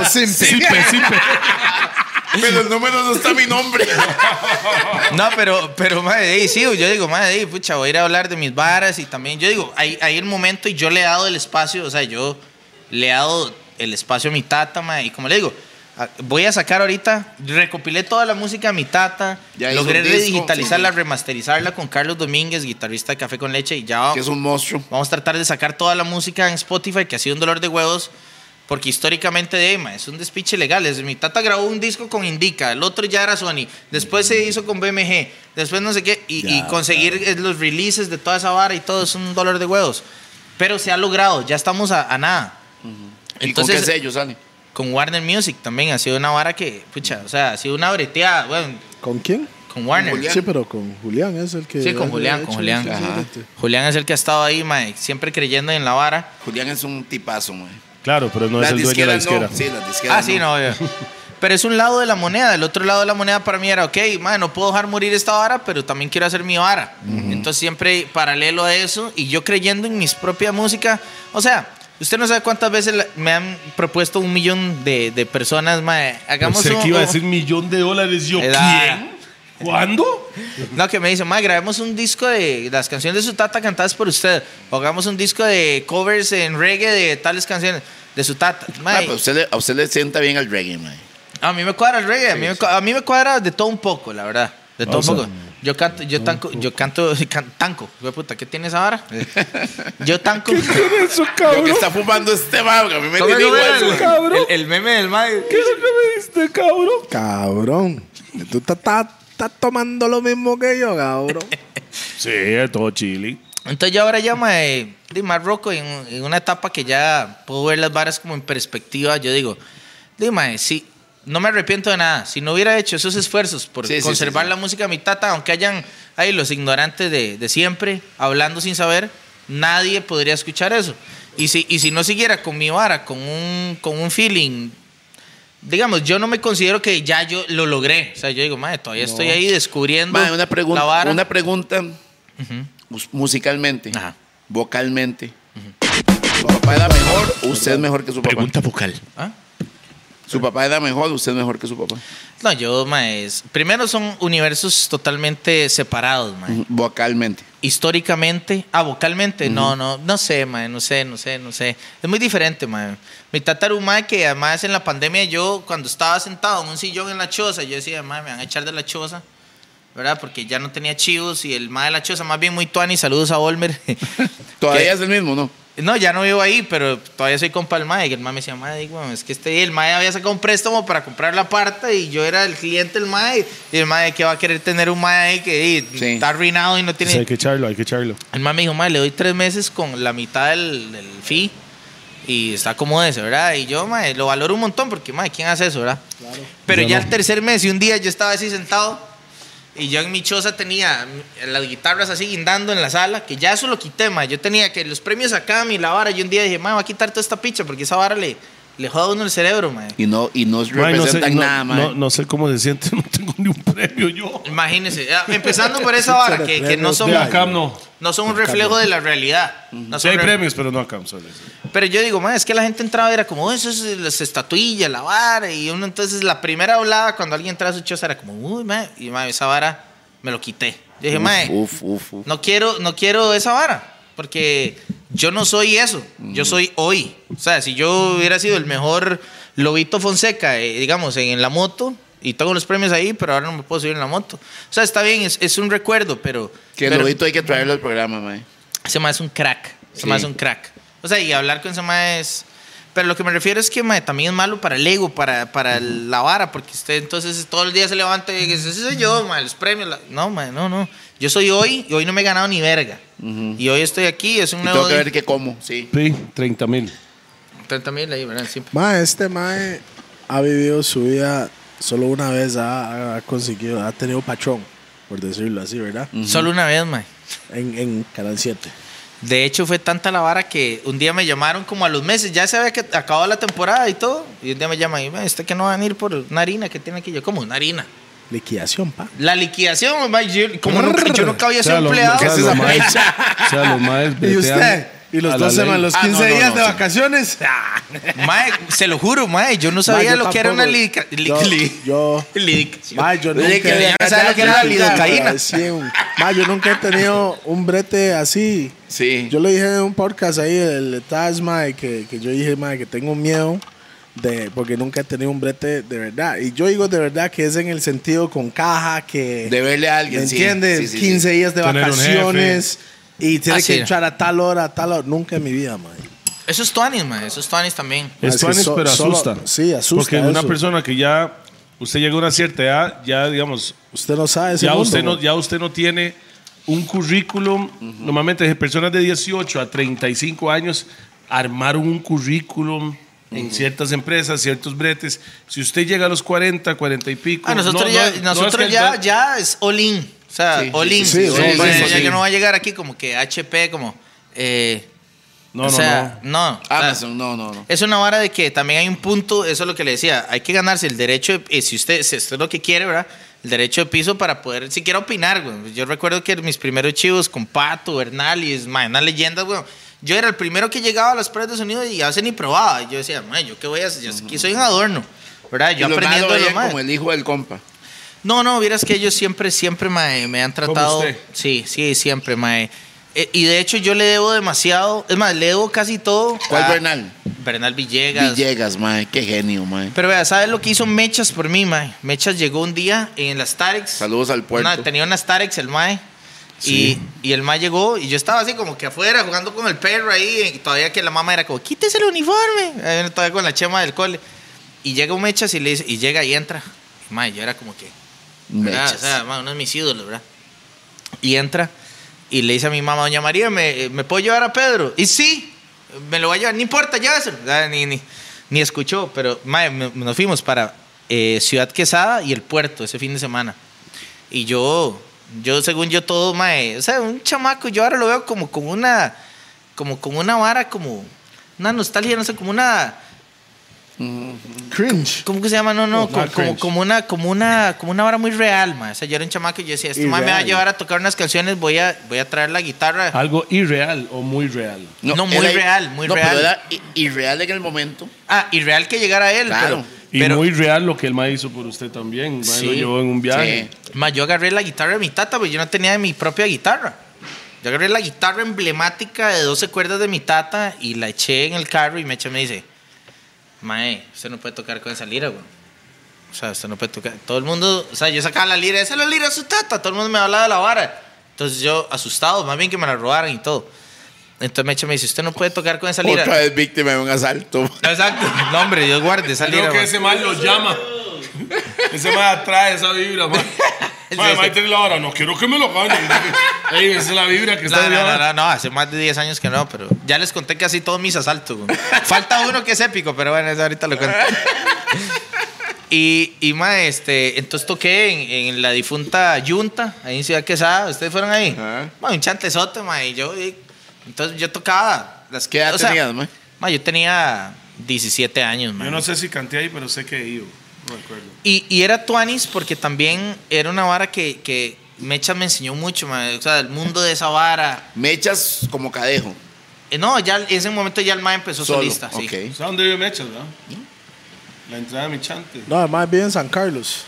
C: O simple.
E: Pero el número no está mi nombre.
A: No, pero, pero madre, de ahí, sí, yo digo, madre, de ahí, pucha, voy a ir a hablar de mis varas y también, yo digo, ahí, ahí el momento y yo le he dado el espacio, o sea, yo le he dado el espacio a mi tata, madre, y como le digo, a- voy a sacar ahorita, recopilé toda la música de mi tata,
E: Ya hizo
A: logré
E: un disco,
A: digitalizarla,
E: sí.
A: remasterizarla con Carlos Domínguez, guitarrista de Café con Leche, y ya
E: que es un monstruo.
A: Vamos a tratar de sacar toda la música en Spotify, que ha sido un dolor de huevos, porque históricamente de Ema es un despiche legal. Es- mi tata grabó un disco con Indica, el otro ya era Sony, después se hizo con BMG, después no sé qué, y, y conseguir eh, los releases de toda esa vara y todo es un dolor de huevos. Pero se ha logrado, ya estamos a, a nada.
E: ¿Y con qué sello sale?
A: con Warner Music también ha sido una vara que, pucha, o sea, ha sido una breteada, bueno,
C: ¿Con quién?
A: con Warner.
E: Julián.
C: Sí, pero con Julián es el que.
A: Sí, con
C: ha
A: Julián, con
C: hecho
A: Julián.
C: ese
A: Ajá.
C: directo.
A: Julián es el que ha estado ahí, mae, siempre creyendo en la vara.
E: Julián es un tipazo, man.
D: Claro, pero no es
E: las
D: el dueño de la
E: disqueras
D: disquera.
E: no. Sí, las disqueras
A: Ah, sí, no, obvio. Pero es un lado de la moneda. El otro lado de la moneda para mí era, ok, man, no puedo dejar morir esta vara, pero también quiero hacer mi vara. Entonces siempre paralelo a eso y yo creyendo en mis propia música. O sea, usted no sabe cuántas veces la- me han propuesto un millón de, de personas, mae, hagamos
D: Pensé
A: un-
D: que iba a
A: un-
D: decir millón de dólares. Yo,
A: Era-
D: ¿quién? ¿Cuándo?
A: No, que me dicen, mae, grabemos un disco de las canciones de su tata cantadas por usted. O hagamos un disco de covers en reggae de tales canciones de su tata. Mae,
E: Ah, pero usted le- a usted le sienta bien al reggae, man.
A: A mí me cuadra el reggae, a, mí me, cua- a mí me cuadra de todo un poco, la verdad. De todo un poco. Yo canto, yo tanco, yo canto, can- tanco. Güey, puta, ¿qué tienes ahora? Yo tanco.
C: Eso,
E: Lo que
C: cabrón.
E: está fumando este man, a mí me
A: ¿Cómo
E: tiene
A: es, güey?
E: igual,
A: el,
E: güey.
C: cabrón?
A: el- el meme del mae.
C: ¿Qué es lo que me
D: este
C: diste, cabrón? Cabrón. Tú estás tomando lo mismo que yo, cabrón.
D: Sí, todo chili.
A: Entonces yo ahora ya mae, de más roco en, en una etapa que ya puedo ver las varas como en perspectiva. Yo digo, di, mae, sí, no me arrepiento de nada. Si no hubiera hecho esos esfuerzos por
E: Sí, sí,
A: conservar
E: sí,
A: la
E: sí.
A: música de mi tata, aunque hayan ahí los ignorantes de, de siempre hablando sin saber, nadie podría escuchar eso. Y si, y si no siguiera con mi vara, con un, con un feeling digamos, yo no me considero que ya yo lo logré. O sea, yo digo, madre, todavía estoy ahí descubriendo
E: Mae, una
A: la
E: pregunta,
A: vara.
E: una pregunta mus- musicalmente,
A: Ajá.
E: vocalmente. ¿Su papá era mejor? ¿Usted es mejor que su papá?
D: vocal.
A: ¿Ah?
E: ¿Su papá era mejor? ¿Usted es mejor que su papá?
A: No, yo, mae, es- primero son universos totalmente separados, mae.
E: Vocalmente.
A: Históricamente, ah, vocalmente, no, no, no sé, mae, no sé, no sé, no sé. Es muy diferente, mae. Mi tataru, mae, que además en la pandemia yo, cuando estaba sentado en un sillón en la choza, yo decía, mae, me van a echar de la choza. ¿Verdad? Porque ya no tenía chivos y el mae de la choza, más bien muy tuani, saludos a Olmer.
E: ¿Todavía
A: Que-
E: es el mismo, no?
A: No, ya no vivo ahí, pero todavía soy compa del MAE. Y el MAE me decía, MAE, güey, es que este, el MAE había sacado un préstamo para comprar la parte y yo era el cliente del MAE. Y el MAE, que va a querer tener un MAE ahí que y,
E: Sí.
A: está arruinado y no tiene.
D: hay que echarlo, hay que echarlo.
A: El MAE me dijo, MAE, le doy tres meses con la mitad del, del fee y está como ese, ¿verdad? Y yo, MAE, lo valoro un montón porque, MAE, ¿quién hace eso, verdad? Pero ya el tercer mes y un día yo estaba así sentado. Y yo en mi choza tenía las guitarras así guindando en la sala, que ya eso lo quité, ma. Yo tenía que los premios acá, mi la vara. Yo un día dije, ma, voy a quitar toda esta picha porque esa vara le, Le joda a uno el cerebro, mae.
E: Y no, y no
D: Mae, no, sé,
E: representan
D: no-
E: nada, mae.
D: no- no sé cómo se siente, no tengo ni un premio yo.
A: Imagínese. ah, Empezando por esa vara, que, que no, son,
D: De acá no.
A: no son un reflejo de la realidad. No
D: Sí
A: son
D: hay
A: re-
D: premios, pero no acá. solo eso.
A: Pero yo digo, man, es que la gente entraba y era como, "Oh, eso es las estatuillas, la vara. Y uno entonces, la primera hablaba cuando alguien entraba a su choza era como, uy, man. Y man, esa vara me lo quité. Yo dije, mae,
E: Uf, uf, uf.
A: no quiero, no quiero esa vara. Porque yo no soy eso.
E: Mm.
A: Yo soy hoy. O sea, si yo hubiera sido el mejor Lobito Fonseca, eh, digamos, en, en la moto, y tengo los premios ahí, pero ahora no me puedo subir en la moto. O sea, está bien, es, es un recuerdo, pero.
E: Que el
A: pero-
E: lobito hay que traerlo al programa, mae.
A: ese mae es un crack. Ese
E: Sí.
A: mae es un crack. O sea, y hablar con ese mae es. Pero lo que me refiero es que mae, también es malo para el ego, para, para el- la vara, porque usted entonces todo el día se levanta y dice: Ese soy yo, mae, los premios. la-". No, mae, no, no. Yo soy hoy y hoy no me he ganado ni verga. Y hoy estoy aquí, es un
E: Y
A: nuevo.
E: tengo que
A: día.
E: ver qué como, sí.
D: Sí, 30 mil.
A: 30 mil ahí, ¿verdad? Siempre.
C: Mae, este Mae ha vivido su vida solo una vez, ha, ha conseguido, ha tenido patrón, por decirlo así, ¿verdad?
A: Solo una vez, mae.
C: En, en Canal 7.
A: De hecho, fue tanta la vara que un día me llamaron como a los meses, ya se había que acabado la temporada y todo. Y un día me llaman y me ¿usted que no va a venir por una harina que tiene aquí? Yo, como una harina.
C: Liquidación, pa.
A: La liquidación, ma, yo, como nunca- yo nunca había sido
D: O sea, lo-
A: empleado.
D: o sea,
C: ¿Qué es
D: lo
C: esa
D: más-
C: fecha?
D: o sea, lo más
F: ¿Y
D: vetean
F: usted? ¿Y los
D: a la
F: 12
D: ley.
F: más los
E: Ah,
F: 15
E: no, no,
F: días
E: no,
F: de
E: sí.
F: vacaciones? Ah,
A: Mae, se lo juro, mae, yo no sabía
C: Mae, yo
A: lo que era una
C: tampoco.
A: lica- li-
C: Yo-
A: li-
C: Yo.
A: lidicación.
C: Mae, yo
E: Oye,
C: nunca.
E: que le-
A: no sabía lo que era la lidocaína.
C: Sí, un- Mae, yo nunca he tenido un brete así.
E: Sí.
C: Yo le dije en un podcast ahí, el Taz, mae, que, que yo dije, mae, que tengo miedo de, porque nunca he tenido un brete de verdad. Y yo digo de verdad que es en el sentido con caja, que...
E: de verle a alguien,
C: ¿Me
E: sí.
C: entiendes?
E: Sí, sí, sí.
C: 15 días de
D: Tener un
C: vacaciones y tienes
A: Ah,
C: que
A: sí.
C: entrar a tal hora, a tal hora. Nunca en mi vida, mae.
A: Eso es Tuanis, mae, eso es Tuanis también.
D: Es
C: Es que
D: tuanis,
C: so-
D: pero
C: solo-
D: asusta.
C: sí, asusta
D: Porque una
C: eso.
D: persona que ya. Usted llega a una cierta edad, ya, digamos,
C: Usted no sabe ese
D: ya
C: mundo,
D: usted, no,
C: mae.
D: ya usted no tiene un currículum. Normalmente de personas de 18 a 35 años armaron un currículum en ciertas empresas, ciertos bretes. Si usted llega a los 40, 40 y pico...
A: Ah, nosotros
D: no,
A: ya,
D: no, no
A: nosotros
D: es que-
A: ya, ya es all in. O sea,
E: Sí,
A: all in.
C: sí, sí,
A: O
C: sí,
A: sea,
C: sí,
A: ya-
E: sí,
A: ya
E: sí.
A: que no va a llegar aquí como que HP, como. eh,
D: No,
A: o
D: no,
A: sea,
D: no.
A: no. o sea,
E: Amazon, Ah, pues, no, no, no.
A: Es una vara de que también hay un punto, eso es lo que le decía, hay que ganarse el derecho, de- eh, si usted, si usted es lo que quiere, ¿verdad? El derecho de piso para poder siquiera opinar, güey. Yo recuerdo que mis primeros chivos con Pato, Bernal y es mae, una leyenda, güey. Yo era el primero que llegaba a las pruebas de sonido y a veces ni probaba. Yo decía, mae, yo qué voy a hacer, yo aquí soy un adorno, ¿verdad? Yo
E: Y lo
A: aprendiendo
E: malo
A: de lo
E: veía
A: mae.
E: como el hijo del compa.
A: No, no, vieras que ellos siempre, siempre mae, me han tratado.
D: usted.
A: Sí, sí, siempre, mae. Eh, y de hecho yo le debo demasiado, es más, le debo casi todo.
E: ¿Cuál
A: a-
E: Bernal?
A: Bernal Villegas.
E: Villegas, mae. Qué genio, mae.
A: Pero vea, ¿sabes lo que hizo Mechas por mí, mae? Mechas llegó un día en las Tarex.
E: Saludos al puerto.
A: Una- tenía unas Tarex el mae. Y, y el mae llegó y yo estaba así como que afuera jugando con el perro ahí. Y todavía que la mamá era como, quítese el uniforme. Ahí viene Todavía con la chema del cole. Y llega un Mechas y le dice, y llega y entra. Mae, yo era como que, ¿verdad?
E: Mechas.
A: Ah, O sea, mae, uno de mis ídolos, ¿verdad? Y entra y le dice a mi mamá, Doña María, ¿me, me puedo llevar a Pedro? Y sí, me lo voy a llevar, no importa, llévaselo. O sea, Ni, ni, ni escuchó, pero mae, me- nos fuimos para eh, Ciudad Quesada y el puerto ese fin de semana. Y yo, yo según yo todo, mae, o sea, un chamaco, yo ahora lo veo como con una, como con una vara, como una nostalgia, no sé, como una...
C: Cringe.
A: ¿Cómo que se llama? No, no, como,
D: not
A: como,
D: cringe.
A: como una, como una, como una vara muy real, ma. O sea, yo era un chamaco y yo decía, este ma me va a
C: Irreal.
A: llevar a tocar unas canciones, voy a, voy a traer la guitarra.
D: Algo irreal o muy real.
A: no, muy
E: era-
A: real, muy
E: no,
A: real.
E: Pero era i- irreal en el momento.
A: Ah, y real que llegara él,
E: Claro.
D: Y
A: pero, pero
D: muy real lo que el mae hizo por usted también. mae
A: Sí.
D: lo llevó en un viaje.
E: Sí.
A: ma, yo agarré la guitarra de mi tata, porque yo no tenía mi propia guitarra. Yo agarré la guitarra emblemática de 12 cuerdas de mi tata y la eché en el carro y Mecha me dice, mae, usted no puede tocar con esa lira, güey. O sea, usted no puede tocar. Todo el mundo, o sea, yo sacaba la lira, esa es la lira de su tata, todo el mundo me hablaba de la vara. Entonces yo, asustado, más bien que me la robaran y todo. Entonces Mecha me dice, usted no puede tocar con esa lira.
E: Otra vez víctima de un asalto.
A: Exacto. No, hombre, Dios guarde esa lira.
G: Creo que
A: güey.
G: ese mal lo llama. Ese mal atrae esa vibra, man. Mae, mae, tiene la hora. No quiero que me lo gane. Ey, esa es la vibra que está
A: No, no, no,
G: llevando.
A: no, no, hace más de 10 años que no, pero ya les conté casi todos mis asaltos. güey. Falta uno que es épico, pero bueno, eso ahorita lo cuento. Y, y ma, este, entonces toqué en, en la difunta Yunta, ahí en Ciudad Quesada. ¿Ustedes fueron ahí?
E: Ajá.
A: Ma, un chantesote, ma, y yo, y- entonces yo tocaba. Las,
E: ¿Qué edad
A: o sea,
E: tenías, mae?
A: ma, yo tenía 17 años, man.
G: Yo no sé si canté ahí, pero sé que iba. No me acuerdo.
A: Y, y era Tuanis porque también era una vara que, que Mecha me enseñó mucho, man. O sea, el mundo de esa vara.
E: Mechas como cadejo.
A: Eh, No, ya en ese momento ya el mae empezó
E: Solo.
A: solista, sí.
E: ok.
G: ¿Sabes dónde vive Mechas, verdad? La entrada de mi chante.
C: No, además bien en San Carlos.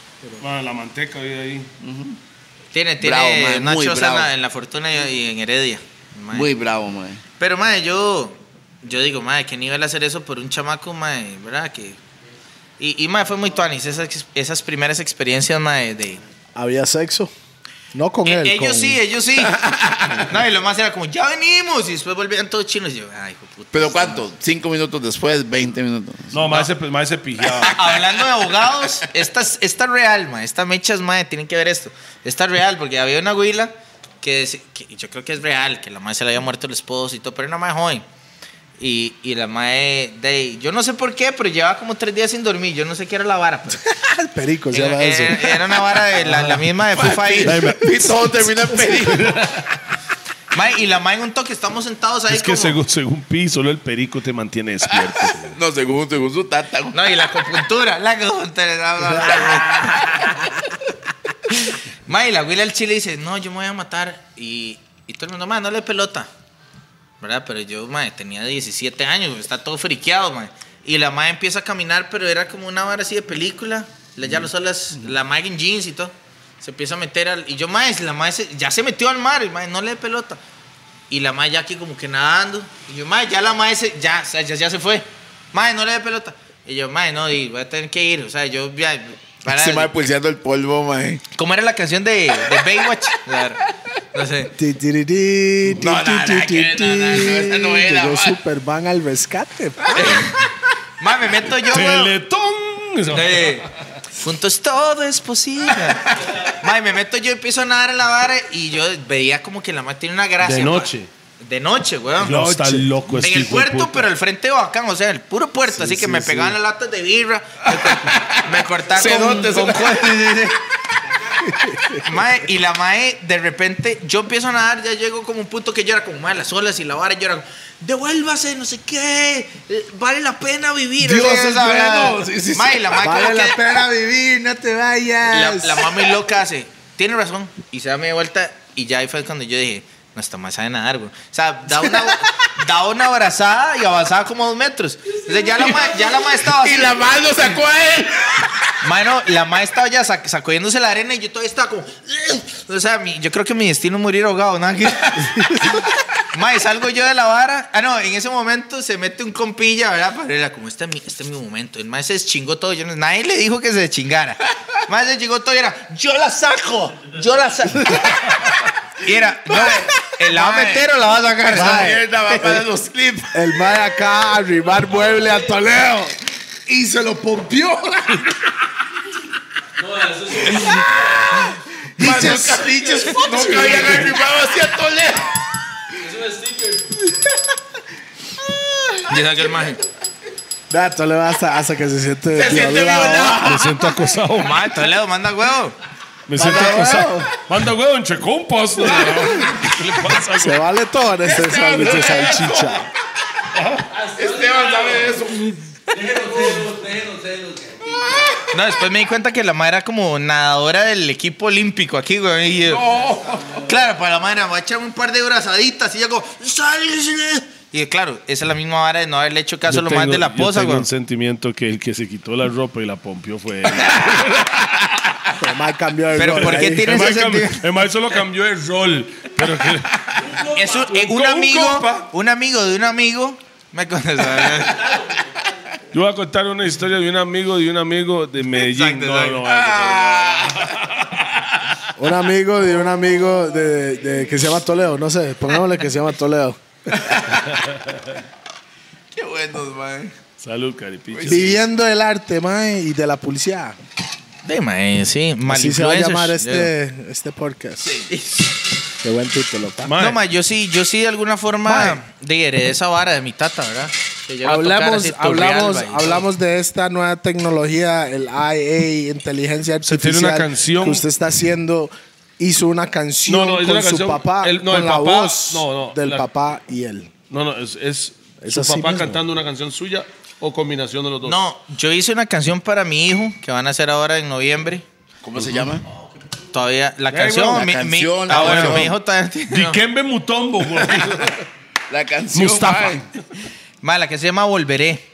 G: Bueno, la manteca vive ahí.
A: Tiene, tiene
E: Bravo, mae,
A: una
E: muy
A: choza en
E: bravo.
A: la, en La Fortuna y, y en Heredia. mae.
E: Muy bravo, mae.
A: Pero, mae, yo, yo digo, mae, ¿qué nivel hacer eso por un chamaco, mae? ¿Verdad? Que... Y, y mae, fue muy Tuanis esas, ex- esas primeras experiencias, mae, de...
C: Había sexo. No con
A: Eh,
E: E-
C: él.
A: ellos
C: con-
A: sí, ellos sí. no, y lo más era como, ya venimos. Y después volvían todos chinos. Y yo, ay, hijo de puta.
E: ¿Pero cuánto? ¿Cinco minutos después? ¿20 minutos?
D: No, más se, más se pijaba.
A: Ah, Hablando de abogados, esta, es- esta es real, ma. Esta mecha es madre, tienen que ver esto. Esta es real, porque había una güila que, se- que yo creo que es real, que la madre se le había muerto el esposo y todo, pero era una madre joven. Y, y la madre, de, ahí, yo no sé por qué, pero llevaba como tres días sin dormir. Yo no sé qué era la vara. pero-
C: Ah, el
D: Pues
C: perico,
E: Eh,
C: se
A: era,
C: llama eso.
A: era- era una vara de la, la misma de Foo Fighters.
E: Y todo termina en peligro.
A: Mae, y la madre en un toque, estamos sentados ahí
D: Es que
A: como-
D: según, según Pi, solo el perico te mantiene despierto.
A: Ah,
E: No, según, según su tata. güey.
A: No, y la acupuntura, la acupuntura. bla, bla, bla. Ma, y la güila al chile dice, no, yo me voy a matar. Y, y todo el mundo, ma, no le pelota. ¿Verdad? Pero yo, ma, tenía 17 años, está todo friqueado, ma. Y la ma empieza a caminar, pero era como una vara así de película. La- Ya lo son las, la ma en jeans y todo. Se empieza a meter al... Y yo, ma, es- la ma se- ya se metió al mar, y ma, no le dé pelota. Y la mae ya aquí como que nadando. Y yo, mae, ya la mae se, ya, o sea, ya, ya se fue. Mae, no le dé pelota. Y yo, mae, no, y voy a tener que ir. O sea, yo, ya, para-
E: Se va pulseando el polvo, mae.
A: ¿Cómo era la canción de, de Baywatch? Claro. No sé.
C: Ti, ti, ti, ti, ti,
E: No, no, no,
C: ti, ti,
E: que no, no, no, esa no
C: ti.
E: era,
C: Llegó
E: ma.
C: Superman al rescate. pa.
A: Mae, me meto yo, weón.
D: ¡Teletón! Eso.
A: Eh, Juntos todo es posible. mae, me meto yo, empiezo a nadar en la vara y yo veía como que la mae tiene una gracia.
D: De
A: mae.
D: noche.
A: De noche, weón.
D: No, está loco este
A: En el
D: hijo de
A: puerto,
D: puta.
A: pero el frente bacán, o sea, el puro puerto. así que me pegaban las latas de birra, me cor- me cortaban con,
E: Cerotes.
A: con cuates, sí, sí. Mae, y la mae, de repente, yo empiezo a nadar, ya llego como un punto que yo era como, mae, las olas y la vara, yo era como, devuélvase, no sé qué, eh, vale la pena vivir.
E: Dios
A: o sea,
E: es
A: esa vara.
E: bueno. Sí, sí, sí.
A: Mae, y la mae como
C: Vale la
A: que-
C: pena vivir, no te
A: la,
C: vayas.
A: la mami loca hace, tiene razón. Y se da media vuelta. Y ya ahí fue cuando yo dije, no, esta más sabe nadar, güey. O sea, da una, da una abrazada y avanzaba como dos metros. Entonces ya la ma, ya la ma estaba así.
E: Y la mano sacó a él.
A: Mano, la ma estaba ya sac- sacudiéndose la arena y yo todavía estaba como. "Ugh". O sea, mi- yo creo que mi destino es morir ahogado, nada que. Mae, salgo yo de la vara. Ah, no, en ese momento se mete un compilla, ¿verdad? Pero era como, este es mi, este es mi momento. El mae se chingó todo. Yo no- nadie le dijo que se chingara. Mae se chingó todo y era, yo la saco, yo la saco. y era, no, el la va a meter o la va a sacar.
E: Esa mierda va para los clips.
C: El mae acá a arrimar mueble a Toledo.
E: Y se lo pompió.
B: No, eso es
E: Dichos, dichos. Nunca habían arribado hacia Toledo.
B: es un sticker.
A: Yo saqué el mae.
C: Nah, Toledo hasta, hasta que se siente.
E: Se siente
C: violado.
E: violado.
D: Me siento acosado, ma.
A: Mae, Toledo, manda huevo.
D: Me siento
C: Manda
D: acosado.
C: huevo.
D: Manda huevo entre compas. ¿no? ¿Qué le pasa,
C: Se vale todo en este sándwich de salchicha.
E: Esteban sabe eso.
B: Déjenos, déjenos, déjenos, déjenos.
A: No, después me di cuenta que la madre era como nadadora del equipo olímpico aquí, güey. y yo- Claro, para la madre, voy a echarme un par de brazaditas y yo como, "Sálguese". Y claro, esa es la misma vara de no haberle hecho caso a
D: Yo
A: lo más de la
D: tengo- yo
A: posa,
D: tengo
A: güey.
D: un sentimiento que el que se quitó la ropa y la pompió fue él.
C: Pero mae cambió de
A: Pero
C: rol
A: ¿por qué
C: ahí.
A: tiene
D: El
A: ese
D: Mike cambió-
A: sentido?
D: el Mike solo cambió el rol. Pero que,
A: Es un, eh, un
D: un compa.
A: amigo, un amigo de un amigo. Me contestó.
D: yo voy a contar una historia de un amigo de un amigo de Medellín.
A: Exacto, Ah,
D: no,
A: exacto.
D: no,
E: Ah.
D: no,
C: Un amigo de un amigo de, de- que se llama Toledo, no sé, pongámosle que se llama Toledo.
E: Qué buenos, man.
D: Salud, caripicho.
C: Viviendo el arte, mae, y de la publicidad.
A: De mae, sí, mal
C: Así se va a
A: influencers.
C: llamar este, este podcast. Qué buen título, pa.
D: Mae,
A: No, mae, yo sí, yo sí de alguna forma de heredé esa vara de mi tata, ¿verdad? Que yo iba a tocar
C: Hablamos,
A: así, Turrialba
C: hablamos,
A: y todo.
C: hablamos de esta nueva tecnología, el IA, inteligencia
D: Se
C: artificial.
D: tiene una canción.
C: que usted está haciendo. Hizo una canción
D: No, no, hizo
C: con
D: una
C: su
D: canción,
C: papá,
D: el- no,
C: con
D: el
C: la
D: papá,
C: voz
D: no, no,
C: del
D: la-
C: papá y él.
D: no, no, es, es
C: Es
D: su
C: así
D: papá
C: mismo.
D: cantando una canción suya o combinación de los dos.
A: No, yo hice una canción para mi hijo que van a hacer ahora en noviembre.
E: ¿Cómo se llama?
A: Todavía la
D: Ya,
A: canción,
E: bueno, la
A: mi,
E: canción,
A: mi,
E: la
A: ah, bueno,
E: canción.
A: mi hijo todavía tiene- no.
G: Dikembe Mutombo, güey.
E: La canción.
D: Mustafa.
E: mae.
A: Ma, la que se llama Volveré.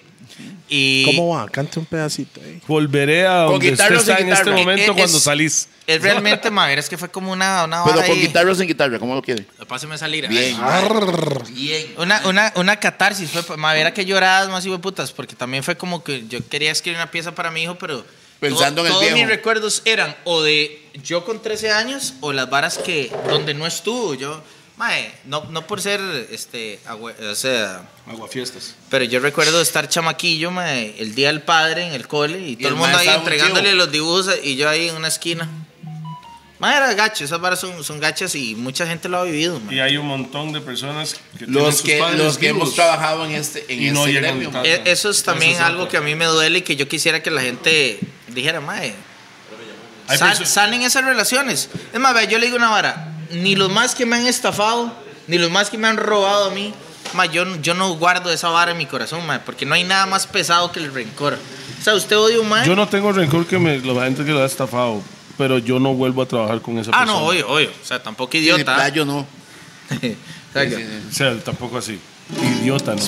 A: Y
C: ¿Cómo va? Cante un pedacito ahí.
D: Volveré a
E: Con
D: donde usted
E: guitarra o sin
D: está en este
E: guitarra.
D: momento
A: Es-
D: cuando
A: e, es-
D: salís.
A: es realmente, ma, es que fue como una, una
E: Pero
A: vara
E: con
A: ahí.
E: guitarra o sin guitarra, ¿cómo lo quiere?
A: Páseme esa lira.
E: Bien.
A: Una, una, una catarsis, fue, ma, era que lloradas más hijo de putas, porque también fue como que yo quería escribir una pieza para mi hijo, pero...
E: Pensando en el
A: todos
E: viejo.
A: mis recuerdos eran o de yo con 13 años o las varas que donde no estuvo. Yo, mae, no, no por ser, este, agüe- o sea,
G: Aguafiestas.
A: pero yo recuerdo estar chamaquillo, mae, el día del padre en el cole y, todo
E: el
A: el mundo
E: mae
A: ahí
E: estaba un
A: entregándole
E: chivo.
A: los dibujos y yo ahí en una esquina. Mae, era gacho, esas varas son, son gachas y mucha gente lo ha vivido, mae.
G: Y hay un montón de personas que tienen
E: Los
G: sus
E: que,
G: padres
E: los que
G: vivos.
E: hemos trabajado en este, en
G: Y no
E: este
G: llegan
E: gremio.
G: tan-
A: E- Eso es también
G: Eso es
A: algo
G: otra.
A: que a mí me duele y que yo quisiera que la gente dijera, mae,
G: Hay
A: sal-
D: pues,
G: perso-
A: salen esas relaciones. Es más, vea, yo le digo una vara, ni los más que me han estafado, ni los más que me han robado a mí, mae, yo, yo no guardo esa vara en mi corazón, mae, porque no hay nada más pesado que el rencor. O sea, usted odia a un mae.
D: Yo no tengo rencor que me, la gente que lo ha estafado, pero yo no vuelvo a trabajar con esa
A: ah,
D: persona.
A: no, obvio, obvio. O sea, tampoco
E: En el
A: idiota.
E: playo no.
A: O sea, que-
D: O sea, tampoco así. Idiota, ¿no?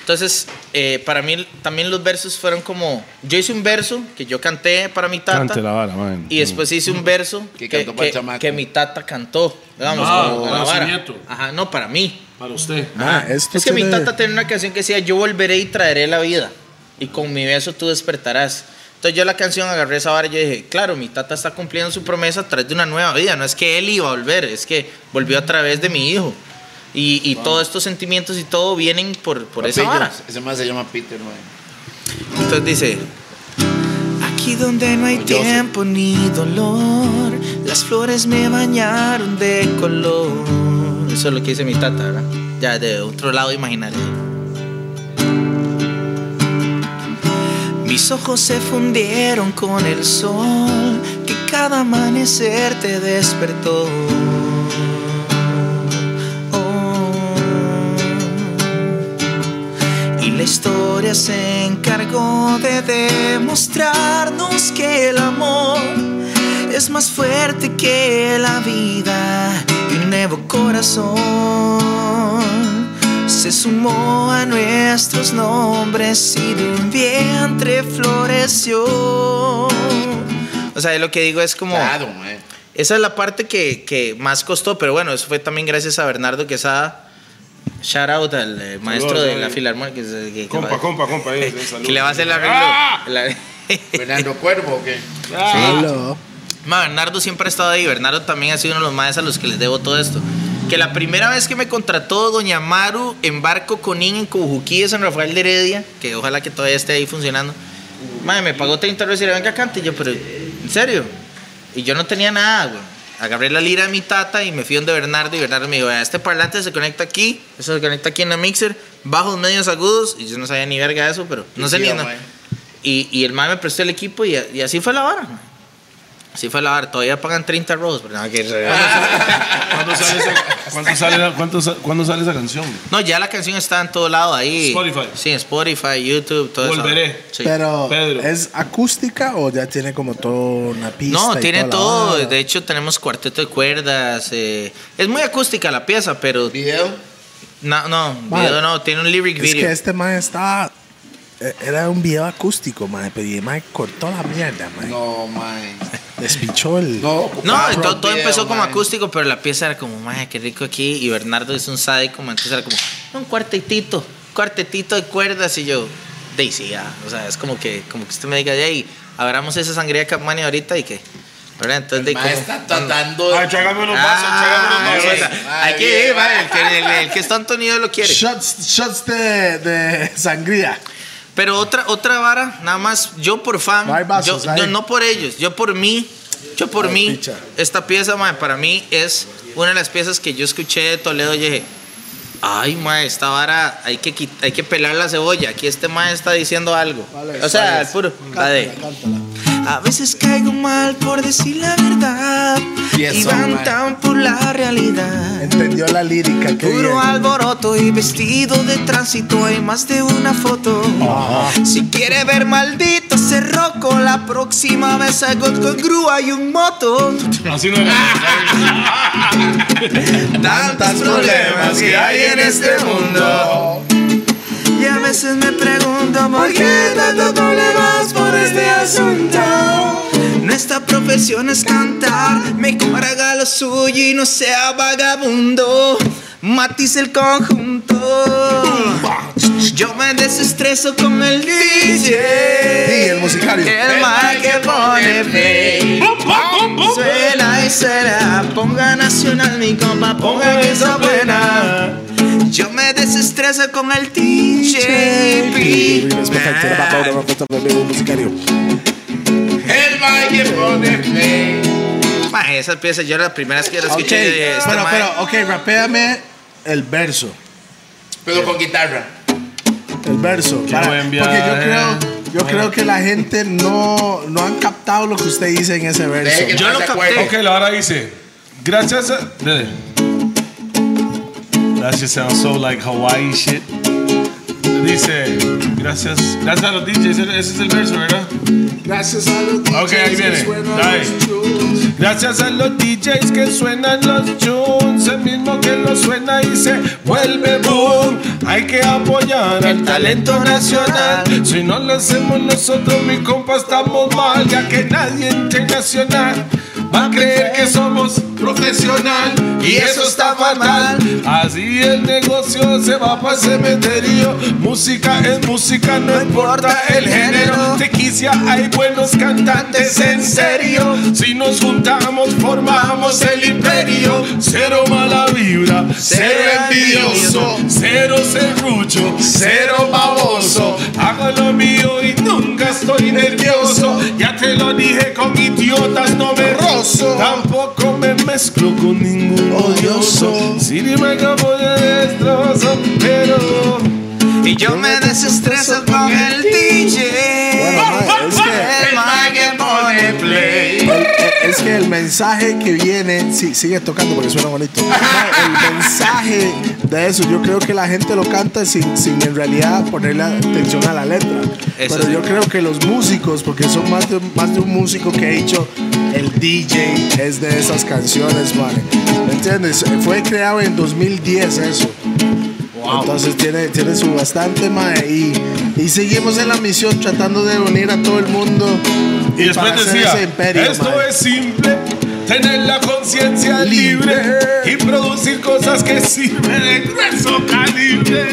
A: Entonces, eh, para mí también los versos fueron como, yo hice un verso que yo canté para mi tata.
D: Cante la vara, man.
A: Y después hice un verso
E: Que cantó pa'l chamaco.
A: que mi tata cantó. Digamos,
G: Ah,
A: como
G: para
A: la
G: su
A: vara.
G: nieto.
A: Ajá, no, para mí.
G: Para usted.
C: Ma, esto
A: es que mi
C: tiene-
A: tata tenía una canción que decía, yo volveré y traeré la vida. Y con mi beso tú despertarás. Entonces yo la canción agarré esa vara y yo dije, claro, mi tata está cumpliendo su promesa a través de una nueva vida. No es que él iba a volver, es que volvió a través de mi hijo. Y, y todos estos sentimientos y todo vienen por, por esa
E: Papillo,
A: vara.
E: Ese más se llama Peter, mae.
A: Entonces dice, aquí donde no hay
E: Yo sé.
A: tiempo ni dolor, las flores me bañaron de color. Eso es lo que dice mi tata, ¿verdad? Ya de otro lado imaginario. Mis ojos se fundieron con el sol que cada amanecer te despertó. Oh. Y la historia se encargó de demostrarnos que el amor es más fuerte que la vida. Y un nuevo corazón se sumó a nuestros nombres y de un vientre floreció. O sea, lo que digo es como...
E: Claro, mae.
A: Esa es la parte que, que más costó, pero bueno, eso fue también gracias a Bernardo Quesada. Shout out al eh, maestro de la Filarmónica. Que, se- que- que
G: Compa,
A: va-
G: compa, compa. ahí,
A: que le va a hacer el arreglo.
G: ¡Ah!
A: La-
E: Fernando Cuervo, ¿o qué?
C: Hello.
A: Ma, Bernardo siempre ha estado ahí. Bernardo también ha sido uno de los maestros a los que les debo todo esto. Que la primera vez que me contrató Doña Maru en barco Conín en Cojuquí de San Rafael de Heredia, que ojalá que todavía esté ahí funcionando. Madre, me pagó 30 dólares y le venga cante. Y yo, pero, ¿en serio? Y yo no tenía nada, güey. Agarré la lira de mi tata y me fui donde Bernardo. Y Bernardo me dijo, "Vea, este parlante se conecta aquí, eso se conecta aquí en la mixer, bajos, medios, agudos. Y yo no sabía ni verga de eso, pero no sé
E: Sí,
A: ni
E: ah,
A: nada.
E: mae.
A: Y, y el mae me prestó el equipo y, y así fue la vara. mae. Así fue la vara. Todavía pagan 30 robos. Pero nada que
D: ¿Cuándo sale esa, cuánto sale la- cuánto sa- cuándo sale esa canción?
A: No, ya la canción está en todo lado ahí.
G: Spotify.
A: Sí, en Spotify, YouTube, todo eso.
G: Volveré.
A: Sí.
C: Pero,
G: Pedro.
C: ¿es acústica o ya tiene como toda una pista?
A: No,
C: y toda
A: tiene
C: la
A: todo.
C: vara?
A: De hecho, tenemos cuarteto de cuerdas. eh, Es muy acústica la pieza, pero.
E: Video.
A: No, no,
C: Vale.
A: video no. Tiene un lyric
C: Es
A: video.
C: que este man está. e- Era un video acústico, man. Pero el man cortó la mierda, man.
E: No, mae.
C: Despichó el.
E: No,
A: No,
E: ah,
A: to- todo,
E: video,
A: empezó como
E: mae.
A: acústico, pero la pieza era como, madre, qué rico aquí. Y Bernardo es un sádico, man, entonces era como, un cuartetito, cuartetito de cuerdas. Y yo, Daisy, ya. O sea, es como que, como que usted me diga, hey, abramos esa sangría Capmani ahorita y que. ¿Verdad? Entonces, de
E: Mae
A: como-
E: está tratando de.
G: Ay, tráigame unos vasos,
A: Ah,
G: tráigame unos
A: esa.
G: vasos.
E: mae,
A: Hay que
E: bien,
A: ir, mae, el que, el, el que está Antonido lo quiere.
C: Shots, shots de, de sangría.
A: Pero otra, otra vara, nada más, yo por fan,
C: No hay vasos,
A: yo,
C: hay-
A: yo no por ellos, yo por mí, yo por
C: Ah,
A: mí,
C: picha.
A: esta pieza, mae, para mí es una de las piezas que yo escuché de Toledo y dije, ay, mae, esta vara hay que, quit- hay que pelar la cebolla, aquí este mae está diciendo algo. o sea, el puro, la de...
H: A veces caigo mal por decir la verdad.
E: Y eso,
H: Y van
E: mae.
H: tan por la realidad.
C: Entendió la lírica, qué bien.
H: Puro alboroto y vestido de tránsito hay más de una foto. Si quiere ver maldito ese roco, la próxima vez hago con grúa y un moto.
D: Así no era.
H: Tantos
A: problemas que hay en este mundo.
H: Y a veces me pregunto por qué tantos problemas por este asunto. Nuestra profesión es cantar, mejor haga lo suyo y no sea vagabundo. Matiz el conjunto. Yo me desestreso con el DJ.
C: Sí, el musicario.
H: El mal que pone play. Suena y será. Ponga nacional, mi compa, ponga que está buena. Yo me desestreso con el DJ.
C: Y es perfecto, era para una foto de un musicario.
E: El valle pone play.
A: Ma, esas piezas yo las primeras que las
C: Ok,
A: escuché de este
C: pero,
A: ma.
C: pero, ok, rapéame el verso.
E: Pero con guitarra.
C: El verso.
D: buen
C: porque yo
D: viaje.
C: creo, yo creo que la gente no, no han captado lo que usted dice en ese verso.
E: Deje que
A: Yo
E: no
A: lo
E: se
A: capté.
E: acuerde.
D: Ok, la hora dice. Gracias eh, a. Dele. That shit sounds so like Hawaii shit. Dice. Gracias. Gracias a los DJs. Ese ese es el verso, ¿verdad?
C: Gracias a los DJs
D: Ok, ahí viene.
C: que suenan
D: Ahí.
C: los tunes.
D: Gracias a los DJs que suenan los tunes, el mismo que lo suena y se vuelve boom. Hay que apoyar al talento nacional. Si no lo hacemos nosotros, mi compa, estamos mal, ya que nadie internacional va a creer que somos profesional y eso está fatal. Así el negocio se va para el cementerio. Música es música, no importa el género. Tequicia hay buenos cantantes en serio. Si nos juntamos, formamos el imperio. Cero mala vibra, cero envidioso, cero serrucho, cero baboso. Hago lo mío y nunca estoy nervioso. Ya te lo dije con idiotas, no me rozo. Tampoco me mezclo con ningún odioso. Si ni me acabo de destrozo, pero.
H: Y yo me desestreso con el DJ.
C: Bueno, ma, es que-
H: El mal que pone play.
C: Es que el mensaje que viene, sí, sigue tocando porque suena bonito. Ma, El mensaje de eso, yo creo que la gente lo canta sin, sin en realidad ponerle atención a la letra.
A: Eso
C: Pero
A: sí.
C: yo creo que los músicos, porque son más de, más de un músico que he dicho, el DJ es de esas canciones, man. ¿Me entiendes? Fue creado en 2010 eso. Entonces tiene, tiene su bastante, mae. Y, y seguimos en la misión tratando de unir a todo el mundo.
D: Y después
C: para hacer
D: decía,
C: ese imperio,
D: esto
C: mae".
D: es simple, tener la conciencia libre y producir cosas que sirven de grueso calibre.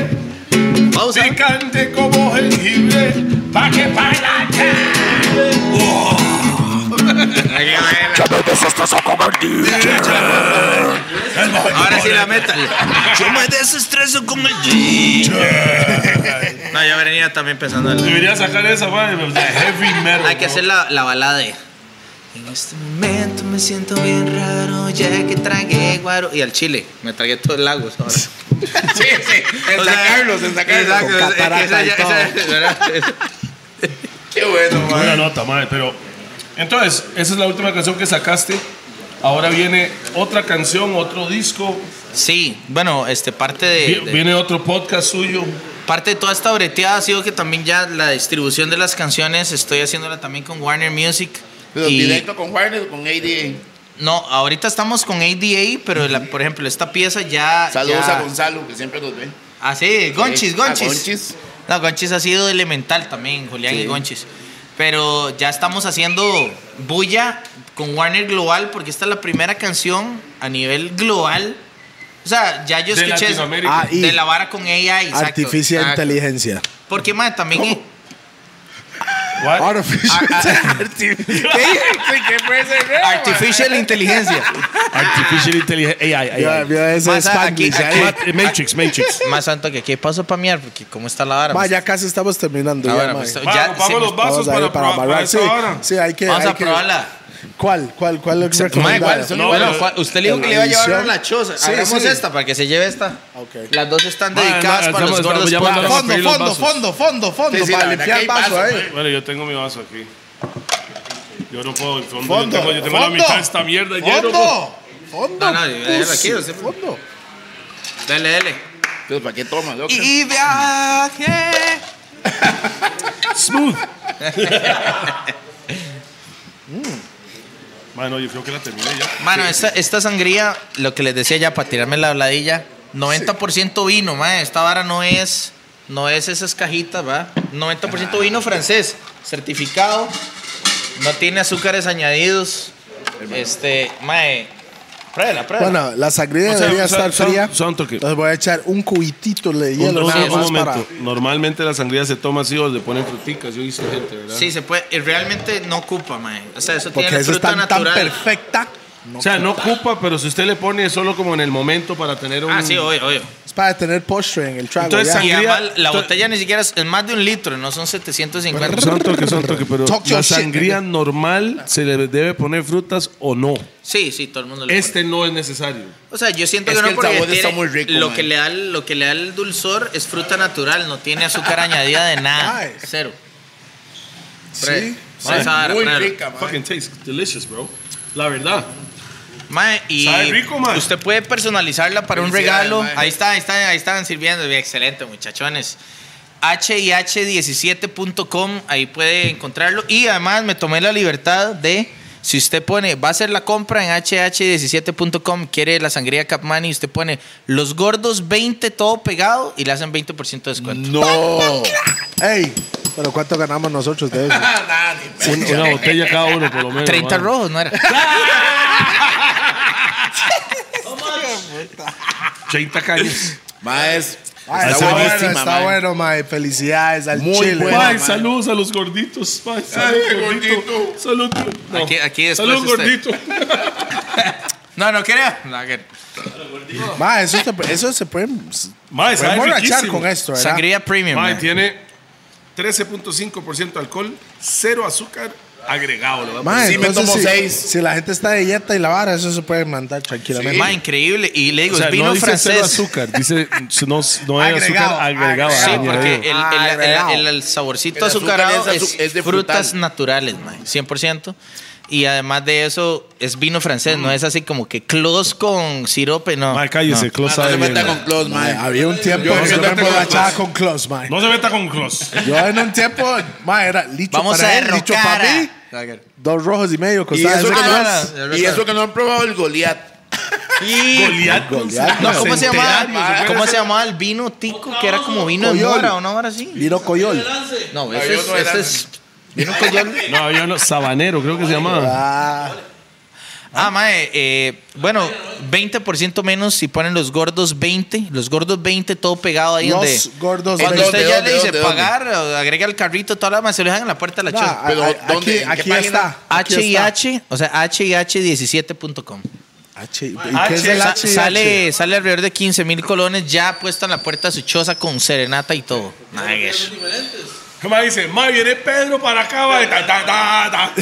A: Pausa.
D: Picante como jengibre, pa' que para
A: Ahora sí la meta. Yo me desestreso con el DJ. No, yo venía también pensando en la-
D: Debería sacar esa, madre, pero de heavy metal.
A: Hay que
D: ¿no?
A: hacer la, la balada de.
H: En este momento me siento bien raro, ya que tragué guaro.
A: Y al chile. Me tragué todo el lago ahora.
E: Sí, sí. En
A: O sea,
E: sacarlos, en sacarlos.
A: Exacto.
C: Con
A: es- es que
C: catarata y
A: esa ya- esa- ¿verdad?
E: Qué bueno, man.
D: Buena nota, madre, pero. Entonces, esa es la última canción que sacaste. Ahora viene otra canción, otro disco.
A: Sí, bueno, este, parte de-
D: vi-
A: de
D: Viene otro podcast suyo.
A: Parte de toda esta breteada ha sido que también ya la distribución de las canciones estoy haciéndola también con Warner Music.
E: Pero
A: Y-
E: directo con Warner o con ADA.
A: no, ahorita estamos con ADA, pero la- por ejemplo, esta pieza ya.
E: Saludos
A: ya-
E: a Gonzalo, que siempre nos ve.
A: Ah, sí, Gonchis,
E: A
A: Gonchis.
E: Gonchis.
A: No, Gonchis ha sido elemental también, Julián y Gonchis. Pero ya estamos haciendo bulla con Warner Global porque esta es la primera canción a nivel global. O sea, ya yo
D: De
A: escuché eso.
D: Latinoamérica.
C: Ah, y-
A: de la vara con AI. exacto,
C: Artificial
A: exacto.
C: inteligencia.
A: Porque, madre, también.
D: What?
C: Artificial
A: Artificial inteligencia.
I: Artificial Intelligence. AI,
C: Ya,
I: AI.
C: ya, ese
A: Más
C: es
A: a- aquí-
C: Spanglish,
A: aquí-
C: ahí.
I: Mat- Matrix, Matrix.
A: Más santo que aquí paso para miar, porque cómo está la vara.
C: Ma,
A: pues,
C: ya casi estamos terminando.
A: la
C: ya,
A: vara,
C: ma.
A: pues,
C: Vamos
A: ya
D: Vamos,
A: se
D: vamos
A: nos-
D: los vasos
C: a
D: para,
C: ir para amarrar. Sí,
D: esta hora.
C: sí, hay que.
A: Vamos
C: hay
A: a
C: que-
A: probarla.
C: ¿Cuál? ¿Cuál? ¿Cuál es
A: Mae, ¿cuál
C: recomendada?
A: son-
D: No,
A: bueno,
D: pero-
A: ¿cuál- usted le dijo
C: en
A: que le iba a llevar
C: adición-
A: una choza.
C: Sí,
A: Hagamos
C: sí.
A: esta para que se lleve esta.
C: Ok.
A: Las dos están
D: Mae,
A: dedicadas
D: no,
A: para los
D: estamos-
A: gordos.
D: estamos llamando-
A: putas.
D: Vamos a pedir
J: Fondo,
D: los
J: fondo,
D: vasos.
J: fondo, fondo, fondo,
E: Sí, sí, la
J: para
A: eh.
E: verdad
J: limpiar
E: que hay
J: el vaso,
E: vasos,
J: eh.
D: Bueno, yo tengo mi vaso aquí. Yo no puedo, el fondo.
F: Fondo,
D: yo tengo, yo tengo la
F: fondo,
D: mitad de esta mierda lleno. bro.
F: ¡Fondo! ¡Fondo!
A: No, no, yo ya la
F: pussy,
A: quiero, sí.
F: ¡Fondo!
A: Dale, dale.
E: Pero, ¿Para qué toma, loco?
A: Y viaje.
D: Smooth. Mano, yo creo que la terminé ya.
A: Mano, esta, esta sangría, lo que les decía ya para tirarme la habladilla, 90% vino, mae. Esta vara no es, no es esas cajitas, va. 90% vino francés, certificado, no tiene azúcares añadidos. Este, mae, pruébela, pruébela.
C: Bueno, la sangría
D: O sea,
C: debería
D: o sea,
C: estar
D: son-
C: fría.
D: son toque.
C: Entonces voy a echar un cubitito de
D: Un,
C: hielo.
D: un-
C: nada
D: un
C: más
D: momento.
C: para-
D: Normalmente la sangría se toma así o le ponen fruticas. Yo hice gente, ¿verdad?
A: sí, se puede, y realmente no ocupa, mae. O sea, eso
C: Porque
A: tiene
C: esa
A: fruta
C: está tan
A: natural.
C: perfecta.
D: o sea, no ocupa, pero si usted le pone solo como en el momento para tener un.
A: Ah, sí, obvio, obvio.
C: Es para tener postre en el trago.
D: Entonces,
C: ya.
A: Y
D: Sangría-
A: además, la
D: to-
A: botella ni siquiera es, es más de un litro, no son 750.
D: Son toque, son toque, pero
C: Talk your
D: la
C: shit,
D: sangría normal se le debe poner frutas o no.
A: Sí, sí, todo el mundo le
D: Este no es necesario.
A: O sea, yo siento
E: Es
A: que,
E: que
A: no
E: el
A: porque
E: sabor está
A: tiene-
E: muy rico,
A: lo
E: man.
A: que le da el- lo que le da el dulzor es fruta natural, no tiene azúcar añadida de nada,
C: Nice.
A: cero.
C: Sí.
A: Mae, esa vara,
E: Muy
A: pruébalo.
E: rica, man.
D: Fucking tastes delicious, bro. La verdad.
A: Mae, y
D: Sabe rico, mae.
A: usted puede personalizarla para un
E: Felicidades,
A: regalo.
E: mae.
A: Ahí está, ahí están, ahí están sirviendo. Bien, Excelente, muchachones. hih17.com, ahí puede encontrarlo. Y además me tomé la libertad de, si usted pone, va a hacer la compra en hh17.com, quiere la sangría Capmani, usted pone los gordos 20 todo pegado y le hacen 20% de descuento.
E: No.
C: Ey, pero ¿cuánto ganamos nosotros de eso?
E: Ah, Nada, ni
D: Un- Una, botella cada uno, por lo menos.
A: 30
D: mano.
A: rojos, ¿no era?
D: 30 calles.
E: Maes,
C: Ay,
E: está
C: está
E: buenísima,
C: bueno, está
E: mae.
C: bueno, mae. Felicidades al
E: Muy
C: chile.
E: buena.
D: Ay,
E: man.
D: Pues, saludos a los gorditos. Ay, salud,
E: Ay,
D: gordito.
E: gordito.
D: Salud. no.
A: Aquí- aquí después
D: Salud,
A: usted.
D: gordito.
A: No, no quería. No, que-
C: Mae, eso, se- eso se puede...
D: Mae, sabe
C: Podemos rachar
D: riquísimo.
C: con esto, ¿verdad?
A: Sangría premium.
D: Mae,
A: mae.
D: tiene 13.5% alcohol, cero azúcar agregado. ¿verdad?
C: Mae,
E: Sí, me
C: entonces,
E: tomo
C: si,
E: seis.
C: si la gente está de dieta y la vara, eso se puede mandar tranquilamente.
A: Mae, increíble. Y le digo,
D: O sea,
A: es vino
D: no dice
A: francés.
D: cero azúcar, dice no, no hay
F: Agregado,
D: azúcar agregado.
A: Sí,
D: añadido.
A: porque el, el-
C: Ah,
A: el-
C: agregado.
A: el- el saborcito
E: El azúcar
A: azucarado
E: es
A: es,
E: azu- es de
A: frutas
E: frutal.
A: naturales, mae, 100%. Y además de eso, es vino francés, no es así como que close con sirope, no.
D: Mae, cállese,
A: eh, no.
E: No
D: Close
E: no se
D: sabe
E: meta
D: bien.
E: con Claus,
C: Mae,
E: mae.
C: había un tiempo
E: Yo
C: que yo me
E: empecé con
C: emborrachaba
E: Close.
C: con Close, mae.
D: No se meta con Clos.
C: Yo en un tiempo, mae, era licho
A: Vamos
C: para
A: a
C: él, licho
A: derrocar.
C: para
A: a-
C: mí. Dos rojos y medio
E: Y
C: costaba
E: eso,
C: ese
E: que
A: Ah,
C: Close.
A: no,
E: no, y eso que no han probado el Goliat.
D: Goliat.
C: Goliat,
A: No, ¿cómo se llamaba?
D: Centenario,
A: ¿Cómo se llamaba el vino tico? Que era como vino de
C: Coyol.
A: mora o una hora así.
C: Vino Coyol.
A: No, ese
E: yo
A: es,
E: no era-
A: ese es vino coyol.
D: No, yo no, Sabanero, creo que se llamaba.
C: Ah,
A: Ah, mae, eh, bueno, 20% menos si ponen los gordos 20. Los gordos 20, todo pegado ahí
C: Los
A: donde.
C: gordos
A: Cuando
C: 20.
A: usted ya
E: ¿Dónde,
A: le dice
E: dónde, dónde?
A: pagar, o agrega el carrito, toda la más, se lo dejan en la puerta de la
C: no,
A: choza.
C: a-
E: Pero,
C: a-
E: ¿dónde?
C: aquí,
E: ¿En qué
C: aquí
E: página?
C: está.
A: H
C: aquí
A: y
C: está.
A: H, o sea, H y H17.com.
C: H. ¿Y qué es el
A: Sa-
C: H? y H?
A: sale, sale alrededor de 15 mil colones ya puesto en la puerta de su choza con serenata y todo. Nada que eso.
D: ¿Cómo dice? Mae, viene Pedro para acá, va. Ta, ta, ta, ta.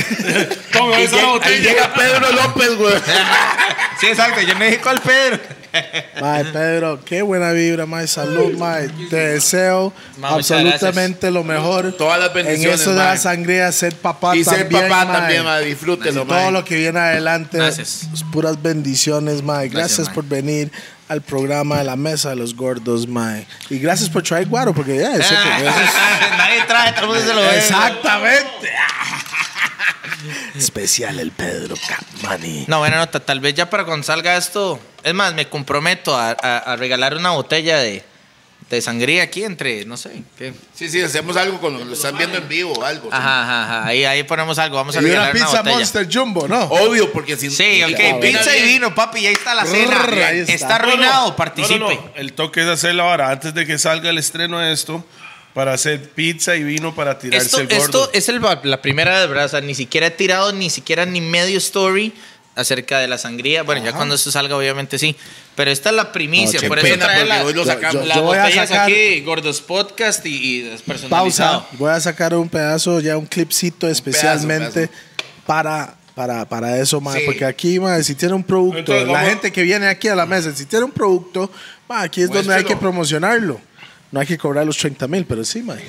D: Toma
E: Y
D: esa
E: llega, y
D: botella.
E: llega Pedro López, güey.
A: Sí, exacto, yo no dije cuál Pedro.
C: Mae, Pedro, qué buena vibra, mae. Salud, mae. Te deseo
A: Ma, muchas
C: absolutamente lo mejor.
E: Todas las bendiciones,
C: En eso de
E: mae.
C: la sangría, ser papá
E: Y ser
C: también.
E: papá
C: mae.
E: también, mae. Disfrútelo,
C: Y Todo
E: mae.
C: lo que viene adelante. pues,
A: Gracias.
C: Puras bendiciones, mae. Gracias,
A: Gracias, mae.
C: por venir al programa de la mesa de los gordos, mae. Y gracias por traer guaro, porque ya, eso que- eso es-
A: Ah. Nadie trae, todo el mundo se lo ve.
C: Exactamente. Especial el Pedro Capmani.
A: No, buena nota. Tal vez ya para cuando salga esto. Es más, me comprometo a, a- a regalar una botella de, de sangría aquí entre, no sé. ¿qué?
E: Sí, sí, hacemos algo con lo que lo están viendo en vivo o algo.
A: Ajá, ajá, ajá. Ahí, ahí ponemos algo. Vamos a
C: Y una
A: regalar una,
C: pizza
A: botella.
C: Monster Jumbo, ¿no?
E: Obvio, porque si.
A: Sí,
E: si
A: ok.
E: combina
A: Pizza y
E: bien-
A: vino, papi. Y ahí está la cena.
C: Brrr, ahí
A: está.
C: está.
A: arruinado. participe.
D: No, no, no. El toque es hacerlo ahora, antes de que salga el estreno de esto, para hacer pizza y vino para tirarse
A: Esto,
D: el gordo.
A: esto es el va- la primera de verdad. O sea, ni siquiera he tirado ni siquiera ni medio story acerca de la sangría. Bueno, ya cuando esto salga, obviamente sí. Pero esta es la primicia.
E: No, qué
A: por eso
E: pena,
A: trae
E: porque
A: la,
E: hoy lo sacamos.
C: Yo-
A: la
C: yo voy a
A: botella
C: sacar-
A: aquí, Gordos Podcast y, y despersonalizado.
C: pausa. Voy a sacar un pedazo, ya un clipcito especialmente Para, para, para eso, mae,
E: Sí.
C: Porque aquí, mae, si tiene un producto,
D: Entonces,
C: la
D: vamos-
C: gente que viene aquí a la mesa, si tiene un producto, mae, aquí es donde hay
E: Muéstrelo.
A: Ah,
C: que promocionarlo. No hay que cobrar los 30 mil, pero sí, mae.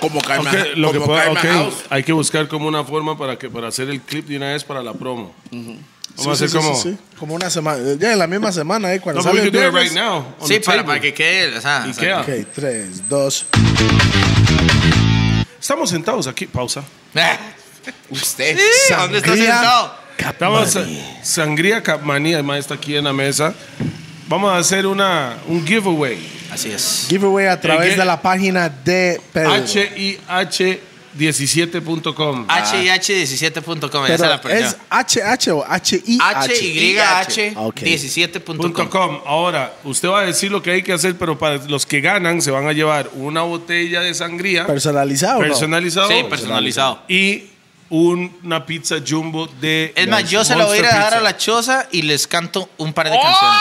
E: Como Karma,
D: Ok, lo que
E: como
D: pueda-
E: Karma
D: ok,
E: House.
D: hay que buscar como una forma para, que, para hacer el clip de una vez para la promo. Vamos
C: Sí,
D: a hacer
C: sí, sí,
D: como...
C: sí, sí. Como una semana. Ya en la misma semana, ¿eh? Cuando
D: No, but
C: sale
D: we
C: el
D: can do it
C: viernes.
D: right now. on
A: Sí,
D: the
A: para,
D: table.
A: para que quede. O sea,
D: Y
A: o sea,
D: queda.
C: Ok, 3, 2.
D: Estamos sentados aquí. Pausa.
E: Usted.
A: Sí, Ah, ¿Dónde está sentado?
D: Estamos sangría Capmanía, además está aquí en la mesa. Vamos a hacer una, un giveaway.
A: Así es.
C: Giveaway a través
D: que-
C: de la página de Pedro.
D: HIH17.com.
A: HIH17.com. Esa es
C: Pero,
A: la
C: ¿Es
A: persona.
C: HH o HI? Ah, ok.
D: Punto
A: HYH17.com.
D: com. Ahora, usted va a decir lo que hay que hacer, pero para los que ganan se van a llevar una botella de sangría
C: Personalizado. Personalizado.
D: personalizado
A: Sí, personalizado.
D: y una pizza jumbo de
A: Es más, yo se la voy a ir a
D: Monster
A: dejar a
D: Pizza.
A: la choza y les canto un par de canciones.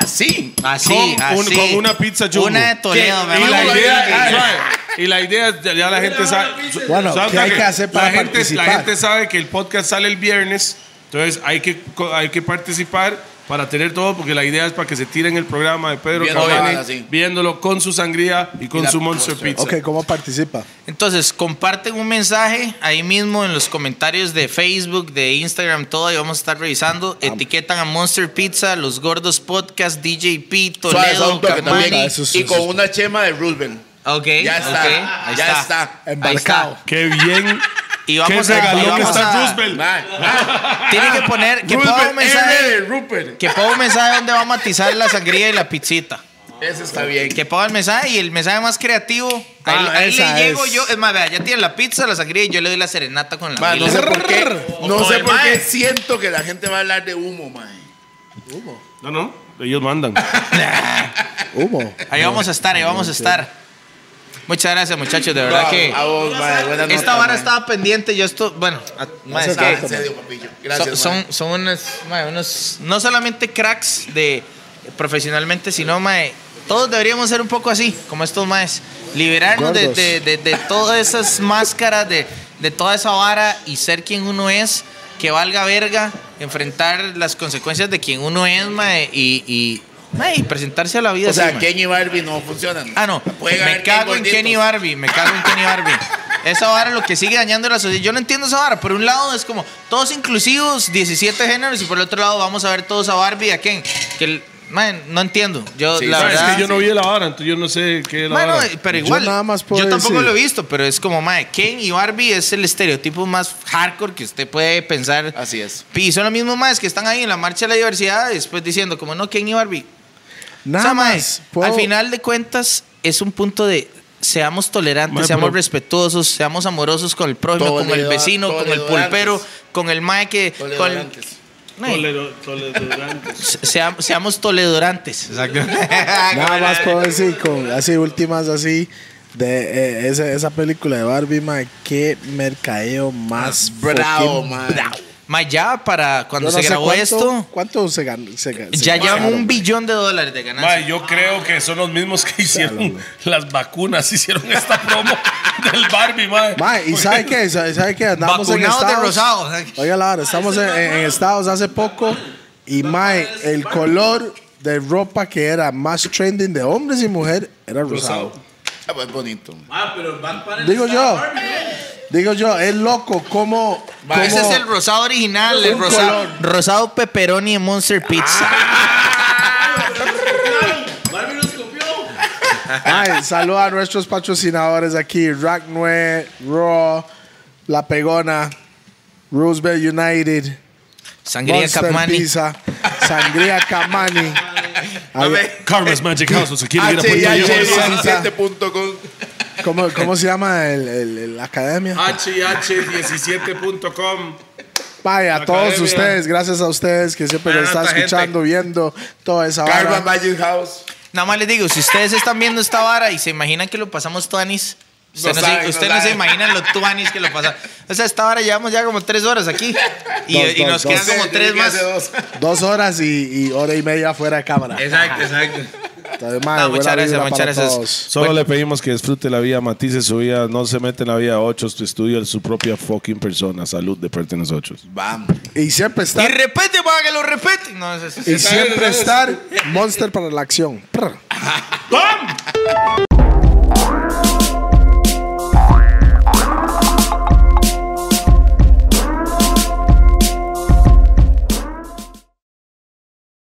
E: Así.
A: Así,
D: Con un-
A: así.
D: con una pizza jumbo.
A: Una de Toledo, me
D: Y la
A: manda un
D: idea,
A: link.
D: ah, suave. y la idea es- ya la gente sabe.
C: Bueno,
D: ¿sabe
C: ¿qué hay que hacer para
D: la gente,
C: participar?
D: La gente sabe que el podcast sale el viernes, entonces hay que, co- hay que participar para tener todo, porque la idea es para que se tiren el programa de Pedro
E: Viendo
D: Cavani,
E: la- sí.
D: viéndolo con su sangría y con
E: la
D: su Monster
E: postre.
D: Pizza.
C: Ok, ¿cómo participa?
A: Entonces, comparten un mensaje ahí mismo en los comentarios de Facebook, de Instagram, todo, y vamos a estar revisando. Etiquetan a Monster Pizza, Los Gordos Podcast, DJP,
E: Suave, suave,
A: Toledo,
E: un toque
A: Capmani.
E: también.
C: Eso es-
E: Y
C: eso
E: con
C: es-
E: una chema de Roosevelt.
A: Ok,
E: Ya está.
A: ok, ahí
E: ya está.
C: Embarcado.
D: Qué bien.
A: Y vamos
D: qué
A: a-
D: regalón
A: y vamos
D: que está
A: a-
D: Roosevelt.
E: Ma, ma.
A: Tiene que poner, que ponga un
E: Roosevelt, R
A: mensaje,
E: Ah, de Rupert.
A: que ponga un mensaje donde va a matizar la sangría y la pizzita.
E: Ese está bien.
A: Que ponga el mensaje y el mensaje más creativo. Ahí,
C: Ah,
A: ahí
C: esa
A: le llego
C: es.
A: yo. Es más, vea, ya tiene la pizza, la sangría y yo le doy la serenata con la
E: Ma, no
A: vila.
E: sé por qué.
A: O
E: No
A: con
E: sé
A: el
E: por qué
A: mae.
E: siento que la gente va a hablar de humo, man.
D: No, no, ellos mandan.
C: Humo.
A: Ahí vamos a estar, ahí vamos a estar. Muchas gracias, muchachos. De verdad que
E: A vos, mae, buena
A: esta
E: nota,
A: vara
E: mae.
A: estaba pendiente. Yo esto, bueno, a- ma, es
E: Ah,
A: que
E: en serio, papillo.
A: son,
E: Gracias, mae.
A: son, son unos, ma, unos- no solamente cracks de profesionalmente, sino ma, todos deberíamos ser un poco así, como estos maes. Liberarnos de,
C: Gordos.
A: de, de- de todas esas máscaras, de, de toda esa vara y ser quien uno es, que valga verga, enfrentar las consecuencias de quien uno es, ma, y, y, ma, y presentarse a la vida.
E: O sea,
A: así, ma.
E: Kenny y Barbie no funcionan.
A: Ah, no.
E: Pueden
A: Me
E: haber
A: cago en
E: gorditos.
A: Kenny Barbie. Me cago en Kenny Barbie. Esa vara es lo que sigue dañando la sociedad. Yo no entiendo esa vara. Por un lado es como todos inclusivos, 17 géneros, y por el otro lado vamos a ver todos a Barbie y a Ken. Que, el- man, no entiendo. Yo,
E: Sí,
A: la
E: no,
D: Ma,
A: verdad.
D: es que yo no vi la hora, entonces yo no sé qué es la
A: Bueno, eh,
D: vara.
A: pero
C: Yo
A: igual. Yo,
C: nada más puedo
A: tampoco
C: decir-
A: lo he visto, pero es como, mae, Ken y Barbie es el estereotipo más hardcore que usted puede pensar.
E: Así es.
A: Y son los mismos maes que están ahí en la marcha de la diversidad, y después diciendo, como no, Ken y Barbie. O
C: Nada
A: sea, mae,
C: más. puedo-
A: Al final de cuentas, es un punto de seamos tolerantes,
D: Mae,
A: seamos
D: pero-
A: respetuosos, seamos amorosos con el prójimo,
E: Todo
A: con el
E: le da-
A: vecino,
E: todo
A: con
E: le
A: el
E: da
A: pulpero,
E: antes.
A: con el mae que... con-
E: Tolerantes.
A: Mae,
D: Tolero- tolerantes.
A: se- seam- seamos tolerantes. Exacto.
C: Nada más puedo decir con así últimas así de eh, esa, esa película de Barbie, mae, qué mercadeo más
E: Bravo,
C: fucking
E: mae.
C: bravo.
A: Mae, ya para Ah, cuando
C: Yo no
A: se
C: sé
A: grabó
C: cuánto-
A: esto,
C: ¿Cuánto se ganó? Se, ga- se
A: ya llevan
C: gastaron,
A: un
C: mae?
A: billón de dólares de
D: Ma,
A: ganancias.
D: yo creo que son los mismos que hicieron las vacunas, hicieron esta promo del Barbie, ma.
C: Mae, ¿y sabe qué? ¿Sabe, sabe qué? Andamos en
A: Vacunados de
C: Estados.
A: rosado.
C: Oiga, la verdad, estamos en, en- en Estados hace poco y mae, el color de ropa que era más trending de hombres y mujeres era rosado.
E: Ah, pues bonito.
B: Ah, pero el Back Panel
C: Digo
B: está
C: yo.
B: Barbie.
C: Digo yo, es loco cómo,
A: Ese
C: cómo-
A: es el rosado original, el
C: Un
A: rosado,
C: color. Ah.
A: rosado pepperoni en Monster Pizza.
B: Barbie nos copió.
C: Ay, saluda a nuestros patrocinadores aquí, Rack 9, Raw, La Pegona, Roosevelt United,
A: Sangría
C: Monster
A: Capmani.
C: Pizza, Sangría Camani. Ay,
D: Karma's Magic House, o sea, quiere ir a Puerto
C: H.I.H.
D: Rico.
E: HIH17.com.
C: ¿Cómo, cómo se llama el- el- el- la academia?
A: Ah,
D: HH17.com.
C: Vaya, a todos
D: academia.
C: ustedes, gracias a ustedes que
A: Ah,
C: siempre nos
D: Tanta
C: están escuchando, viendo toda esa
E: Karma
C: vara.
E: Magic House.
A: Nada más les digo, si ustedes están viendo esta vara y se imaginan que lo pasamos tuanis, usted
E: No
A: no,
E: saben,
A: se,
E: no
A: usted no se
E: saben.
A: imagina lo tuanis que lo pasamos. O sea, esta vara llevamos ya como tres horas aquí y,
C: Dos,
A: y
C: dos,
A: nos
C: dos.
A: quedan como
E: Sí,
A: tres
E: tiene que
A: más.
E: hacer dos.
C: Dos horas y, y hora y media fuera de cámara.
A: Exacto, exacto.
C: Entonces, madre,
A: No, Eh, ah, muchas
C: buena
A: gracias,
C: vibra
A: muchas
C: para
A: gracias.
C: todos.
D: Solo le pedimos que disfrute la vida, matice su vida, no se mete en la vida 8, tu estudio es su propia fucking persona. Salud de parte de nosotros.
E: Vamos.
C: Y siempre
A: Y
C: estar,
A: repete para que lo repeten. No, eso es-
C: y siempre estar, Monster para la acción. Prr.